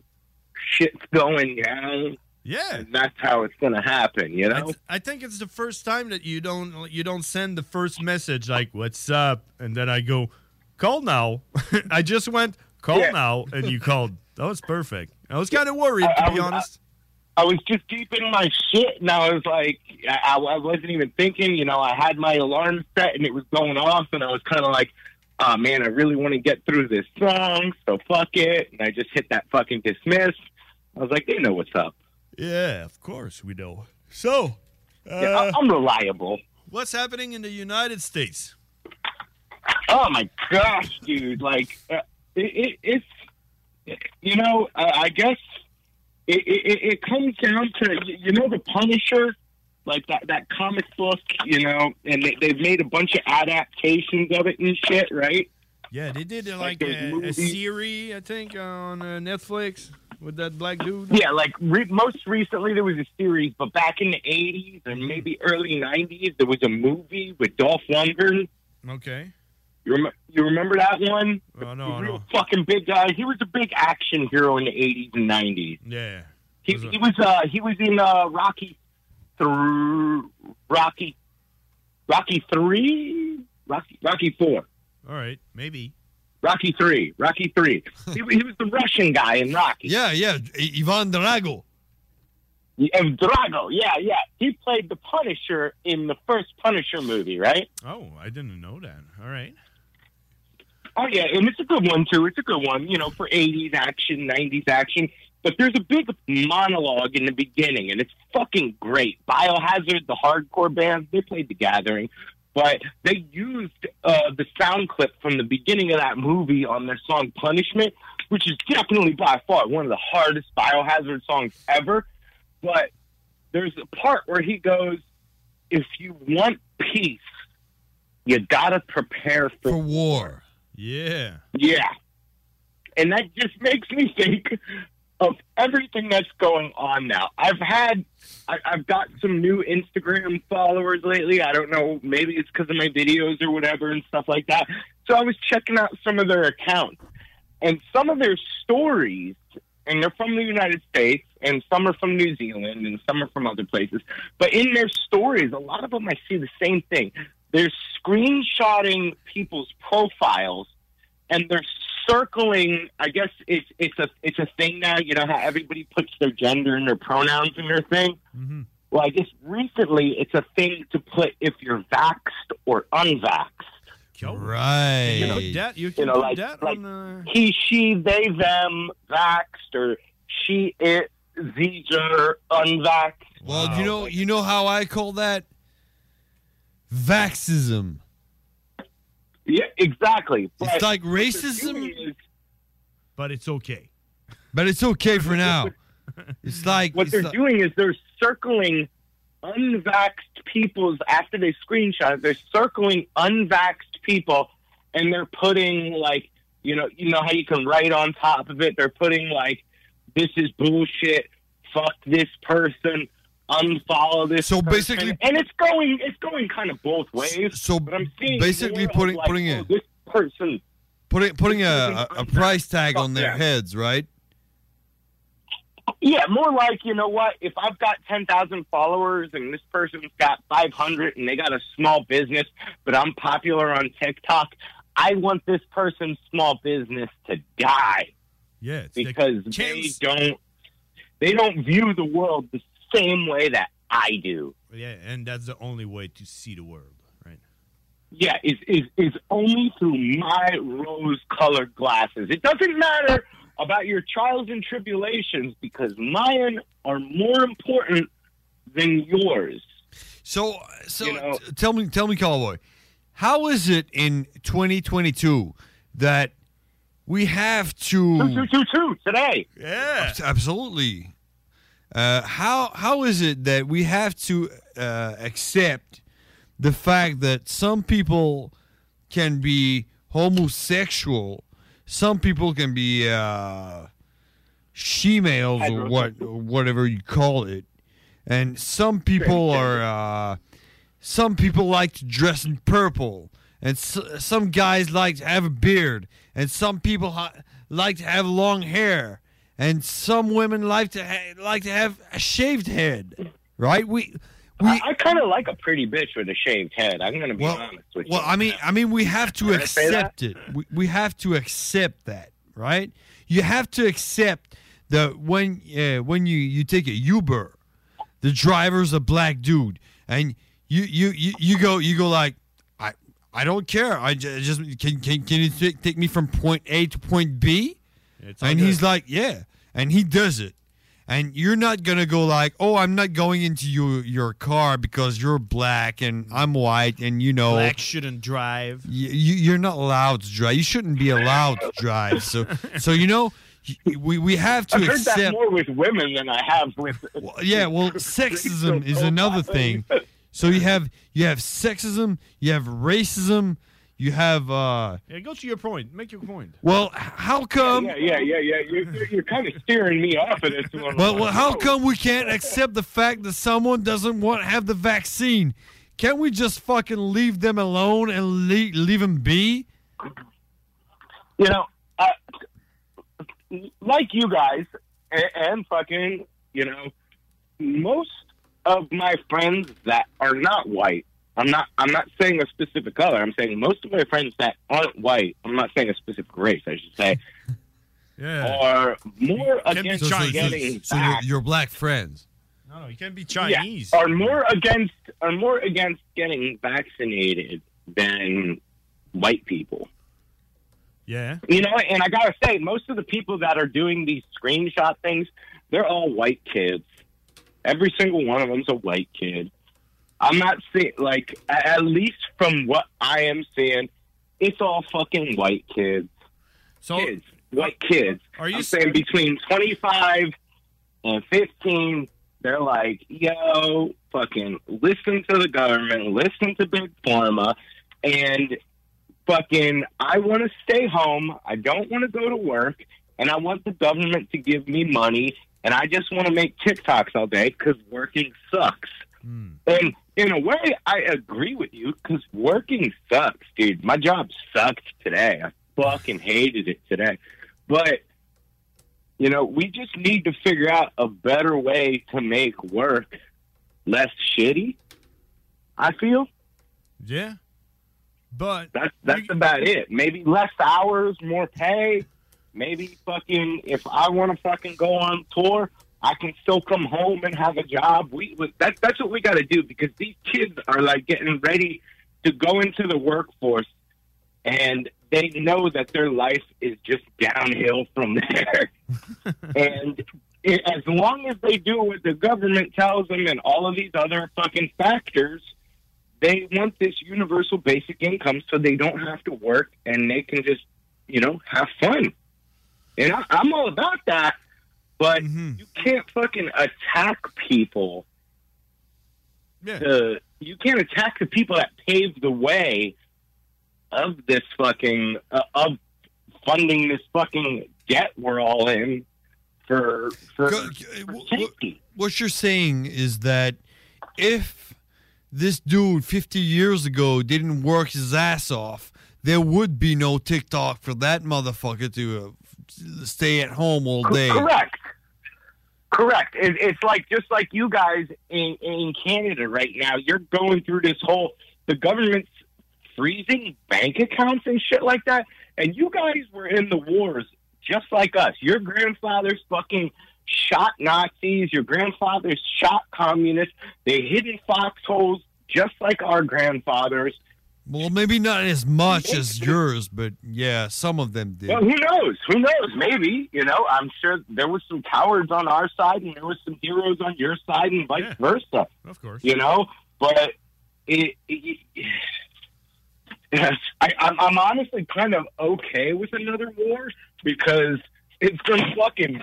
Speaker 18: shit's going down.
Speaker 7: Yeah.
Speaker 18: And that's how it's gonna happen, you
Speaker 7: I,
Speaker 18: know?
Speaker 7: th- I think it's the first time that you don't you don't send the first message like "What's up?" and then I go, "Call now." <laughs> I just went, "Call
Speaker 18: Yeah.
Speaker 7: now," and you called. That was perfect. I was kind of worried to
Speaker 18: I- I
Speaker 7: be
Speaker 18: was-
Speaker 7: honest.
Speaker 18: I was just deep in my shit, and I was like, I, I wasn't even thinking. You know, I had my alarm set, and it was going off, and I was kind of like, "Oh man, I really want to get through this song, so fuck it." And I just hit that fucking dismiss. I was like, "They know what's up."
Speaker 7: yeah, of course we know. So,
Speaker 9: uh,
Speaker 18: yeah,
Speaker 7: Uh,
Speaker 18: I, I'm reliable.
Speaker 7: what's happening in the United States?
Speaker 18: Oh my gosh, dude! Like, uh, it, it, it's you know, uh, I guess it, it, it- it comes down to y- you know the Punisher, like that that comic book, you know, and they, they've made a bunch of adaptations of it and shit, right?
Speaker 7: Yeah, they did uh,
Speaker 18: Like
Speaker 7: like
Speaker 18: those
Speaker 7: a, a
Speaker 18: movies.
Speaker 7: series, I think, on uh, Netflix.
Speaker 9: with that black dude?
Speaker 18: Yeah, like re- most recently there was a series, but back in the '80s and maybe early '90s there was a movie with Dolph Lundgren.
Speaker 9: Okay.
Speaker 18: You, rem- you remember that one?
Speaker 8: Uh,
Speaker 9: Oh no,
Speaker 18: Real
Speaker 9: no.
Speaker 18: fucking big guy. He was a big action hero in the '80s and '90s.
Speaker 9: Yeah.
Speaker 18: He was, he was uh he was in uh Rocky thr Rocky Rocky three Rocky Rocky four
Speaker 9: All right, maybe.
Speaker 18: Rocky three Rocky three he, he was the Russian guy in Rocky
Speaker 8: yeah yeah Ivan Drago
Speaker 18: and Drago yeah yeah he played the Punisher in the first Punisher movie right
Speaker 9: Oh, I didn't know that. All right.
Speaker 18: Oh yeah, and it's a good one too. It's a good one, you know, for '80s action, '90s action. But there's a big monologue in the beginning, and it's fucking great. Biohazard, the hardcore band, they played The Gathering, but they used uh, the sound clip from the beginning of that movie on their song "Punishment," which is definitely by far one of the hardest Biohazard songs ever. But there's a part where he goes, "If you want peace, you gotta prepare for war."
Speaker 9: Yeah.
Speaker 18: Yeah. And that just makes me think of everything that's going on now. I've had, I, I've got some new Instagram followers lately. I don't know, maybe it's because of my videos or whatever and stuff like that. So I was checking out some of their accounts and some of their stories, and they're from the United States, and some are from New Zealand, and some are from other places. But in their stories, a lot of them I see the same thing. They're screenshotting people's profiles, and they're circling. I guess it's it's a it's a thing now. You know how everybody puts their gender and their pronouns in their thing.
Speaker 9: Mm-hmm.
Speaker 18: Well, I guess recently it's a thing to put if you're vaxxed or unvaxxed.
Speaker 8: Right.
Speaker 18: You know,
Speaker 9: that, you
Speaker 18: you
Speaker 9: can
Speaker 18: know,
Speaker 9: put
Speaker 18: like,
Speaker 9: that
Speaker 18: like
Speaker 9: on the...
Speaker 18: he, she, they, them, vaxxed, or she, it, zeger, unvaxxed.
Speaker 8: Well, you know you know how I call that vaxism.
Speaker 18: Yeah, exactly.
Speaker 8: It's like racism, Ben,
Speaker 9: but it's okay.
Speaker 8: but it's okay for now. It's like
Speaker 18: What they're doing is they're circling unvaxxed people's, after they screenshot it, they're circling unvaxxed people and they're putting, like, you know, you know how you can write on top of it? They're putting, like, this is bullshit, fuck this person. Unfollow this. So
Speaker 8: basically-
Speaker 18: and it's going, it's going kind of both ways.
Speaker 8: So
Speaker 18: but I'm seeing
Speaker 8: basically
Speaker 18: more of,
Speaker 8: putting-
Speaker 18: like,
Speaker 8: putting
Speaker 18: oh,
Speaker 8: it-
Speaker 18: this person
Speaker 8: putting putting a, a, a price tag on their
Speaker 18: yeah.
Speaker 8: heads, right?
Speaker 18: Yeah, more like you know what? If I've got ten thousand followers and this person's got five hundred and they got a small business, but I'm popular on TikTok, I want this person's small business to die
Speaker 9: Yeah.
Speaker 18: because they don't they don't view the world the same way that I do.
Speaker 9: Yeah, and that's the only way to see the world.
Speaker 18: Yeah, is is is only through my rose-colored glasses. It doesn't matter about your trials and tribulations because mine are more important than yours.
Speaker 8: So, so t- tell me, tell me, Cowboy, how is it in 2022 that we have to
Speaker 18: today?
Speaker 9: Yeah,
Speaker 8: absolutely. Uh, how how is it that we have to uh, accept the fact that some people can be homosexual, some people can be uh, she-males or what whatever you call it, and some people are uh, some people like to dress in purple, and s some guys like to have a beard, and some people ha- like to have long hair, and some women like to ha- like to have a shaved head. Right? We
Speaker 18: I, I kind of like a pretty bitch with a shaved head. I'm going to be honest with
Speaker 8: Well, I mean, I mean, we have to
Speaker 18: Can I say that?
Speaker 8: accept it. We, we have to accept that, right? You have to accept that when uh, when you you take a Uber, the driver's a black dude, and you you you, you go you go like I I don't care. I ju- just, can can can you take, take me from point A to point B?
Speaker 9: It's all
Speaker 8: and
Speaker 9: good.
Speaker 8: he's like, yeah, and he does it. And you're not gonna go like, oh, I'm not going into your your car because you're black and I'm white and you know
Speaker 9: Black shouldn't drive.
Speaker 8: you, you, you're not allowed to drive. You shouldn't be allowed to drive. So, so you know, y- we, we have to
Speaker 18: I've heard
Speaker 8: accept.
Speaker 18: that more with women than I have with.
Speaker 8: yeah,
Speaker 18: <laughs>
Speaker 8: <laughs> well, sexism is another thing. So you have you have sexism, you have racism, You have uh
Speaker 9: Yeah, go to your point. Make your point.
Speaker 8: well, h- how come
Speaker 18: Yeah, yeah, yeah, yeah. You're, you're- you're kind of steering me off of this one.
Speaker 8: Well, well, how come we can't accept the fact that someone doesn't want have the vaccine? Can't we just fucking leave them alone and leave, leave them be?
Speaker 18: You know, like you guys and, and fucking, you know, most of my friends that are not white. I'm not. I'm not saying a specific color. I'm saying most of my friends that aren't white. I'm not saying a specific race. I should say are more against getting
Speaker 7: your,
Speaker 18: back-
Speaker 7: your black friends.
Speaker 9: No, no, you can't be
Speaker 18: yeah,
Speaker 9: Chinese.
Speaker 18: are more against are more against getting vaccinated than white people.
Speaker 9: Yeah.
Speaker 18: You know, and I gotta say, most of the people that are doing these screenshot things, they're all white kids. Every single one of them's a white kid. I'm not seeing like a- at least from what I am seeing, it's all fucking white kids.
Speaker 9: So
Speaker 18: kids, white kids.
Speaker 9: Are you
Speaker 18: I'm saying between 25 and 15? They're like, yo, fucking listen to the government, listen to big pharma, and fucking I want to stay home. I don't want to go to work, and I want the government to give me money, and I just want to make TikToks all day because working sucks. And in a way, I agree with you because working sucks, dude. My job sucked today. I fucking hated it today, but. You know, we just need to figure out a better way to make work less shitty. I feel.
Speaker 9: Yeah. But
Speaker 18: that's that's about it. Maybe less hours, more pay. Maybe fucking if I want to fucking go on tour, I can still come home and have a job. We that that's what we got to do because these kids are like getting ready to go into the workforce, and they know that their life is just downhill from <laughs> there. and it, as long as they do what the government tells them and all of these other fucking factors, they want this universal basic income so they don't have to work and they can just, you know, have fun. And I, I'm all about that, but you can't fucking attack people. To, you can't attack the people that paved the way of this fucking uh, of funding this fucking debt we're all in for for.
Speaker 8: What you're saying is that if this dude 50 years ago didn't work his ass off, there would be no TikTok for that motherfucker to uh, stay at home all
Speaker 18: Co-
Speaker 8: day.
Speaker 18: Correct. Correct. It, it's like just like you guys in, in Canada right now. You're going through this whole the government's freezing bank accounts and shit like that, and you guys were in the wars just like us. Your grandfathers fucking shot Nazis. Your grandfathers shot communists. They hid in foxholes just like our grandfathers.
Speaker 8: Well, maybe not as much as yours, but yeah, some of them did.
Speaker 18: Well, who knows? Who knows? Maybe you know. I'm sure there was some cowards on our side, and there was some heroes on your side, and vice versa.
Speaker 9: Of course.
Speaker 18: You know, but it. it- <laughs> I, I'm, I'm honestly kind of okay with another war because it's gonna fucking.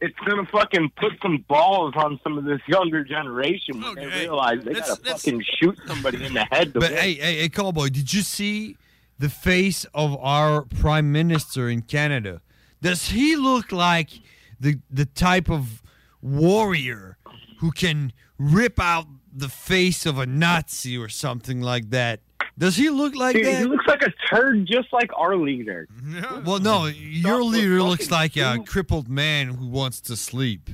Speaker 18: It's gonna fucking put some balls on some of this younger generation when they realize they gotta fucking shoot somebody in the head. To
Speaker 8: But
Speaker 18: win.
Speaker 8: hey, hey, hey, cowboy, did you see the face of our prime minister in Canada? Does he look like the the type of warrior who can rip out the face of a Nazi or something like that? Does he look like
Speaker 18: Dude,
Speaker 8: that?
Speaker 18: he looks like a turd, just like our leader.
Speaker 8: <laughs> Well, no, your leader looks like a crippled man who wants to sleep.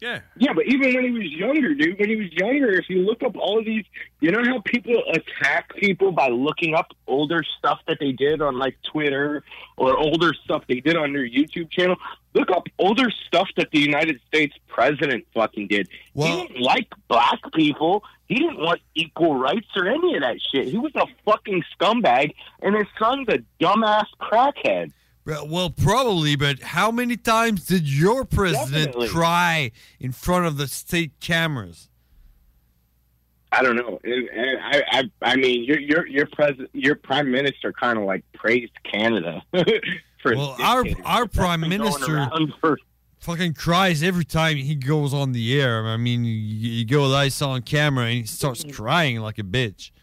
Speaker 9: Yeah.
Speaker 18: Yeah, but even when he was younger, dude, when he was younger, if you look up all of these, you know how people attack people by looking up older stuff that they did on like Twitter or older stuff they did on their YouTube channel? Look up older stuff that the United States president fucking did. he didn't like black people. He didn't want equal rights or any of that shit. He was a fucking scumbag, and his son's a dumbass crackhead.
Speaker 8: Well, well, probably, but how many times did your president
Speaker 18: Definitely.
Speaker 8: cry in front of the state cameras?
Speaker 18: I don't know. And- and I, I, I mean, your your your president, your prime minister, kind of like praised Canada <laughs> for
Speaker 8: Well, our our prime minister fucking cries every time he goes on the air. I mean, you, you go live on camera and he starts crying like a bitch.
Speaker 18: Mm-hmm.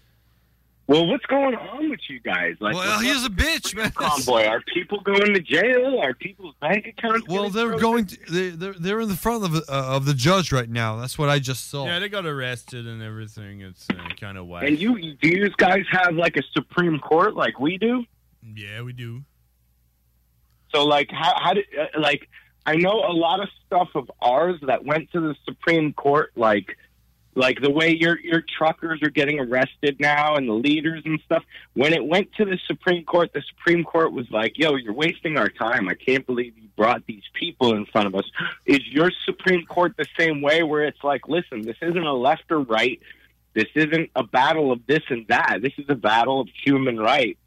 Speaker 18: Well, what's going on with you guys? Like,
Speaker 8: Well, he's a bitch, man.
Speaker 18: Convoy. Are people going to jail? Are people's bank accounts?
Speaker 8: Well,
Speaker 18: getting
Speaker 8: they're
Speaker 18: frozen?
Speaker 8: going. To, they- they're they're in the front of uh, of the judge right now. That's what I just saw.
Speaker 7: Yeah, they got arrested and everything. It's uh, kind of whack.
Speaker 18: And you, do you guys have like a Supreme Court like we do?
Speaker 7: Yeah, we do.
Speaker 18: So, like, how, how did, uh, like, I know a lot of stuff of ours that went to the Supreme Court, like, like the way your your truckers are getting arrested now and the leaders and stuff. When it went to the Supreme Court, the Supreme Court was like, "Yo, you're wasting our time. I can't believe you brought these people in front of us." Is your Supreme Court the same way, where it's like, "Listen, this isn't a left or right. This isn't a battle of this and that. This is a battle of human rights.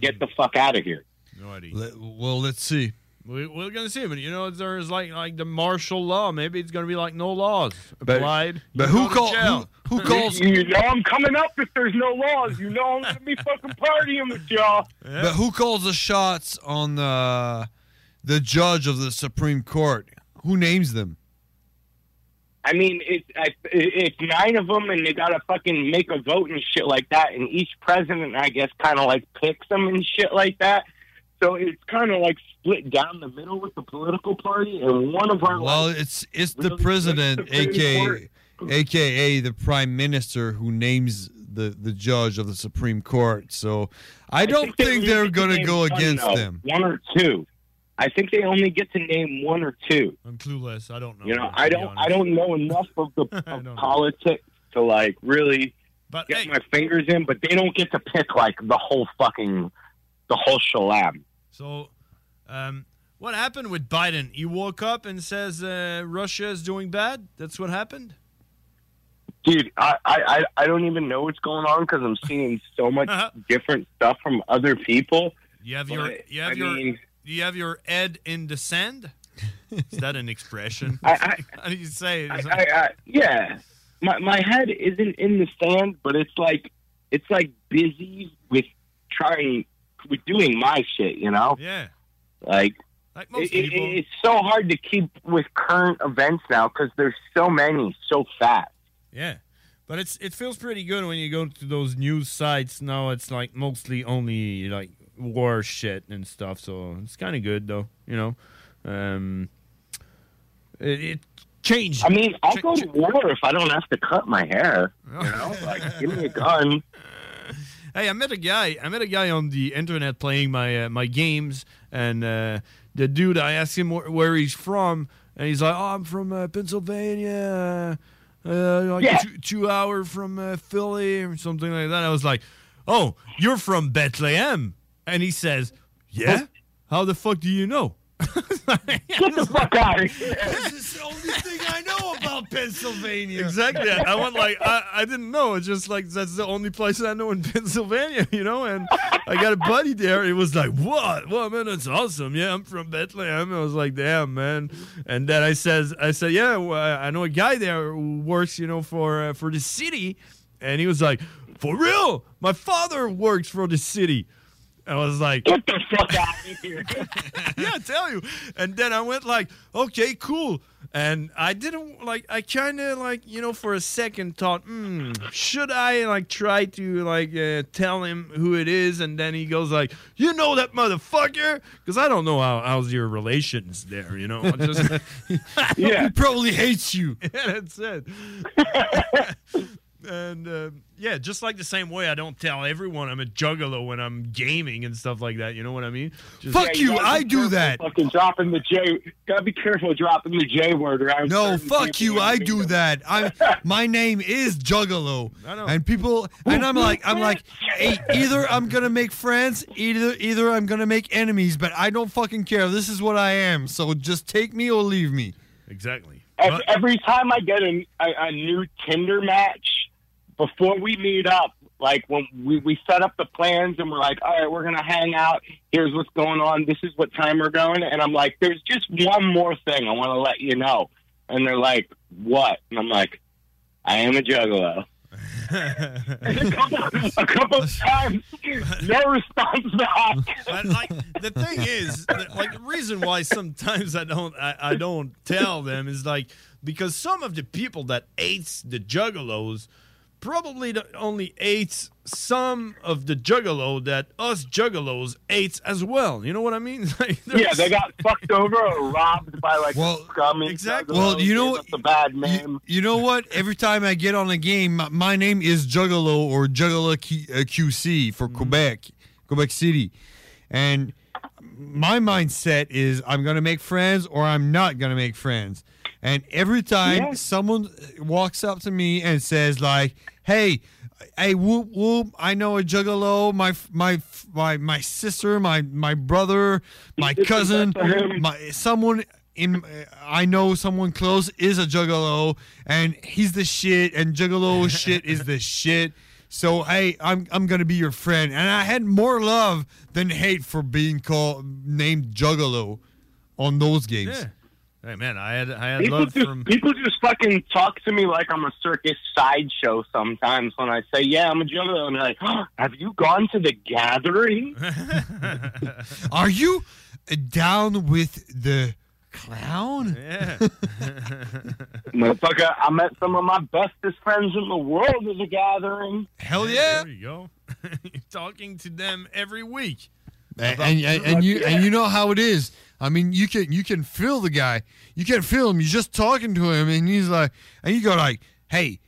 Speaker 18: Get the fuck out of here."
Speaker 8: Le- well, let's see.
Speaker 7: We, we're gonna see, but you know, there's like like the martial law. Maybe it's gonna be like no laws
Speaker 8: But-
Speaker 7: applied.
Speaker 8: but
Speaker 7: You
Speaker 8: who
Speaker 7: go to
Speaker 8: call-
Speaker 7: jail.
Speaker 8: who-
Speaker 7: <laughs>
Speaker 8: who calls-
Speaker 18: You know I'm coming up if there's no laws. You know I'm gonna be fucking partying with y'all.
Speaker 8: But who calls the shots on the the judge of the Supreme Court? Who names them?
Speaker 18: I mean, it's I- it's nine of them, and they gotta fucking make a vote and shit like that. And each president, I guess, kind of like picks them and shit like that. So it's kind of like split down the middle with the political party, and one of our
Speaker 8: Well, it's it's the president,
Speaker 18: Supreme
Speaker 8: aka
Speaker 18: Court.
Speaker 8: aka the prime minister, who names the the judge of the Supreme Court. So I don't
Speaker 18: they
Speaker 8: think
Speaker 18: only
Speaker 8: they're
Speaker 18: get
Speaker 8: going to
Speaker 18: name
Speaker 8: go
Speaker 18: one,
Speaker 8: against
Speaker 18: though.
Speaker 8: them.
Speaker 18: One or two. I think they only get to name one or two.
Speaker 7: I'm clueless. I don't know.
Speaker 18: You know,
Speaker 7: to
Speaker 18: I
Speaker 7: be
Speaker 18: don't I
Speaker 7: honest.
Speaker 18: don't know enough of
Speaker 7: <laughs>
Speaker 18: the of politics to like really
Speaker 7: get
Speaker 18: my fingers in, but they don't get to pick like the whole fucking the whole shalab.
Speaker 7: So, um, what happened with Biden? He woke up and says uh, Russia is doing bad. That's what happened.
Speaker 18: Dude, I, I, I I don't even know what's going on because I'm seeing so
Speaker 7: <laughs>
Speaker 18: much
Speaker 7: Uh-huh.
Speaker 18: different stuff from other people.
Speaker 7: You have your
Speaker 18: But,
Speaker 7: you have
Speaker 18: I
Speaker 7: your
Speaker 18: mean-
Speaker 7: you have your head in the sand. Is that an expression?
Speaker 18: <laughs> I,
Speaker 7: <laughs> How do you say it?
Speaker 18: I, I, I, yeah, my my head isn't in the sand, but it's like it's like busy with trying with doing my shit. You know?
Speaker 7: Yeah.
Speaker 18: Like,
Speaker 7: Like
Speaker 18: it, it- it's so hard to keep with current events now because there's so many so fast.
Speaker 7: Yeah. But it's it feels pretty good when you go to those news sites. Now it's like mostly only like war shit and stuff. So it's kind of good though, you know. Um, it, it changed.
Speaker 18: I mean, I'll go to war if I don't have to cut my hair. You
Speaker 7: <laughs>
Speaker 18: know, like give me a gun.
Speaker 7: Hey, I met a guy. I met a guy on the internet playing my uh, my games, and uh, the dude. I asked him wh- where he's from, and he's like, "Oh, I'm from uh, Pennsylvania, uh, like
Speaker 6: Yeah.
Speaker 7: two, two hour from uh, Philly or something like that." I was like, "Oh, you're from Bethlehem," and he says, "Yeah." How the fuck do you know?
Speaker 18: Get the fuck out of <laughs> here!
Speaker 8: this is the only thing I know about Pennsylvania.
Speaker 7: Exactly.
Speaker 8: <laughs>
Speaker 7: I went like I, I didn't know. It's just like that's the only place I know in <laughs> Pennsylvania, you know. And I got a buddy there. It was like, what? What man? That's awesome. Yeah, I'm from Bethlehem. I was like, damn man. And then I says, I said, yeah, well, I know a guy there who works, you know, for uh, for the city. And he was like, for real? My father works for the city. I was like,
Speaker 18: get the fuck out of here.
Speaker 7: <laughs> yeah, I tell you. And then I went like, okay, cool. And I didn't like. I kind of like you know for a second thought, hmm, should I like try to like uh, tell him who it is? And then he goes like, you know that motherfucker, because I don't know how how's your relations there, you know. I Just,
Speaker 8: Yeah. He probably hates you.
Speaker 7: <laughs> Yeah,
Speaker 18: <laughs>
Speaker 7: that's it. and uh, yeah, just like the same way, I don't tell everyone I'm a juggalo when I'm gaming and stuff like that. You know what I mean? Just-
Speaker 18: Yeah, gotta be careful Fucking dropping the J. Gotta be careful dropping the J word around.
Speaker 8: No,
Speaker 18: certain
Speaker 8: fuck
Speaker 18: people.
Speaker 8: you. I do that.
Speaker 18: <laughs>
Speaker 8: I my name is Juggalo,
Speaker 18: I know.
Speaker 8: and people and I'm like I'm like hey, either I'm gonna make friends, either either I'm gonna make enemies, but I don't fucking care. This is what I am. So just take me or leave me.
Speaker 7: Exactly.
Speaker 18: Every, every time I get a, a, a new Tinder match, before we meet up, like when we, we set up the plans and we're like, all right, we're going to hang out. Here's what's going on. This is what time we're going. And I'm like, there's just one more thing I want to let you know. And they're like, what? And I'm like, I am a juggalo. <laughs> a couple of times, no response back.
Speaker 7: But like the thing is, that, like the reason why sometimes I don't I, I don't tell them is like because some of the people that hates the juggalos, probably the, only hates some of the juggalo that us juggalos hates as well. You know what I mean? <laughs> Like,
Speaker 18: Yeah, they
Speaker 7: there's-
Speaker 18: got fucked over or robbed by like well, scum. Exactly.
Speaker 8: Well, you know,
Speaker 18: a bad name.
Speaker 8: you know what? Every time I get on a game, my, my name is Juggalo or Juggalo Q, uh, QC
Speaker 18: Mm-hmm.
Speaker 8: for Quebec, Quebec City, and my mindset is I'm gonna make friends or I'm not gonna make friends. And every time
Speaker 9: Yeah.
Speaker 8: someone uh, walks up to me and says like, "Hey, hey, whoop whoop, I know a Juggalo. My my my my sister, my my brother, my cousin, my someone." in I know someone close is a juggalo and he's the shit and juggalo shit is the shit. So hey, I'm I'm gonna be your friend. And I had more love than hate for being called named juggalo on those games.
Speaker 7: Yeah. Hey man, I had I had
Speaker 18: People
Speaker 7: love
Speaker 18: just,
Speaker 7: from
Speaker 18: people just fucking talk to me like I'm a circus sideshow sometimes when I say, yeah, I'm a juggalo. And they're like, oh, have you gone to the gathering?
Speaker 8: <laughs> Are you down with the clown?
Speaker 7: Yeah.
Speaker 18: <laughs> Motherfucker, I met some of my bestest friends in the world at the gathering.
Speaker 8: Hell yeah.
Speaker 7: There you go. <laughs> You're talking to them every week.
Speaker 8: and, and, and, you and you know how it is. I mean, you can you can feel the guy. You can feel him. You're just talking to him, and he's like, and you go like, "Hey,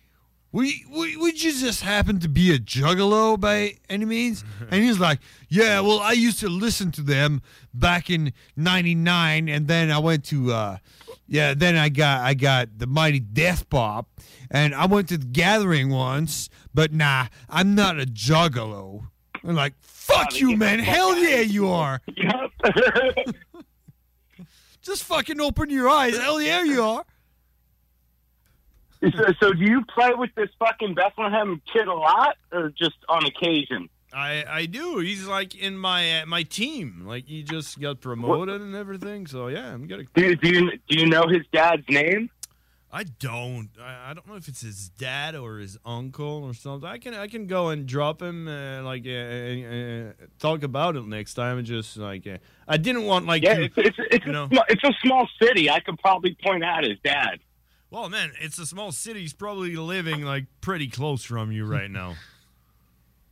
Speaker 8: we we would you just happen to be a juggalo by any means?" and he's like, "Yeah, well, I used to listen to them back in '99, and then I went to, uh, yeah, then I got I got the Mighty Death Pop, and I went to the Gathering once, but nah, I'm not a juggalo." We're like, fuck you, man. Hell yeah, you are. Just fucking open your eyes. Hell yeah, you are.
Speaker 18: So, so do you play with this fucking Bethlehem kid a lot or just on occasion?
Speaker 7: I, I do. He's like in my uh, my team. Like he just got promoted and everything. So yeah, I'm gonna.
Speaker 18: Do, do, you, do you know his dad's name?
Speaker 7: I don't. I, I don't know if it's his dad or his uncle or something. I can I can go and drop him uh, like uh, uh, uh, talk about it next time and just like uh, I didn't want like
Speaker 18: Yeah,
Speaker 7: you-
Speaker 18: it's, it's, it's,
Speaker 7: you
Speaker 18: a,
Speaker 7: know.
Speaker 18: sm- it's a small city. I could probably point out his dad.
Speaker 7: Well, man, it's a small city. He's probably living like pretty close from you
Speaker 18: <laughs>
Speaker 7: right now.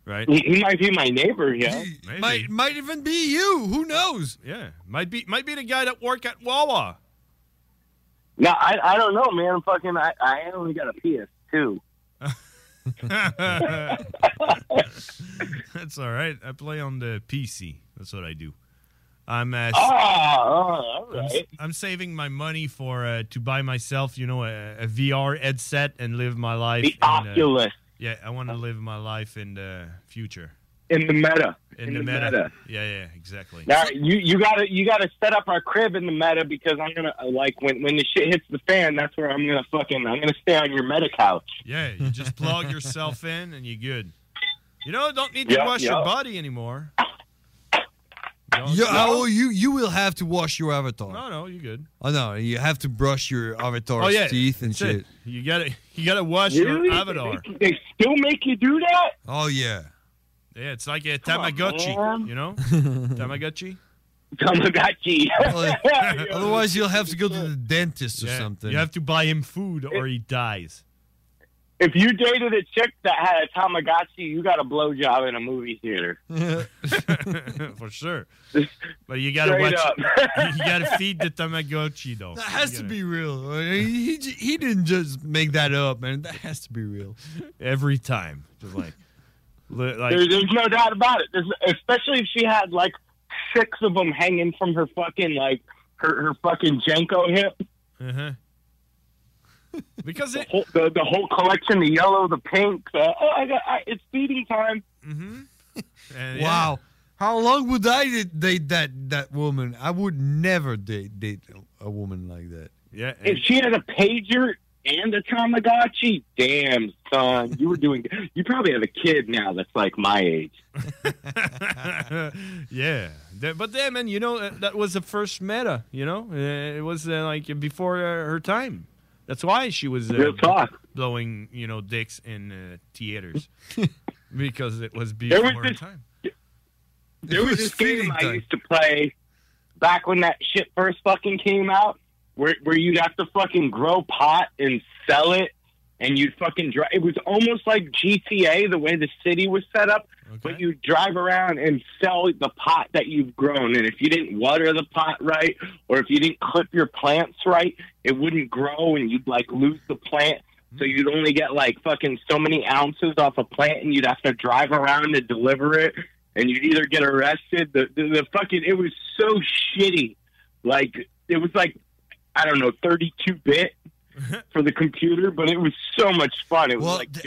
Speaker 7: Right?
Speaker 18: He, he might be my neighbor, yeah.
Speaker 7: Might
Speaker 8: might even be you. Who knows?
Speaker 7: Yeah, might be might be the guy that work at Wawa. <laughs>
Speaker 18: No, I, I don't know, man. Fucking, I, I only got a PS2. <laughs>
Speaker 7: That's all right. I play on the PC. That's what I do. I'm uh,
Speaker 18: Ah, all
Speaker 7: I'm s-
Speaker 18: right.
Speaker 7: I'm saving my money for uh, to buy myself, you know, a, a VR headset and live my life.
Speaker 18: The
Speaker 7: in, uh,
Speaker 18: Oculus.
Speaker 7: yeah, I want to live my life in the future.
Speaker 18: In the meta.
Speaker 7: In,
Speaker 18: In
Speaker 7: the,
Speaker 18: the
Speaker 7: meta.
Speaker 18: meta.
Speaker 7: Yeah, yeah, exactly.
Speaker 18: Now you you gotta you gotta set up our crib in the meta because I'm gonna uh, like when when the shit hits the fan, that's where I'm gonna fucking I'm gonna stay on your meta couch.
Speaker 7: <laughs> Yeah, you just plug yourself in and you're good. You know, don't need to
Speaker 18: Yeah,
Speaker 7: wash
Speaker 18: yeah.
Speaker 7: your body
Speaker 8: <laughs>
Speaker 7: anymore.
Speaker 8: Yeah, oh, you you will have to wash your avatar.
Speaker 7: No, no, you're good.
Speaker 8: Oh no, you have to brush your avatar's
Speaker 7: oh yeah,
Speaker 8: teeth and
Speaker 7: that's it.
Speaker 8: shit.
Speaker 7: You gotta you gotta wash
Speaker 8: Really?
Speaker 7: your avatar.
Speaker 18: They still make you do that?
Speaker 8: Oh yeah.
Speaker 7: Yeah, it's like a
Speaker 18: Come on,
Speaker 7: Tamagotchi,
Speaker 18: man.
Speaker 8: <laughs>
Speaker 7: you know? Tamagotchi?
Speaker 18: Tamagotchi. <laughs>
Speaker 8: Otherwise, you'll have to go to the dentist or something.
Speaker 7: You have to buy him food or
Speaker 8: <laughs>
Speaker 7: he dies. <laughs>
Speaker 18: If you dated a chick that had a Tamagotchi, you got a blowjob in a movie theater.
Speaker 7: For sure. But you gotta
Speaker 18: Straight
Speaker 7: watch
Speaker 18: up.
Speaker 7: you gotta feed the Tamagotchi though.
Speaker 8: That has to be real. He, he j- he didn't just make that up, man. That has to be real.
Speaker 7: Every time, just like, like
Speaker 18: There, there's no doubt about it. There's, especially if she had like six of them hanging from her fucking like her, her fucking Jenko hip.
Speaker 7: Uh-huh. Because
Speaker 18: the, whole, the, the whole collection, the yellow, the pink. The, oh, I got I, it's feeding time.
Speaker 7: Mm-hmm.
Speaker 8: Wow. How long would I date- date that that woman? I would never date date a woman like that.
Speaker 7: Yeah.
Speaker 18: If she had a pager and a Tamagotchi, damn son, you were <laughs> doing. You probably have a kid now that's like my age.
Speaker 7: uh-huh.
Speaker 8: <laughs>
Speaker 7: <laughs> yeah, That- but then, man, you know uh, that was the first meta. You know, Uh, it was uh, like before uh, her time. That's why she was uh,
Speaker 18: Real talk.
Speaker 7: blowing, you know, dicks in uh,
Speaker 8: <laughs>
Speaker 7: theaters because it was
Speaker 18: There
Speaker 7: before
Speaker 18: was
Speaker 7: her
Speaker 18: this-
Speaker 7: time. <laughs>
Speaker 18: There was this game I used to play back when that shit first fucking came out, where where you'd have to fucking grow pot and sell it, and you'd fucking drive. It was almost like GTA, the way the city was set up, but you drive around and sell the pot that you've grown. And if you didn't water the pot right, or if you didn't clip your plants right, it wouldn't grow and you'd like lose the plant. So you'd only get like fucking so many ounces off a plant and you'd have to drive around to deliver it. And you'd either get arrested. The, the, the fucking, it was so shitty. Like, it was like, I don't know, 32
Speaker 8: <laughs>
Speaker 18: bit for the computer, but it was so much fun. It was like Dope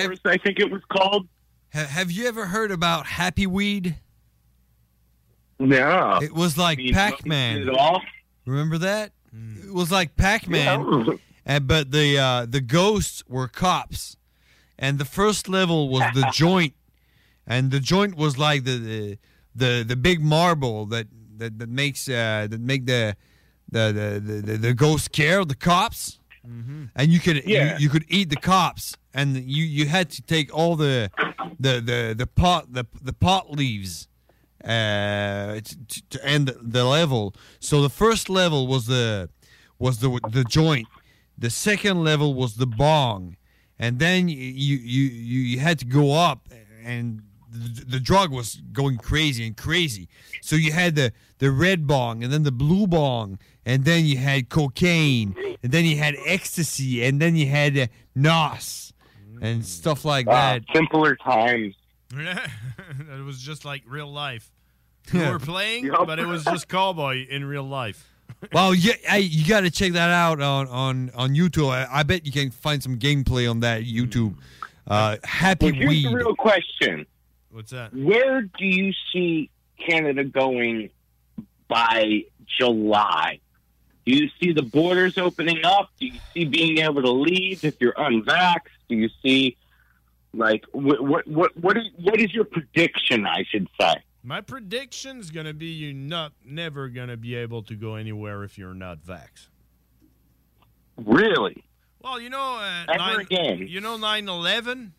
Speaker 18: Wars, I think it was called.
Speaker 8: Ha- have you ever heard about Happy Weed?
Speaker 18: No.
Speaker 8: It was like
Speaker 18: Means nothing
Speaker 8: Pac Man.
Speaker 18: at all.
Speaker 8: Remember that? It was like Pac Man, but the uh, the ghosts were cops, and the first level was the joint, and the joint was like the the the, the big marble that that, that makes uh, that make the the the, the, the ghost care the cops and you could
Speaker 21: Yeah.
Speaker 8: you, you could eat the cops and you you had to take all the the the, the pot the, the pot leaves uh to, to end the- the level so the first level was the was the the joint the second level was the bong and then you you you, you had to go up and the, the drug was going crazy and crazy so you had the the red bong and then the blue bong and then you had cocaine and then you had ecstasy and then you had uh, nos and stuff like that
Speaker 18: Ah, simpler times
Speaker 7: it was just like real life. You
Speaker 8: Yeah.
Speaker 7: were playing,
Speaker 8: Yup.
Speaker 7: but it was just cowboy in real life.
Speaker 8: well yeah hey, you got to check that out on on on youtube I, I bet you can find some gameplay on that youtube uh happy
Speaker 18: Well, here's
Speaker 8: weed
Speaker 18: the real question.
Speaker 7: What's that?
Speaker 18: Where do you see Canada going by July? Do you see the borders opening up? Do you see being able to leave if you're unvaxxed? Do you see like what what what what is, what is your prediction? I should say.
Speaker 7: My prediction's gonna be you not never gonna be able to go anywhere if you're not vax.
Speaker 18: Really?
Speaker 7: Well, you know, uh,
Speaker 18: Ever
Speaker 7: nine,
Speaker 18: again.
Speaker 7: you know, nine eleven.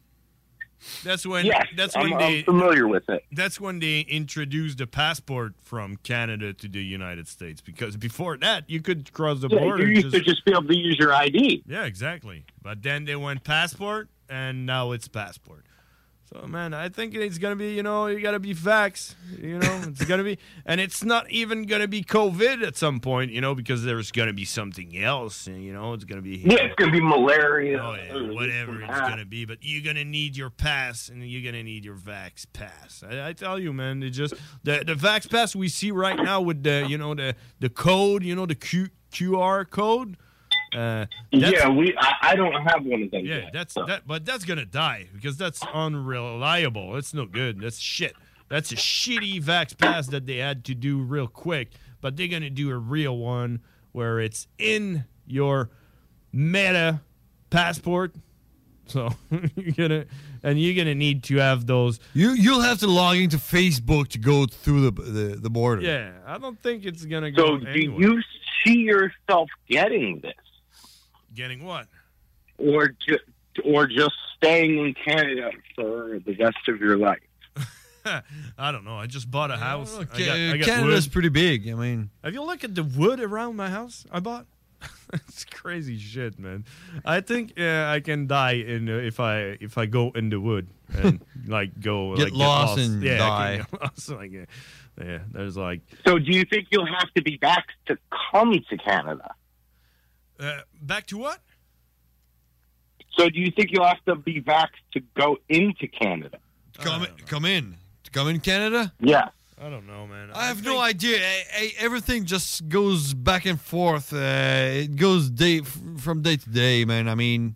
Speaker 7: That's when.
Speaker 18: yes,
Speaker 7: that's
Speaker 18: I'm,
Speaker 7: when
Speaker 18: I'm
Speaker 7: they.
Speaker 18: familiar with it.
Speaker 7: That's when they introduced the passport from Canada to the United States. Because before that, you could cross the
Speaker 18: Yeah,
Speaker 7: border.
Speaker 18: you used to just be able to use your ID.
Speaker 7: Yeah, exactly. But then they went passport, and now it's passport. So man, I think it's gonna be you know you gotta be vax,
Speaker 18: <laughs>
Speaker 7: you know it's gonna be, and it's not even gonna be COVID at some point, you know, because there's gonna be something else, and you know it's gonna be
Speaker 18: Yeah, it's gonna be malaria.
Speaker 7: Oh, yeah, whatever it's gonna be, but you're gonna need your pass, and you're gonna need your vax pass. I, I tell you, man, it just the the vax pass we see right now with the you know the the code, you know the Q, QR code. Uh, that's-
Speaker 18: yeah, we. I, I don't have one of them.
Speaker 7: yeah,
Speaker 18: yet.
Speaker 7: that's that, but that's gonna die because that's unreliable. That's no good. That's shit. That's a shitty vax pass that they had to do real quick, but they're gonna do a real one where it's in your meta passport. So <laughs> you're gonna and you're gonna need to have those.
Speaker 8: you you'll have to log into facebook to go through the the, the border
Speaker 7: Yeah, I don't think it's gonna
Speaker 18: So,
Speaker 7: go.
Speaker 18: do
Speaker 7: anywhere.
Speaker 18: you see yourself getting this,
Speaker 7: getting what?
Speaker 18: or ju- or just staying in Canada for the rest of your life?
Speaker 7: <laughs> I don't know. I just bought a house. I
Speaker 8: Ca-
Speaker 7: got- I got
Speaker 8: Canada's
Speaker 7: wood.
Speaker 8: pretty big. I mean,
Speaker 7: Have you looked at the wood around my house I bought? <laughs> it's crazy shit, man. I think uh, I can die in uh, if I if I go in the wood
Speaker 8: <laughs>
Speaker 7: and like go
Speaker 8: Get
Speaker 7: like,
Speaker 8: lost and
Speaker 7: yeah, I can
Speaker 8: die.
Speaker 7: get <laughs> lost, like, uh, yeah, there's like
Speaker 18: So, do you think you'll have to be back to come to Canada?
Speaker 7: uh, back to what?
Speaker 18: So, do you think you'll have to be back to go into Canada?
Speaker 8: come come in, come in Canada.
Speaker 18: Yeah,
Speaker 7: I don't know, man.
Speaker 8: I have no idea. I, I, everything just goes back and forth. Uh, it goes day f- from day to day, man. I mean,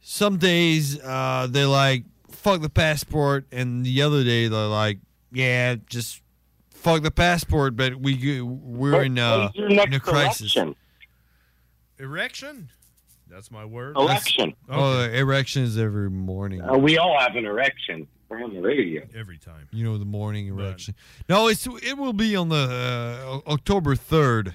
Speaker 8: some days uh, they're like fuck the passport, and the other day they're like, yeah, just fuck the passport, but we we're in, uh,
Speaker 7: when's your next
Speaker 8: in a crisis.
Speaker 7: election? Erection? That's my word.
Speaker 8: Oh, erections every morning.
Speaker 18: Uh, we all have an erection. We're on the radio
Speaker 7: every time.
Speaker 8: you know the morning erection. No, it's it will be on the uh, O- October third.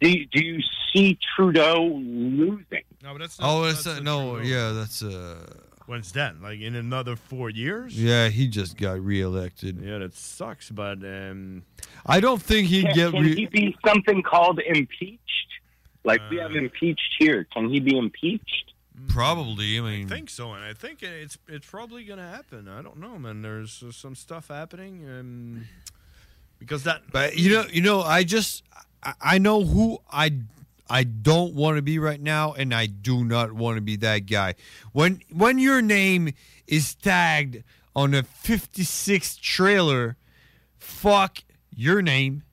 Speaker 18: Do do you see Trudeau losing?
Speaker 7: No, but that's
Speaker 8: Oh, it's uh, no, yeah, that's uh,
Speaker 7: When's that? Like in another four years?
Speaker 8: yeah, he just got reelected.
Speaker 7: Yeah, that sucks, but um,
Speaker 8: I don't think he'd
Speaker 18: Can,
Speaker 8: get.
Speaker 18: can
Speaker 8: Re-
Speaker 18: he be something called impeached? Like
Speaker 7: Uh,
Speaker 18: we have impeached here. Can he be impeached?
Speaker 8: Probably. I mean,
Speaker 7: I think so, and I think it's it's probably going to happen. I don't know, man. There's uh, some stuff happening, um, because that.
Speaker 8: But you know, you know, I just I, I know who I I don't want to be right now, and I do not want to be that guy. When when your name is tagged on a 56 trailer, fuck your name.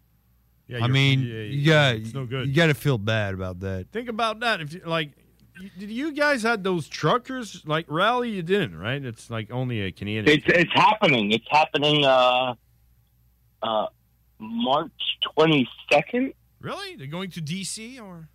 Speaker 7: Yeah,
Speaker 8: I
Speaker 7: you're-
Speaker 8: mean,
Speaker 7: yeah,
Speaker 8: you
Speaker 7: yeah,
Speaker 8: got
Speaker 7: it's no good.
Speaker 8: you got to feel bad about that.
Speaker 7: Think about that. If you, like, y- did you guys had those truckers like rally? You didn't, right? It's like only a Canadian.
Speaker 18: It's it's happening. It's happening. Uh, uh, March twenty second.
Speaker 7: Really? They're going to DC or?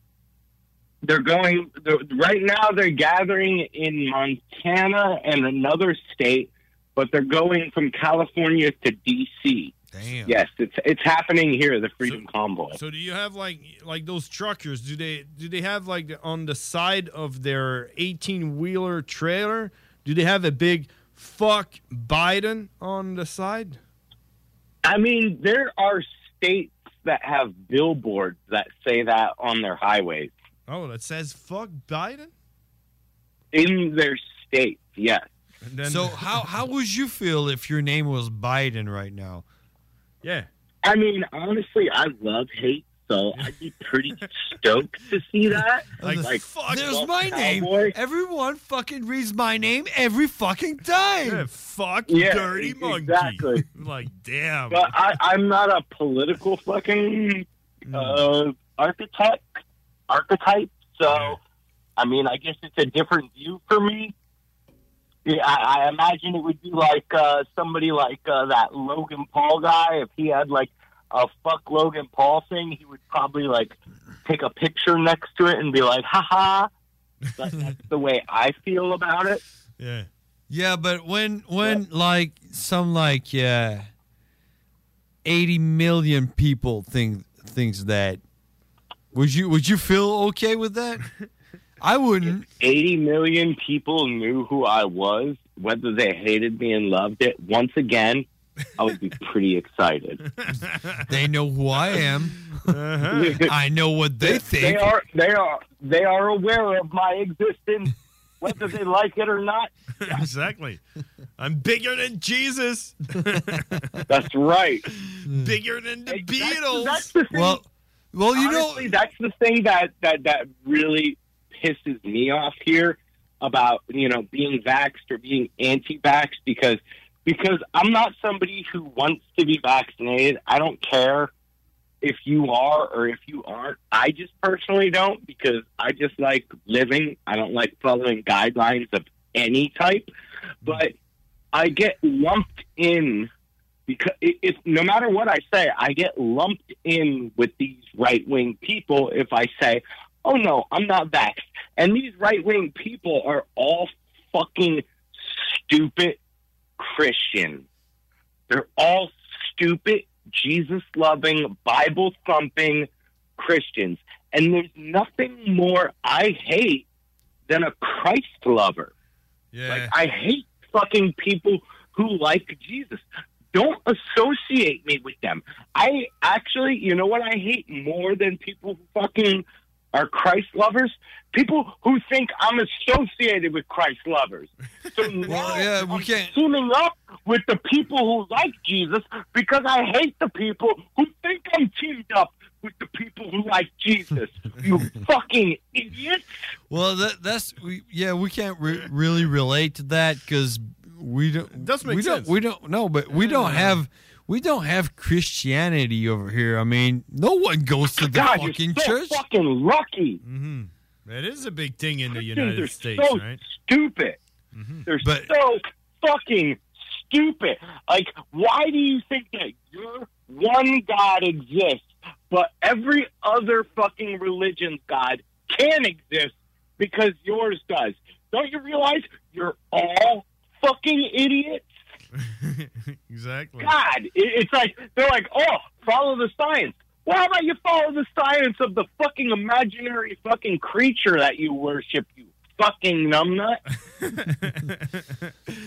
Speaker 18: They're going they're, right now. They're gathering in Montana and another state, but they're going from California to DC.
Speaker 8: Damn.
Speaker 18: Yes, it's it's happening here. The Freedom Convoy.
Speaker 7: So do you have like like those truckers? Do they do they have like on the side of their eighteen wheeler trailer? Do they have a big fuck Biden on the side?
Speaker 18: I mean, there are states that have billboards that say that on their highways
Speaker 7: Oh, that says fuck Biden.
Speaker 18: in their state. Yes.
Speaker 8: so how how would you feel if your name was Biden right now?
Speaker 7: Yeah.
Speaker 18: I mean, honestly, I love hate, so I'd be pretty stoked to see that.
Speaker 8: Like,
Speaker 18: fuck,
Speaker 8: There's
Speaker 18: fuck
Speaker 8: my name.
Speaker 18: Cowboy.
Speaker 8: Everyone fucking reads my name every fucking time.
Speaker 7: fuck
Speaker 18: Yeah, dirty monkey. exactly.
Speaker 7: like, damn.
Speaker 18: But I, I'm not a political fucking uh, architect, archetype. So, I mean, I guess it's a different view for me. Yeah, I, I imagine it would be like uh, somebody like uh, that Logan Paul guy. If he had like a fuck Logan Paul thing, he would probably like take a picture next to it and be like, haha. That, that's the way I feel about it.
Speaker 7: Yeah.
Speaker 8: Yeah, but when when like some like yeah, eighty million people think thinks that, would you would you feel okay with
Speaker 18: <laughs>
Speaker 8: that? I wouldn't.
Speaker 18: 80 million people knew who I was, whether they hated me and loved it. Once again, I would be pretty
Speaker 7: <laughs>
Speaker 18: excited.
Speaker 8: They know who I am.
Speaker 18: Uh-huh.
Speaker 8: I know what they think.
Speaker 18: They are they are they are aware of my existence, whether they like it or not.
Speaker 7: <laughs> exactly. I'm bigger than Jesus.
Speaker 18: That's right.
Speaker 7: <laughs> Bigger than the Beatles.
Speaker 18: That's the thing.
Speaker 7: Well,
Speaker 8: well,
Speaker 18: you know, that's the thing that that that really pisses me off here about you know being vaxxed or being anti-vax because because I'm not somebody who wants to be vaccinated. I don't care if you are or if you aren't. I just personally don't because I just like living. I don't like following guidelines of any type. But I get lumped in because it, it, no matter what I say, I get lumped in with these right wing people if I say, "Oh no, I'm not vaxxed." And these right wing people are all fucking stupid Christians. They're all stupid, Jesus loving, Bible thumping Christians. And there's nothing more I hate than a Christ lover.
Speaker 7: Yeah.
Speaker 18: Like, I hate fucking people who like Jesus. Don't associate me with them. I actually, you know what I hate more than people who fucking are Christ lovers? People who think I'm associated with Christ lovers. So
Speaker 8: <laughs>
Speaker 18: now
Speaker 8: yeah, we
Speaker 18: I'm
Speaker 8: can't-
Speaker 18: teaming up with the people who like Jesus because I hate the people who think I'm teamed up with the people who like Jesus.
Speaker 7: <laughs>
Speaker 18: You fucking idiots.
Speaker 8: Well, that, that's we, yeah, we can't re- really relate to that because we don't.
Speaker 7: Does make
Speaker 8: we
Speaker 7: sense.
Speaker 8: Don't, we don't know, but we don't have we don't have Christianity over here. I mean, no one goes to the
Speaker 7: God, you're
Speaker 8: fucking
Speaker 7: so
Speaker 8: church.
Speaker 18: Fucking lucky.
Speaker 7: That is a big thing in the
Speaker 18: Christians
Speaker 7: United
Speaker 18: are
Speaker 7: States,
Speaker 18: so
Speaker 7: right?
Speaker 18: Stupid.
Speaker 8: Mm-hmm.
Speaker 18: They're so fucking stupid. Like, why do you think that your one God exists, but every other fucking religion's God can exist because yours does? Don't you realize you're all fucking idiots?
Speaker 7: Exactly.
Speaker 18: God, it, it's like they're like, oh, follow the science. Well, how about you follow the science of the fucking imaginary fucking creature that you worship? You fucking numbnut.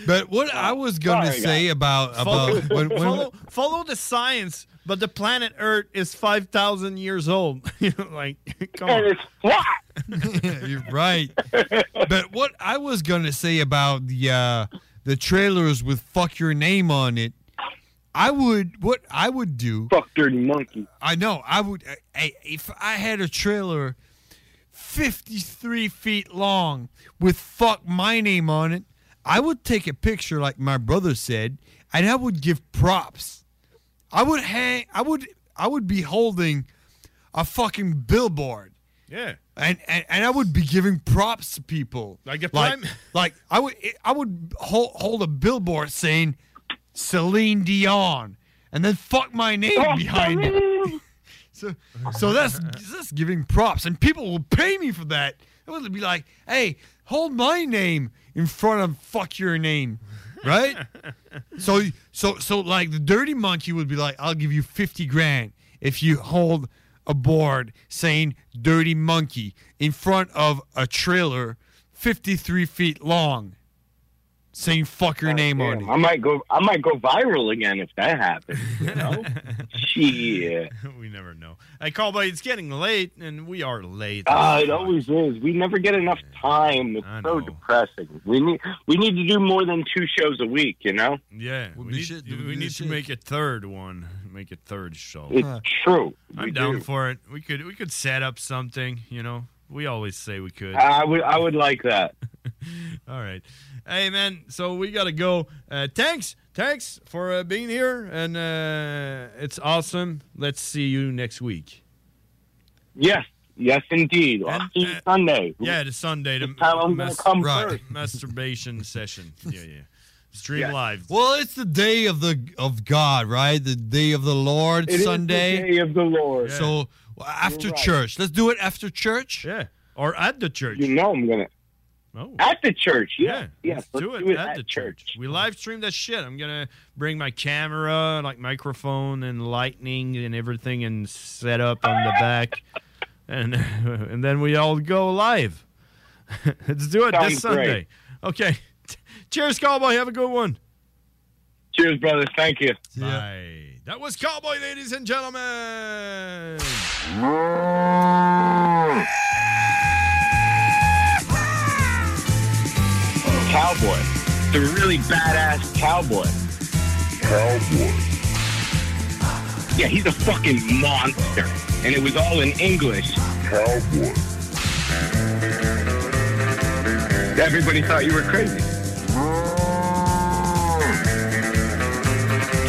Speaker 8: But what I was gonna
Speaker 7: Sorry,
Speaker 8: say
Speaker 7: guys.
Speaker 8: about
Speaker 7: Follow, <laughs>
Speaker 8: about when, when,
Speaker 7: follow, follow the science but the planet Earth is 5,000 years old. <laughs> like, come on.
Speaker 18: And it's flat.
Speaker 8: <laughs> You're right. but what I was gonna say about the uh, the trailers with "fuck your name" on it, I would what I would do.
Speaker 18: Fuck dirty monkey.
Speaker 8: I know. I would. I, if I had a trailer fifty three feet long with "fuck my name" on it, I would take a picture, like my brother said, and I would give props. I would hang. I would. I would be holding a fucking billboard.
Speaker 7: <laughs> Yeah.
Speaker 8: And, and and I would be giving props to people.
Speaker 7: Like if
Speaker 8: like,
Speaker 7: I'm- <laughs>
Speaker 8: like I would I would hold, hold a billboard saying Celine Dion and then fuck my name
Speaker 7: Oh,
Speaker 8: behind it. so so that's that's giving props and people will pay me for that. It would be like, "Hey, hold my name in front of fuck your name." Right? so so so like the dirty monkey would be like, "I'll give you 50 grand if you hold a board saying dirty monkey in front of a trailer 53 feet long saying fuck your name on it."
Speaker 18: I might go. I might go viral again if that happens. You
Speaker 7: <laughs>
Speaker 18: know? Shit.
Speaker 7: we never know. Hey, Cowboy, it's getting late, and we are late.
Speaker 18: Ah, it always is. We never get enough time. It's so depressing. We need we need to do more than two shows a week. You know,
Speaker 7: yeah, we need, we need to make a third one. Make a third show.
Speaker 18: it's true.
Speaker 7: I'm
Speaker 18: We
Speaker 7: down
Speaker 18: do.
Speaker 7: for it. We could we could set up something. You know, we always say we could.
Speaker 18: I would I would like
Speaker 7: <laughs>
Speaker 18: that.
Speaker 7: All right. Hey, man, so we got to go. Uh, thanks. Thanks for uh, being here. And uh, it's awesome. Let's see you next week.
Speaker 18: Yes, yes, indeed. I'll see you Sunday.
Speaker 7: uh, Yeah, the Sunday. The
Speaker 18: This time I'm gonna come first.
Speaker 7: masturbation session. Yeah, yeah. Stream live.
Speaker 8: Well, it's the day of the of God, right? The day of the Lord,
Speaker 7: It is the
Speaker 8: Sunday.
Speaker 7: day of the
Speaker 18: Lord.
Speaker 8: So well, after
Speaker 7: right.
Speaker 8: church, let's do it after church.
Speaker 7: Yeah, or at the church.
Speaker 18: You know I'm gonna. At the church,
Speaker 7: Oh. yeah,
Speaker 18: yes, yes.
Speaker 7: let's do it, at, the church. We live stream that shit. I'm gonna bring my camera, like microphone and lightning and everything, and set up on the back, <laughs> and and then we all go live. <laughs> Let's do it this
Speaker 18: Sounds
Speaker 7: Sunday.
Speaker 18: great.
Speaker 7: Okay. <laughs> Cheers, Cowboy. Have a good one.
Speaker 18: Cheers, brother. Thank you.
Speaker 7: Bye. That was Cowboy, ladies and gentlemen.
Speaker 18: Cowboy, the really badass cowboy. Cowboy. Yeah, he's a fucking monster, and it was all in English. Cowboy. Everybody thought you were crazy.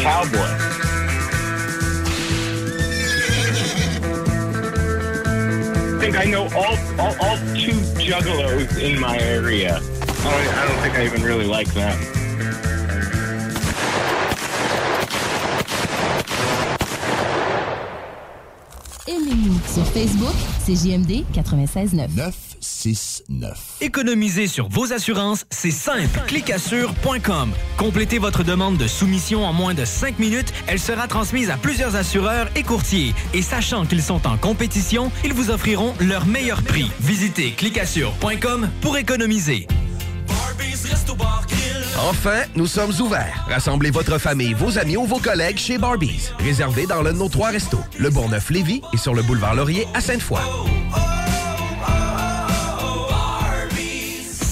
Speaker 18: Cowboy. I think I know all, all, all two juggalos in my area. I don't, I don't think I even really like them.
Speaker 16: Aimez-nous sur Facebook, c'est JMD 96.9.
Speaker 22: 969.
Speaker 1: Économiser sur vos assurances, c'est simple. Clicassure.com. Complétez votre demande de soumission en moins de 5 minutes. Elle sera transmise à plusieurs assureurs et courtiers. Et sachant qu'ils sont en compétition, ils vous offriront leur meilleur prix. Visitez clicassure.com pour économiser.
Speaker 17: Enfin, nous sommes ouverts. Rassemblez votre famille, vos amis ou vos collègues chez Barbies. Réservé dans l'un de nos trois restos, le Bourgneuf Lévis et sur le boulevard Laurier à Sainte-Foy.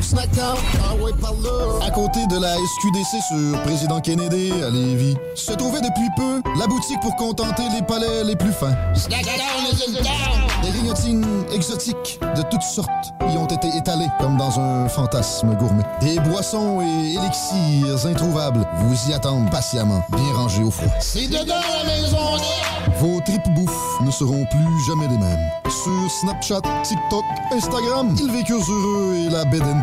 Speaker 22: Snackdown, ah ouais, par là. À côté de la SQDC sur Président Kennedy à Lévis, se trouvait depuis peu la boutique pour contenter les palais les plus fins.
Speaker 3: Snackdown is in town.
Speaker 22: Des grignotines exotiques de toutes sortes y ont été étalées comme dans un fantasme gourmet. Des boissons et élixirs introuvables vous y attendent patiemment, bien rangés au froid.
Speaker 3: C'est dedans la maison.
Speaker 22: Vos tripes bouffe ne seront plus jamais les mêmes. Sur Snapchat, TikTok, Instagram, ils vécurent heureux et la bed and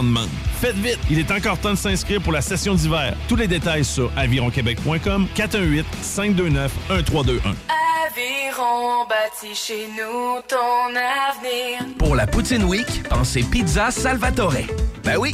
Speaker 23: demande. Faites vite, il est encore temps de s'inscrire pour la session d'hiver. Tous les détails sur avironquebec.com 418 529 1321.
Speaker 2: Aviron bâti chez nous ton avenir.
Speaker 17: Pour la Poutine Week, pensez Pizza Salvatore. Ben oui,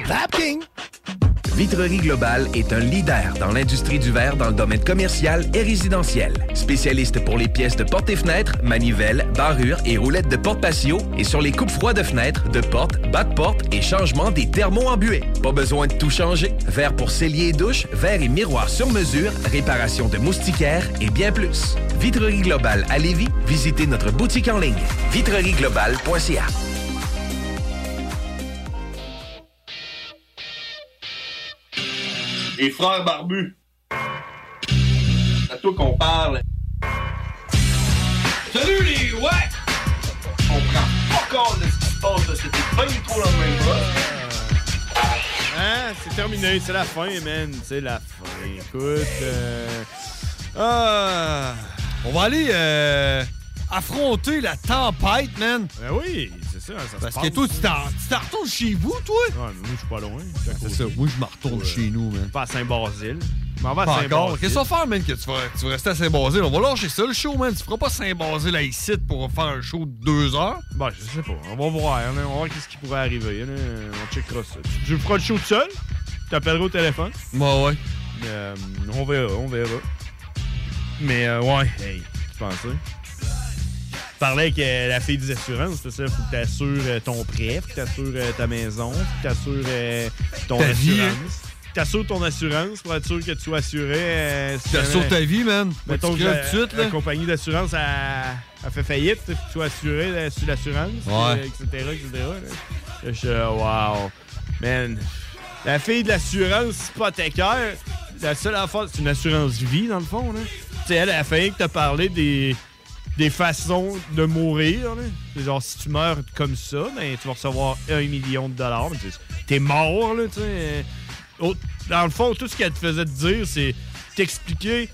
Speaker 3: Vapking!
Speaker 17: Vitrerie Globale est un leader dans l'industrie du verre dans le domaine commercial et résidentiel. Spécialiste pour les pièces de portes et fenêtres, manivelles, barrures et roulettes de porte patio et sur les coupes froides de fenêtres, de portes, bas de porte et changement des thermos embués. Pas besoin de tout changer. Verre pour cellier et douche, verre et miroir sur mesure, réparation de moustiquaires et bien plus. Vitrerie Globale à Lévis, visitez notre boutique en ligne vitrerieglobale.ca.
Speaker 24: Les frères barbus. C'est à toi qu'on parle. Salut les ouais! On prend pas compte de ce qui se passe, là. c'était pas du tout la même chose.
Speaker 7: Hein? C'est terminé, c'est la fin, man. C'est la fin. Écoute. euh, ah,
Speaker 8: On va aller euh, affronter la tempête, man.
Speaker 7: Ben oui, c'est ça. ça se
Speaker 8: Parce
Speaker 7: passe.
Speaker 8: que toi, tu t'en tu t'en retournes chez vous, toi?
Speaker 7: Ouais, mais moi, je suis pas loin.
Speaker 8: C'est ça, moi, je m'en retourne chez nous, man.
Speaker 7: Pas à Saint-Basile. Je m'en vais à
Speaker 8: Pas encore.
Speaker 7: Saint-Basile.
Speaker 8: Qu'est-ce qu'on va faire, man, que tu vas, tu vas rester à Saint-Basile? On va lâcher ça, le show, man. Tu feras pas Saint-Basile à ici pour faire un show de deux heures?
Speaker 7: Ben, je sais pas. On va voir. là. On va voir qu'est-ce qui pourrait arriver. là. On checkera ça. Tu- Tu feras le show tout seul? Tu t'appelleras au téléphone?
Speaker 8: Ouais, ouais.
Speaker 7: Euh, on verra, on verra. Mais euh, ouais, hey, tu pensais? Je parlais avec euh, la fille des assurances, c'est ça, faut que t'assures euh, ton prêt, faut que t'assures euh, ta maison, faut que t'assures euh, ton
Speaker 8: Ta
Speaker 7: assurance.
Speaker 8: vie, hein?
Speaker 7: T'assures ton assurance pour être sûr que tu sois assuré. Euh, si
Speaker 8: T'assures
Speaker 7: jamais-
Speaker 8: ta vie, man. Faut que
Speaker 7: Mettons
Speaker 8: tu
Speaker 7: que
Speaker 8: crèves
Speaker 7: la-
Speaker 8: tout de suite,
Speaker 7: la
Speaker 8: là.
Speaker 7: compagnie d'assurance a, a fait faillite, faut que tu sois assuré là, sur l'assurance,
Speaker 8: Ouais.
Speaker 7: euh, etc., etc. là. Là, je suis là, wow. Man, la fille de l'assurance hypothécaire, la seule affaire, c'est une assurance vie, dans le fond. Là. Tu sais, elle, elle a failli que t'as parlé des, des façons de mourir. Là. C'est Genre, si tu meurs comme ça, ben, tu vas recevoir un million de dollars. Mais tu- T'es mort, là, tu sais. Euh, au- Dans le fond, tout ce qu'elle te faisait te dire, c'est t'expliquer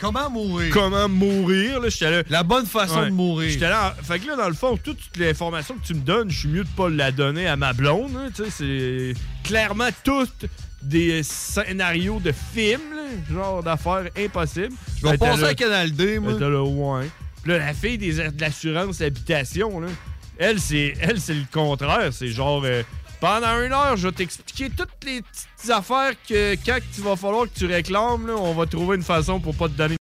Speaker 8: Comment mourir?
Speaker 7: Comment mourir, là, j'étais là.
Speaker 8: La bonne façon de mourir.
Speaker 7: J'étais là, en- Ah, fait que là, dans le fond, toute l'information que tu me donnes, je suis mieux de pas la donner à ma blonde, hein, tu sais, c'est clairement toutes des scénarios de films, là, genre d'affaires impossibles.
Speaker 8: Je vais
Speaker 7: Ben, t'as
Speaker 8: passer
Speaker 7: le-
Speaker 8: à Canal D, moi.
Speaker 7: ben, t'as le ouin. Puis là, la fille des, de l'assurance habitation, là, elle, c'est elle, c'est le contraire. C'est genre, euh, pendant une heure, je vais t'expliquer toutes les petites affaires que quand tu vas falloir que tu réclames, là, on va trouver une façon pour pas te donner